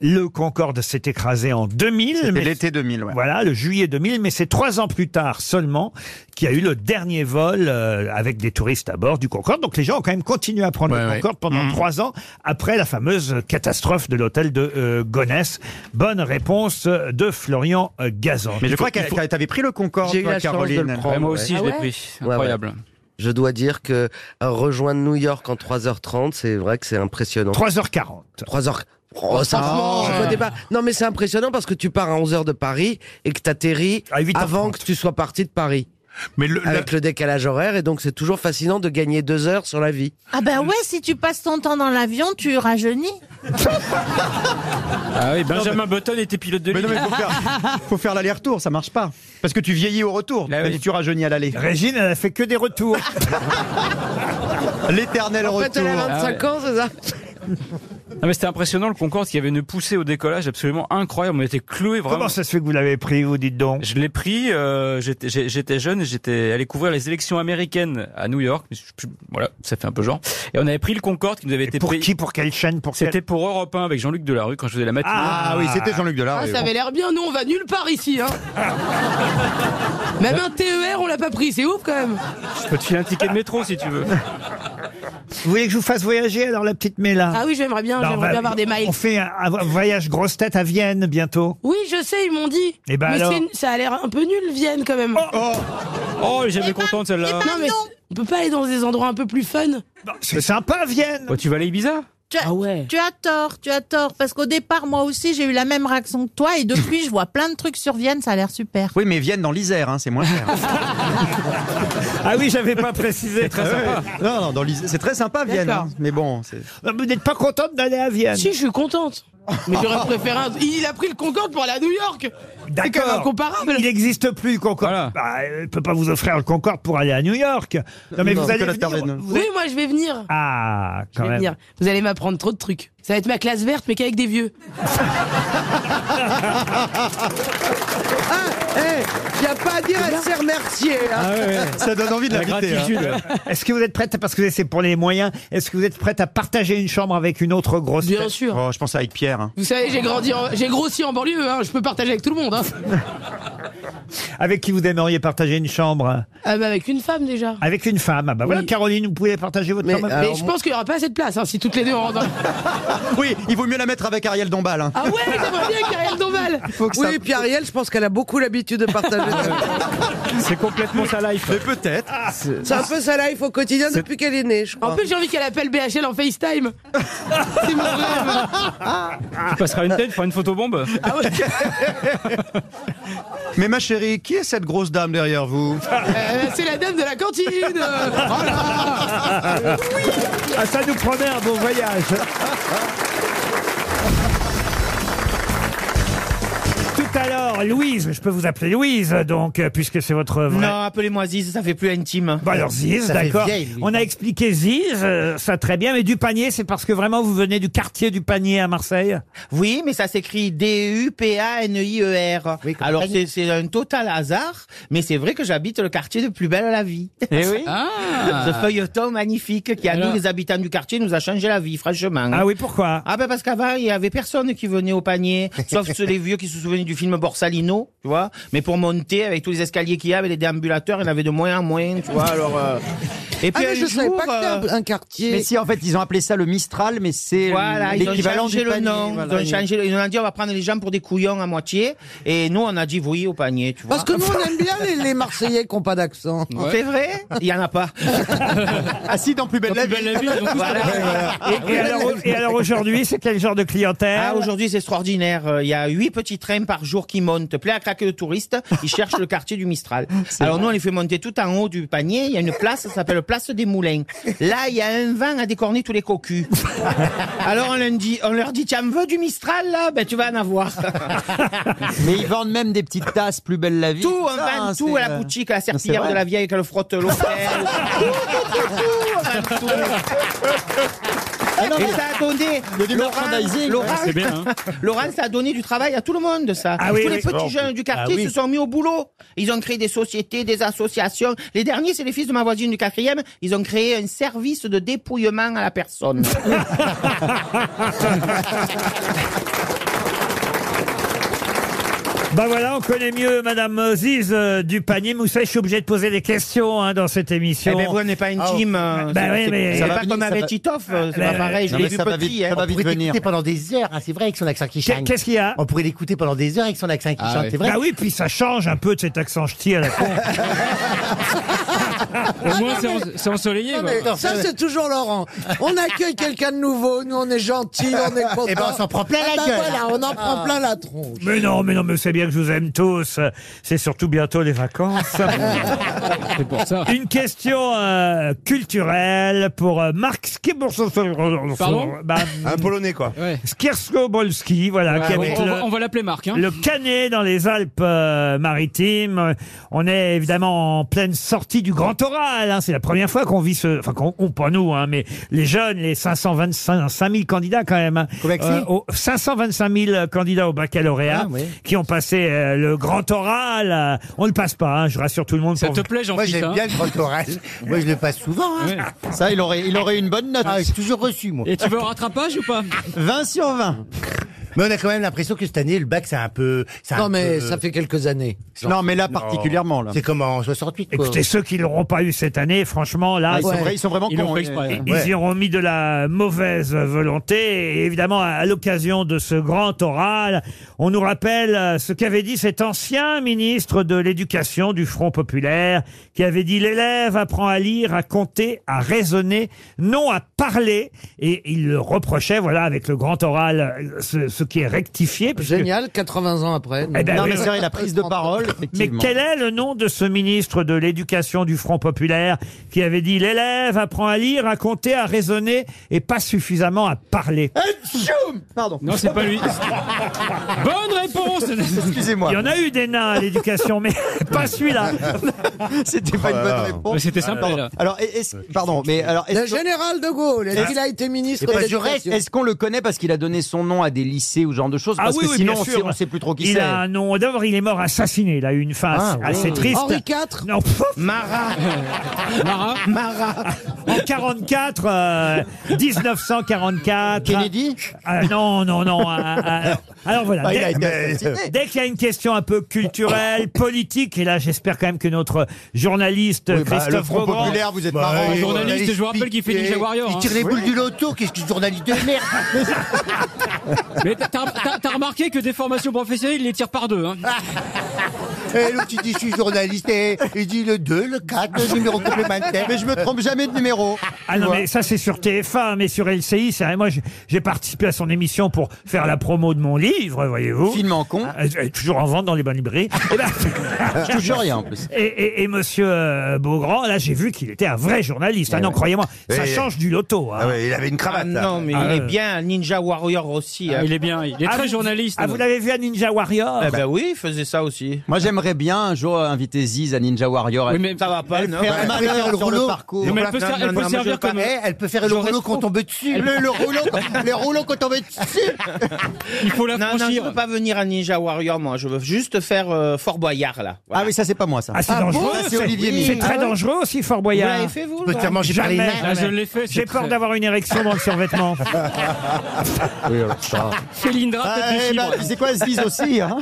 [SPEAKER 1] Le Concorde s'est écrasé en 2000.
[SPEAKER 22] C'était
[SPEAKER 1] mais-
[SPEAKER 22] l'été 2000, ouais.
[SPEAKER 1] Voilà, le juillet 2000, mais c'est trois ans plus tard seulement qu'il y a eu le dernier vol euh, avec des touristes à bord du Concorde. Donc les gens ont quand même continué à prendre le Concorde pendant
[SPEAKER 22] Mmh.
[SPEAKER 1] trois ans après la fameuse catastrophe de l'hôtel de euh, Gonesse. Bonne réponse de Florian euh, Gazan.
[SPEAKER 22] Mais je crois
[SPEAKER 1] Il
[SPEAKER 22] que
[SPEAKER 1] faut-
[SPEAKER 22] t'avais pris le Concorde,
[SPEAKER 8] J'ai eu
[SPEAKER 22] toi,
[SPEAKER 8] la chance de le
[SPEAKER 22] Caroline.
[SPEAKER 8] prendre, Ouais, moi aussi, ouais. je l'ai pris.
[SPEAKER 13] Ouais, ouais.
[SPEAKER 8] Incroyable.
[SPEAKER 13] Je dois dire que euh, rejoindre New York en 3h30, c'est vrai que c'est impressionnant.
[SPEAKER 1] 3h40.
[SPEAKER 13] 3h. Oh, ça
[SPEAKER 1] Franchement,
[SPEAKER 13] va, je
[SPEAKER 1] euh.
[SPEAKER 13] me débat. Ah Non, mais c'est impressionnant parce que tu pars à 11h de Paris et que t'atterris avant que tu sois parti de Paris.
[SPEAKER 15] Mais
[SPEAKER 13] Avec le décalage horaire, et donc c'est toujours fascinant de gagner deux heures sur la vie.
[SPEAKER 17] Ah ben ouais, si tu passes ton temps dans l'avion, tu rajeunis.
[SPEAKER 8] Ah oui, Benjamin Button était pilote de
[SPEAKER 22] Mais
[SPEAKER 8] ligne.
[SPEAKER 22] non, mais faut faire, faut faire l'aller-retour, ça marche pas. Parce que tu vieillis au retour, même si tu rajeunis à l'aller.
[SPEAKER 1] Bah Régine, elle a fait que des retours.
[SPEAKER 22] L'éternel
[SPEAKER 13] En fait,
[SPEAKER 22] retour.
[SPEAKER 13] elle a
[SPEAKER 8] Ah
[SPEAKER 13] 25
[SPEAKER 8] ouais.
[SPEAKER 13] ans, c'est ça
[SPEAKER 8] Non, mais c'était impressionnant le Concorde qui avait une poussée au décollage absolument incroyable. On était cloués vraiment.
[SPEAKER 1] Comment ça se fait que vous l'avez pris, vous dites donc
[SPEAKER 8] Je l'ai pris, euh, j'étais j'ai- j'étais jeune, et j'étais allé couvrir les élections américaines à New York. Je- je- Voilà, ça fait un peu genre. Et on avait pris le Concorde qui nous avait été
[SPEAKER 1] Pour
[SPEAKER 8] payé-
[SPEAKER 1] qui Pour quelle chaîne Pour
[SPEAKER 8] C'était
[SPEAKER 1] quelle-
[SPEAKER 8] pour Europe 1 avec Jean-Luc Delarue quand je faisais la matinée.
[SPEAKER 1] Ah oui, c'était Jean-Luc
[SPEAKER 6] Ah, ça avait l'air bien, nous on va nulle part ici. Hein. Même un TER on l'a pas pris, c'est ouf quand même.
[SPEAKER 8] Je peux te filer un ticket de métro si tu veux.
[SPEAKER 1] Vous voulez que je vous fasse voyager alors la petite Méla bah,
[SPEAKER 6] Ah oui, j'aimerais bien, j'aimerais bien avoir des miles.
[SPEAKER 1] On fait un, un voyage grosse tête à Vienne bientôt.
[SPEAKER 6] Oui, je sais, ils m'ont dit.
[SPEAKER 1] Eh ben
[SPEAKER 6] mais
[SPEAKER 1] alors
[SPEAKER 6] c'est une- ça a l'air un peu nul, Vienne quand même. Oh,
[SPEAKER 8] Oh, j'avais contente celle-là.
[SPEAKER 6] non, mais on peut pas aller dans des endroits un peu plus fun.
[SPEAKER 1] C'est sympa Vienne.
[SPEAKER 8] Bah, tu vas aller à Ibiza
[SPEAKER 17] Tu as, tu as tort, tu as tort, parce qu'au départ, moi aussi, j'ai eu la même réaction que toi, et depuis, je vois plein de trucs sur Vienne, ça a l'air super.
[SPEAKER 22] Oui, mais Vienne dans l'Isère, hein, c'est moins cher.
[SPEAKER 1] ah oui, j'avais pas précisé.
[SPEAKER 22] très sympa. Ah Non, non, dans l'Isère, c'est très sympa Vienne.
[SPEAKER 6] D'accord.
[SPEAKER 22] hein, mais bon, c'est.
[SPEAKER 1] Vous n'êtes pas contente d'aller à Vienne
[SPEAKER 6] Si, je suis contente. Mais j'aurais préféré. un- Il a pris le Concorde pour aller à New York. C'est quand même
[SPEAKER 1] D'accord.
[SPEAKER 6] incomparable.
[SPEAKER 1] Il n'existe plus le Concorde. Bah, euh, il peut pas vous offrir le Concorde pour aller à New York. Non mais
[SPEAKER 22] Non,
[SPEAKER 1] vous allez
[SPEAKER 22] Nicolas
[SPEAKER 1] venir.
[SPEAKER 22] Tarvin.
[SPEAKER 1] vous
[SPEAKER 6] Oui,
[SPEAKER 1] allez-
[SPEAKER 6] moi je vais venir.
[SPEAKER 1] Ah,
[SPEAKER 6] Je
[SPEAKER 1] quand
[SPEAKER 6] vais
[SPEAKER 1] même.
[SPEAKER 6] venir. Vous allez m'apprendre trop de trucs. Ça va être ma classe verte, mais qu'avec des vieux.
[SPEAKER 13] Il n'y Eh, a pas à dire, elle s'est remerciée. hein.
[SPEAKER 8] Ah
[SPEAKER 1] Ah hein. Est-ce que vous êtes prête, parce que c'est pour les moyens, est-ce que vous êtes prête à partager une chambre avec une autre grosse Bien
[SPEAKER 6] sûr.
[SPEAKER 22] Oh, je pense avec Pierre. hein.
[SPEAKER 6] Vous savez, j'ai grandi, en- j'ai grossi en banlieue. hein. Je peux partager avec tout le monde. hein.
[SPEAKER 1] Avec qui vous aimeriez partager une chambre
[SPEAKER 6] Ah bah, avec une femme déjà.
[SPEAKER 1] Avec une femme. Ah Bah voilà,
[SPEAKER 6] Oui.
[SPEAKER 1] Caroline, vous pouvez partager votre
[SPEAKER 6] Mais,
[SPEAKER 1] chambre.
[SPEAKER 3] euh,
[SPEAKER 6] mais je pense qu'il n'y aura pas assez de place hein, si toutes les deux on rentre.
[SPEAKER 22] Oui, il vaut mieux la mettre avec Ariel Dombal. hein.
[SPEAKER 6] Ah ouais, j'aimerais bien avec Ariel Dombal.
[SPEAKER 13] oui, et puis Ariel, je pense qu'elle a beaucoup l'habitude de partager.
[SPEAKER 8] C'est complètement sa life.
[SPEAKER 22] Mais peut-être.
[SPEAKER 6] Ah,
[SPEAKER 13] C'est un peu sa life au quotidien depuis qu'elle est née, je crois.
[SPEAKER 6] En plus, j'ai envie qu'elle appelle BHL en FaceTime. C'est mon rêve.
[SPEAKER 8] Tu passeras une tête, fera une photobombe.
[SPEAKER 6] Ah ouais.
[SPEAKER 22] Mais ma chérie, qui est cette grosse dame derrière vous
[SPEAKER 6] Euh, c'est la dame de la cantine. euh, voilà.
[SPEAKER 1] Ah, ça nous promet un bon voyage. Tout alors, Louise, je peux vous appeler Louise, donc, euh, puisque c'est votre vrai.
[SPEAKER 3] Non, appelez-moi Ziz, ça fait plus intime.
[SPEAKER 1] Bah alors Ziz,
[SPEAKER 3] Ça fait
[SPEAKER 1] d'accord.
[SPEAKER 3] vieille, Louise.
[SPEAKER 1] On a expliqué Ziz, euh, ça très bien, mais du panier, c'est parce que vraiment vous venez du quartier du panier à Marseille
[SPEAKER 3] Oui, mais ça s'écrit D-U-P-A-N-I-E-R. E Alors, c'est, c'est un total hasard, mais c'est vrai que j'habite le quartier de plus belle à la vie.
[SPEAKER 1] Eh oui.
[SPEAKER 3] Ah. Ce feuilleton magnifique qui, a
[SPEAKER 1] Alors.
[SPEAKER 3] nous, les habitants du quartier, nous a changé la vie, franchement.
[SPEAKER 1] Ah oui, pourquoi
[SPEAKER 3] Ah ben parce qu'avant, il y avait personne qui venait au panier, sauf ceux les vieux qui se souvenaient du film Borsalino, tu vois. Mais pour monter, avec tous les escaliers qu'il y avait, les déambulateurs, il y en avait de moins en moins, tu vois. Alors, euh, Et
[SPEAKER 5] Ah,
[SPEAKER 3] puis
[SPEAKER 5] mais
[SPEAKER 3] un
[SPEAKER 5] je savais
[SPEAKER 3] jour, euh,
[SPEAKER 5] pas que c'était un- un quartier.
[SPEAKER 3] mais si,
[SPEAKER 5] en fait, ils ont appelé ça le Mistral, mais c'est
[SPEAKER 3] Voilà, ils ont changé le nom, ils ont changé le- ils ont dit on va prendre les gens pour des couillons à moitié, et nous on a dit oui au panier, tu vois.
[SPEAKER 5] Parce que nous, on aime bien les, les Marseillais qui n'ont pas d'accent.
[SPEAKER 3] C'est vrai Il y en a pas.
[SPEAKER 5] Assis dans plus belle la
[SPEAKER 3] Voilà.
[SPEAKER 1] Et, et alors, et alors aujourd'hui, c'est quel genre de clientèle
[SPEAKER 3] Ah, aujourd'hui, c'est extraordinaire. Euh, Il y a huit petits trains par jour qui montent. Plein à craquer le touriste. Ils cherchent le quartier du Mistral. Alors, nous, on les fait monter tout en haut du panier. Il y a une place, ça s'appelle Place des Moulins. Là, il y a un vin à décorner tous les cocus. Alors, on leur dit, on leur dit, tiens, veux du Mistral, là? Ben, tu vas en avoir.
[SPEAKER 5] Mais ils vendent même des petites tasses plus belle la vie.
[SPEAKER 3] Tout, on
[SPEAKER 5] Ça,
[SPEAKER 3] vend
[SPEAKER 5] hein,
[SPEAKER 3] tout
[SPEAKER 5] c'est,
[SPEAKER 3] à la
[SPEAKER 5] euh,
[SPEAKER 3] boutique, à la
[SPEAKER 5] c'est
[SPEAKER 3] serpillière
[SPEAKER 5] vrai.
[SPEAKER 3] de la vieille avec le frotte l'hôtel. Tout, tout, tout, tout, on vend tout.
[SPEAKER 5] Ah non,
[SPEAKER 3] Et
[SPEAKER 5] mais-
[SPEAKER 3] ça a donné.
[SPEAKER 5] Le
[SPEAKER 3] Laurent-
[SPEAKER 5] démerchandising,
[SPEAKER 3] Laurent-
[SPEAKER 5] ouais, c'est bien, hein.
[SPEAKER 3] Laurent, ça a donné du travail à tout le monde, ça.
[SPEAKER 5] Ah
[SPEAKER 3] tous
[SPEAKER 5] oui,
[SPEAKER 3] les
[SPEAKER 5] oui.
[SPEAKER 3] petits
[SPEAKER 5] Alors,
[SPEAKER 3] jeunes du quartier
[SPEAKER 5] ah oui.
[SPEAKER 3] se sont mis au boulot. Ils ont créé des sociétés, des associations. Les derniers, c'est les fils de ma voisine du quatrième. Ils ont créé un service de dépouillement à la personne.
[SPEAKER 1] Ben voilà, on connaît mieux Madame Ziz euh, du panier. Mais vous savez, je suis obligé de poser des questions hein, dans cette émission.
[SPEAKER 3] Eh ben, vous, on n'est pas intime,
[SPEAKER 1] Ah,
[SPEAKER 3] euh,
[SPEAKER 1] Ben
[SPEAKER 3] c'est-
[SPEAKER 1] oui,
[SPEAKER 3] c'est- ça va vite,
[SPEAKER 1] mais
[SPEAKER 3] ça va-
[SPEAKER 1] euh,
[SPEAKER 3] Ben,
[SPEAKER 1] je l'ai vu petit, hein.
[SPEAKER 20] On pourrait l'écouter pendant des heures, hein, c'est vrai, avec son accent qui chante.
[SPEAKER 1] Qu'est-ce qu'il y a
[SPEAKER 20] On pourrait l'écouter pendant des heures avec
[SPEAKER 12] Ah
[SPEAKER 20] son accent qui chante, c'est vrai.
[SPEAKER 1] Bah oui, puis ça change un peu de cet accent ch'ti à la con.
[SPEAKER 20] Au moins, c'est en- c'est ensoleillé.
[SPEAKER 5] Non,
[SPEAKER 20] quoi.
[SPEAKER 5] mais ça, c'est toujours Laurent. On accueille quelqu'un de nouveau, nous, on est gentil, on est content.
[SPEAKER 20] Eh ben, on s'en prend plein la
[SPEAKER 5] Ah ben
[SPEAKER 20] gueule.
[SPEAKER 5] voilà, on en prend Ah. plein la tronche.
[SPEAKER 1] Mais non, mais non, mais c'est bien que je vous aime tous. C'est surtout bientôt les vacances. c'est pour ça. Une question euh, culturelle pour euh, Marc Skiborsowski.
[SPEAKER 20] Pardon
[SPEAKER 1] Un Polonais, quoi. Skierskobolski, voilà.
[SPEAKER 20] Ouais,
[SPEAKER 1] qui
[SPEAKER 20] on-
[SPEAKER 1] habite
[SPEAKER 20] on,
[SPEAKER 1] le-
[SPEAKER 20] va- on va l'appeler Marc. Hein.
[SPEAKER 1] Le Canet dans les Alpes-Maritimes. Euh, On est évidemment en pleine sortie du Grand Oral. hein. C'est la première fois qu'on vit ce, enfin qu'on, on, pas nous, hein, mais les jeunes, les 525 5000 candidats quand même. hein. Euh, au- 525 000 candidats au baccalauréat
[SPEAKER 20] Ah, oui.
[SPEAKER 1] qui ont passé euh, le Grand Oral. Euh, On le passe pas. hein, je rassure tout le monde.
[SPEAKER 20] Ça
[SPEAKER 1] pour-
[SPEAKER 20] te plaît, hein jean Moi, j'aime bien le grand oral. Moi, je le passe souvent. hein.
[SPEAKER 5] Ça, il aurait, il aurait une bonne note. Ah, j'ai toujours reçu, moi.
[SPEAKER 20] Et tu veux au rattrapage ou pas
[SPEAKER 5] 20 sur 20.
[SPEAKER 20] Mais on a quand même l'impression que cette année, le bac, c'est un peu. c'est un
[SPEAKER 5] Non, mais
[SPEAKER 20] peu-
[SPEAKER 5] ça fait quelques années.
[SPEAKER 20] Non, mais là, particulièrement, là. C'est comme en 68. quoi.
[SPEAKER 5] Écoutez,
[SPEAKER 1] Et ceux qui l'auront pas eu cette année, franchement, là,
[SPEAKER 20] Ah, ils sont Ouais. vra- ils sont vraiment Ils cons, l'ont fait hein. exprès,
[SPEAKER 1] Ils,
[SPEAKER 20] hein. Ouais.
[SPEAKER 1] y auront mis de la mauvaise volonté. Et évidemment, à l'occasion de ce grand oral, on nous rappelle euh, ce qu'avait dit cet ancien ministre de l'Éducation du Front populaire, qui avait dit l'élève apprend à lire, à compter, à raisonner, non à parler. Et il le reprochait, voilà, avec le grand oral, euh, ce, ce qui est rectifié. puisque-
[SPEAKER 5] Génial, 80 ans après.
[SPEAKER 1] Eh ben
[SPEAKER 5] Non,
[SPEAKER 1] oui.
[SPEAKER 5] mais c'est vrai, la prise de parole,
[SPEAKER 1] mais
[SPEAKER 5] effectivement.
[SPEAKER 1] quel est le nom de ce ministre de l'Éducation du Front Populaire qui avait dit l'élève apprend à lire, à compter, à raisonner et pas suffisamment à parler
[SPEAKER 20] Pardon. Non, c'est pas lui. Bonne réponse
[SPEAKER 1] Il y en a eu des nains à l'éducation, mais pas celui-là.
[SPEAKER 20] C'était
[SPEAKER 5] pas une bonne
[SPEAKER 20] réponse. Ah, Mais c'était sympa,
[SPEAKER 5] Pardon.
[SPEAKER 20] là.
[SPEAKER 5] Alors, est-ce, pardon, mais alors, Le général de Gaulle, est-ce qu'il a été
[SPEAKER 20] Eh
[SPEAKER 5] ministre de l'Éducation
[SPEAKER 20] ben, Est-ce qu'on le connaît parce qu'il a donné son nom à des lycées ou ce genre de choses Parce que sinon,
[SPEAKER 1] Ah bien
[SPEAKER 20] on sait-
[SPEAKER 1] sûr.
[SPEAKER 20] on sait plus trop qui
[SPEAKER 1] Il
[SPEAKER 20] c'est.
[SPEAKER 1] a un nom. D'abord, il est mort assassiné. Il a eu une fin
[SPEAKER 20] Ah,
[SPEAKER 1] assez,
[SPEAKER 20] oui.
[SPEAKER 1] assez triste.
[SPEAKER 5] Henri IV
[SPEAKER 1] Non.
[SPEAKER 3] Marat.
[SPEAKER 20] Marat.
[SPEAKER 3] Marat.
[SPEAKER 1] En 44, euh, 1944.
[SPEAKER 5] Kennedy
[SPEAKER 1] Ah, Non, non, non. ah, ah, ah. alors voilà.
[SPEAKER 20] Bah,
[SPEAKER 5] Ah, il a
[SPEAKER 1] dès,
[SPEAKER 5] été assassiné.
[SPEAKER 1] dès qu'il y a une question un peu culturelle, politique, et là j'espère quand même que notre journaliste
[SPEAKER 20] Oui, bah,
[SPEAKER 1] Christophe
[SPEAKER 20] le Front
[SPEAKER 1] Beaugrand-
[SPEAKER 20] Populaire, vous êtes Bah, marrant. oui, Journaliste, journaliste je vous rappelle qu'il fait piqué. Ninja Warrior, Il hein. tire les Oui. boules du loto, qu'est-ce que journaliste de merde Mais t'as- t'as t'as remarqué que des formations professionnelles, ils les tirent par deux. Hein.
[SPEAKER 12] Et l'autre, il Eh, dit, je suis journaliste. Et il dit le 2, le 4, le numéro complémentaire. Mais je me trompe jamais de numéro.
[SPEAKER 1] Ah
[SPEAKER 12] Tu
[SPEAKER 1] non,
[SPEAKER 12] vois.
[SPEAKER 1] mais ça c'est sur TF1, mais sur LCI, c'est vrai, moi j'ai- j'ai participé à son émission pour faire la promo de mon livre, voyez-vous. Film en con. toujours en vente dans les bonnes librairies. Et ben-
[SPEAKER 8] Je touche rien, en plus.
[SPEAKER 1] Et, et- et monsieur euh, Beaugrand, là j'ai vu qu'il était un vrai journaliste. Ah non, croyez-moi, ça
[SPEAKER 3] Ouais.
[SPEAKER 1] change du loto. hein. euh,
[SPEAKER 3] Ah, non, mais il est bien un Ninja Warrior aussi.
[SPEAKER 1] Ah,
[SPEAKER 3] hein.
[SPEAKER 1] il est bien, il est très
[SPEAKER 3] vous-
[SPEAKER 1] journaliste, Ah, vous l'avez vu à Ninja Warrior
[SPEAKER 3] euh. Eh ben oui, il faisait ça aussi.
[SPEAKER 8] Moi, j'aimerais bien un jour inviter Ziz à Ninja Warrior.
[SPEAKER 3] Oui, mais ça va pas,
[SPEAKER 8] Elle
[SPEAKER 3] non.
[SPEAKER 8] fait
[SPEAKER 3] Elle
[SPEAKER 8] un
[SPEAKER 3] peut
[SPEAKER 8] malheur
[SPEAKER 3] faire le
[SPEAKER 8] sur
[SPEAKER 3] rouleau.
[SPEAKER 8] parcours.
[SPEAKER 12] Non, mais elle
[SPEAKER 8] Non,
[SPEAKER 12] peut
[SPEAKER 8] non,
[SPEAKER 12] ser- elle peut
[SPEAKER 8] non, mais
[SPEAKER 12] servir
[SPEAKER 8] je veux pas-
[SPEAKER 12] comme- Eh, elle peut faire le
[SPEAKER 8] J'aurais
[SPEAKER 12] rouleau
[SPEAKER 8] trop-
[SPEAKER 12] quand on veut dessus. Le- le rouleau quand- le rouleau quand on veut dessus.
[SPEAKER 3] Il faut l'affranchir. Non, non, je veux pas venir à Ninja Warrior, moi. Je veux juste faire euh, Fort Boyard, là. Ah oui, ça, c'est pas moi, ça.
[SPEAKER 1] Ah, c'est dangereux,
[SPEAKER 3] c'est Olivier
[SPEAKER 1] C'est très dangereux aussi, Fort Boyard.
[SPEAKER 3] Vous l'avez fait, vous,
[SPEAKER 1] Peut
[SPEAKER 3] le
[SPEAKER 1] te
[SPEAKER 3] Laurent
[SPEAKER 1] par les
[SPEAKER 3] Jamais.
[SPEAKER 1] nerfs.
[SPEAKER 3] Ah, je l'ai fait, c'est
[SPEAKER 1] J'ai peur
[SPEAKER 3] très-
[SPEAKER 1] d'avoir une érection dans le survêtement.
[SPEAKER 8] Oui, alors ça.
[SPEAKER 15] C'est Lindra,
[SPEAKER 8] Ah,
[SPEAKER 15] peut-être
[SPEAKER 8] eh
[SPEAKER 15] du
[SPEAKER 8] ben,
[SPEAKER 15] chibre.
[SPEAKER 8] tu sais quoi, Ziz aussi, hein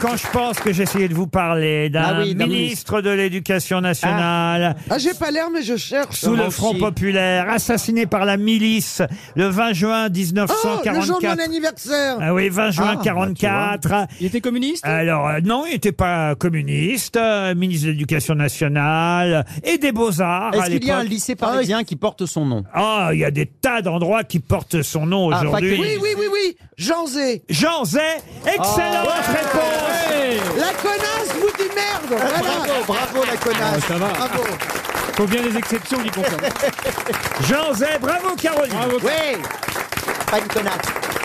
[SPEAKER 1] Quand je pense que j'essayais de vous parler d'un
[SPEAKER 8] Ah oui, d'un
[SPEAKER 1] ministre de l'Éducation nationale
[SPEAKER 13] Ah, j'ai pas l'air, mais je cherche.
[SPEAKER 1] sous le Front populaire, assassiné par la milice le 20 juin
[SPEAKER 5] Ah,
[SPEAKER 13] Oh, le jour de mon
[SPEAKER 1] 1944.
[SPEAKER 13] anniversaire.
[SPEAKER 1] Ah oui, 20 juin 44.
[SPEAKER 8] bah,
[SPEAKER 1] il était communiste Alors euh, non, il n'était pas communiste, euh, ministre de l'Éducation nationale et des Beaux-Arts à
[SPEAKER 8] Est-ce qu'il y a un
[SPEAKER 1] l'époque.
[SPEAKER 8] lycée parisien qui porte son nom
[SPEAKER 1] Ah, il y a des tas d'endroits qui portent son nom
[SPEAKER 8] Ah, pas
[SPEAKER 1] aujourd'hui.
[SPEAKER 8] que-
[SPEAKER 13] Oui, oui, oui, oui. Jean Zé.
[SPEAKER 1] Jean Zay, excellente réponse
[SPEAKER 13] La connasse vous dit merde. Bravo, bravo la connasse.
[SPEAKER 1] Ah, ça va.
[SPEAKER 13] Bravo.
[SPEAKER 1] Faut bien des exceptions qui concernent. Jean Zay, bravo Caroline
[SPEAKER 13] Ouais. Pas une connasse.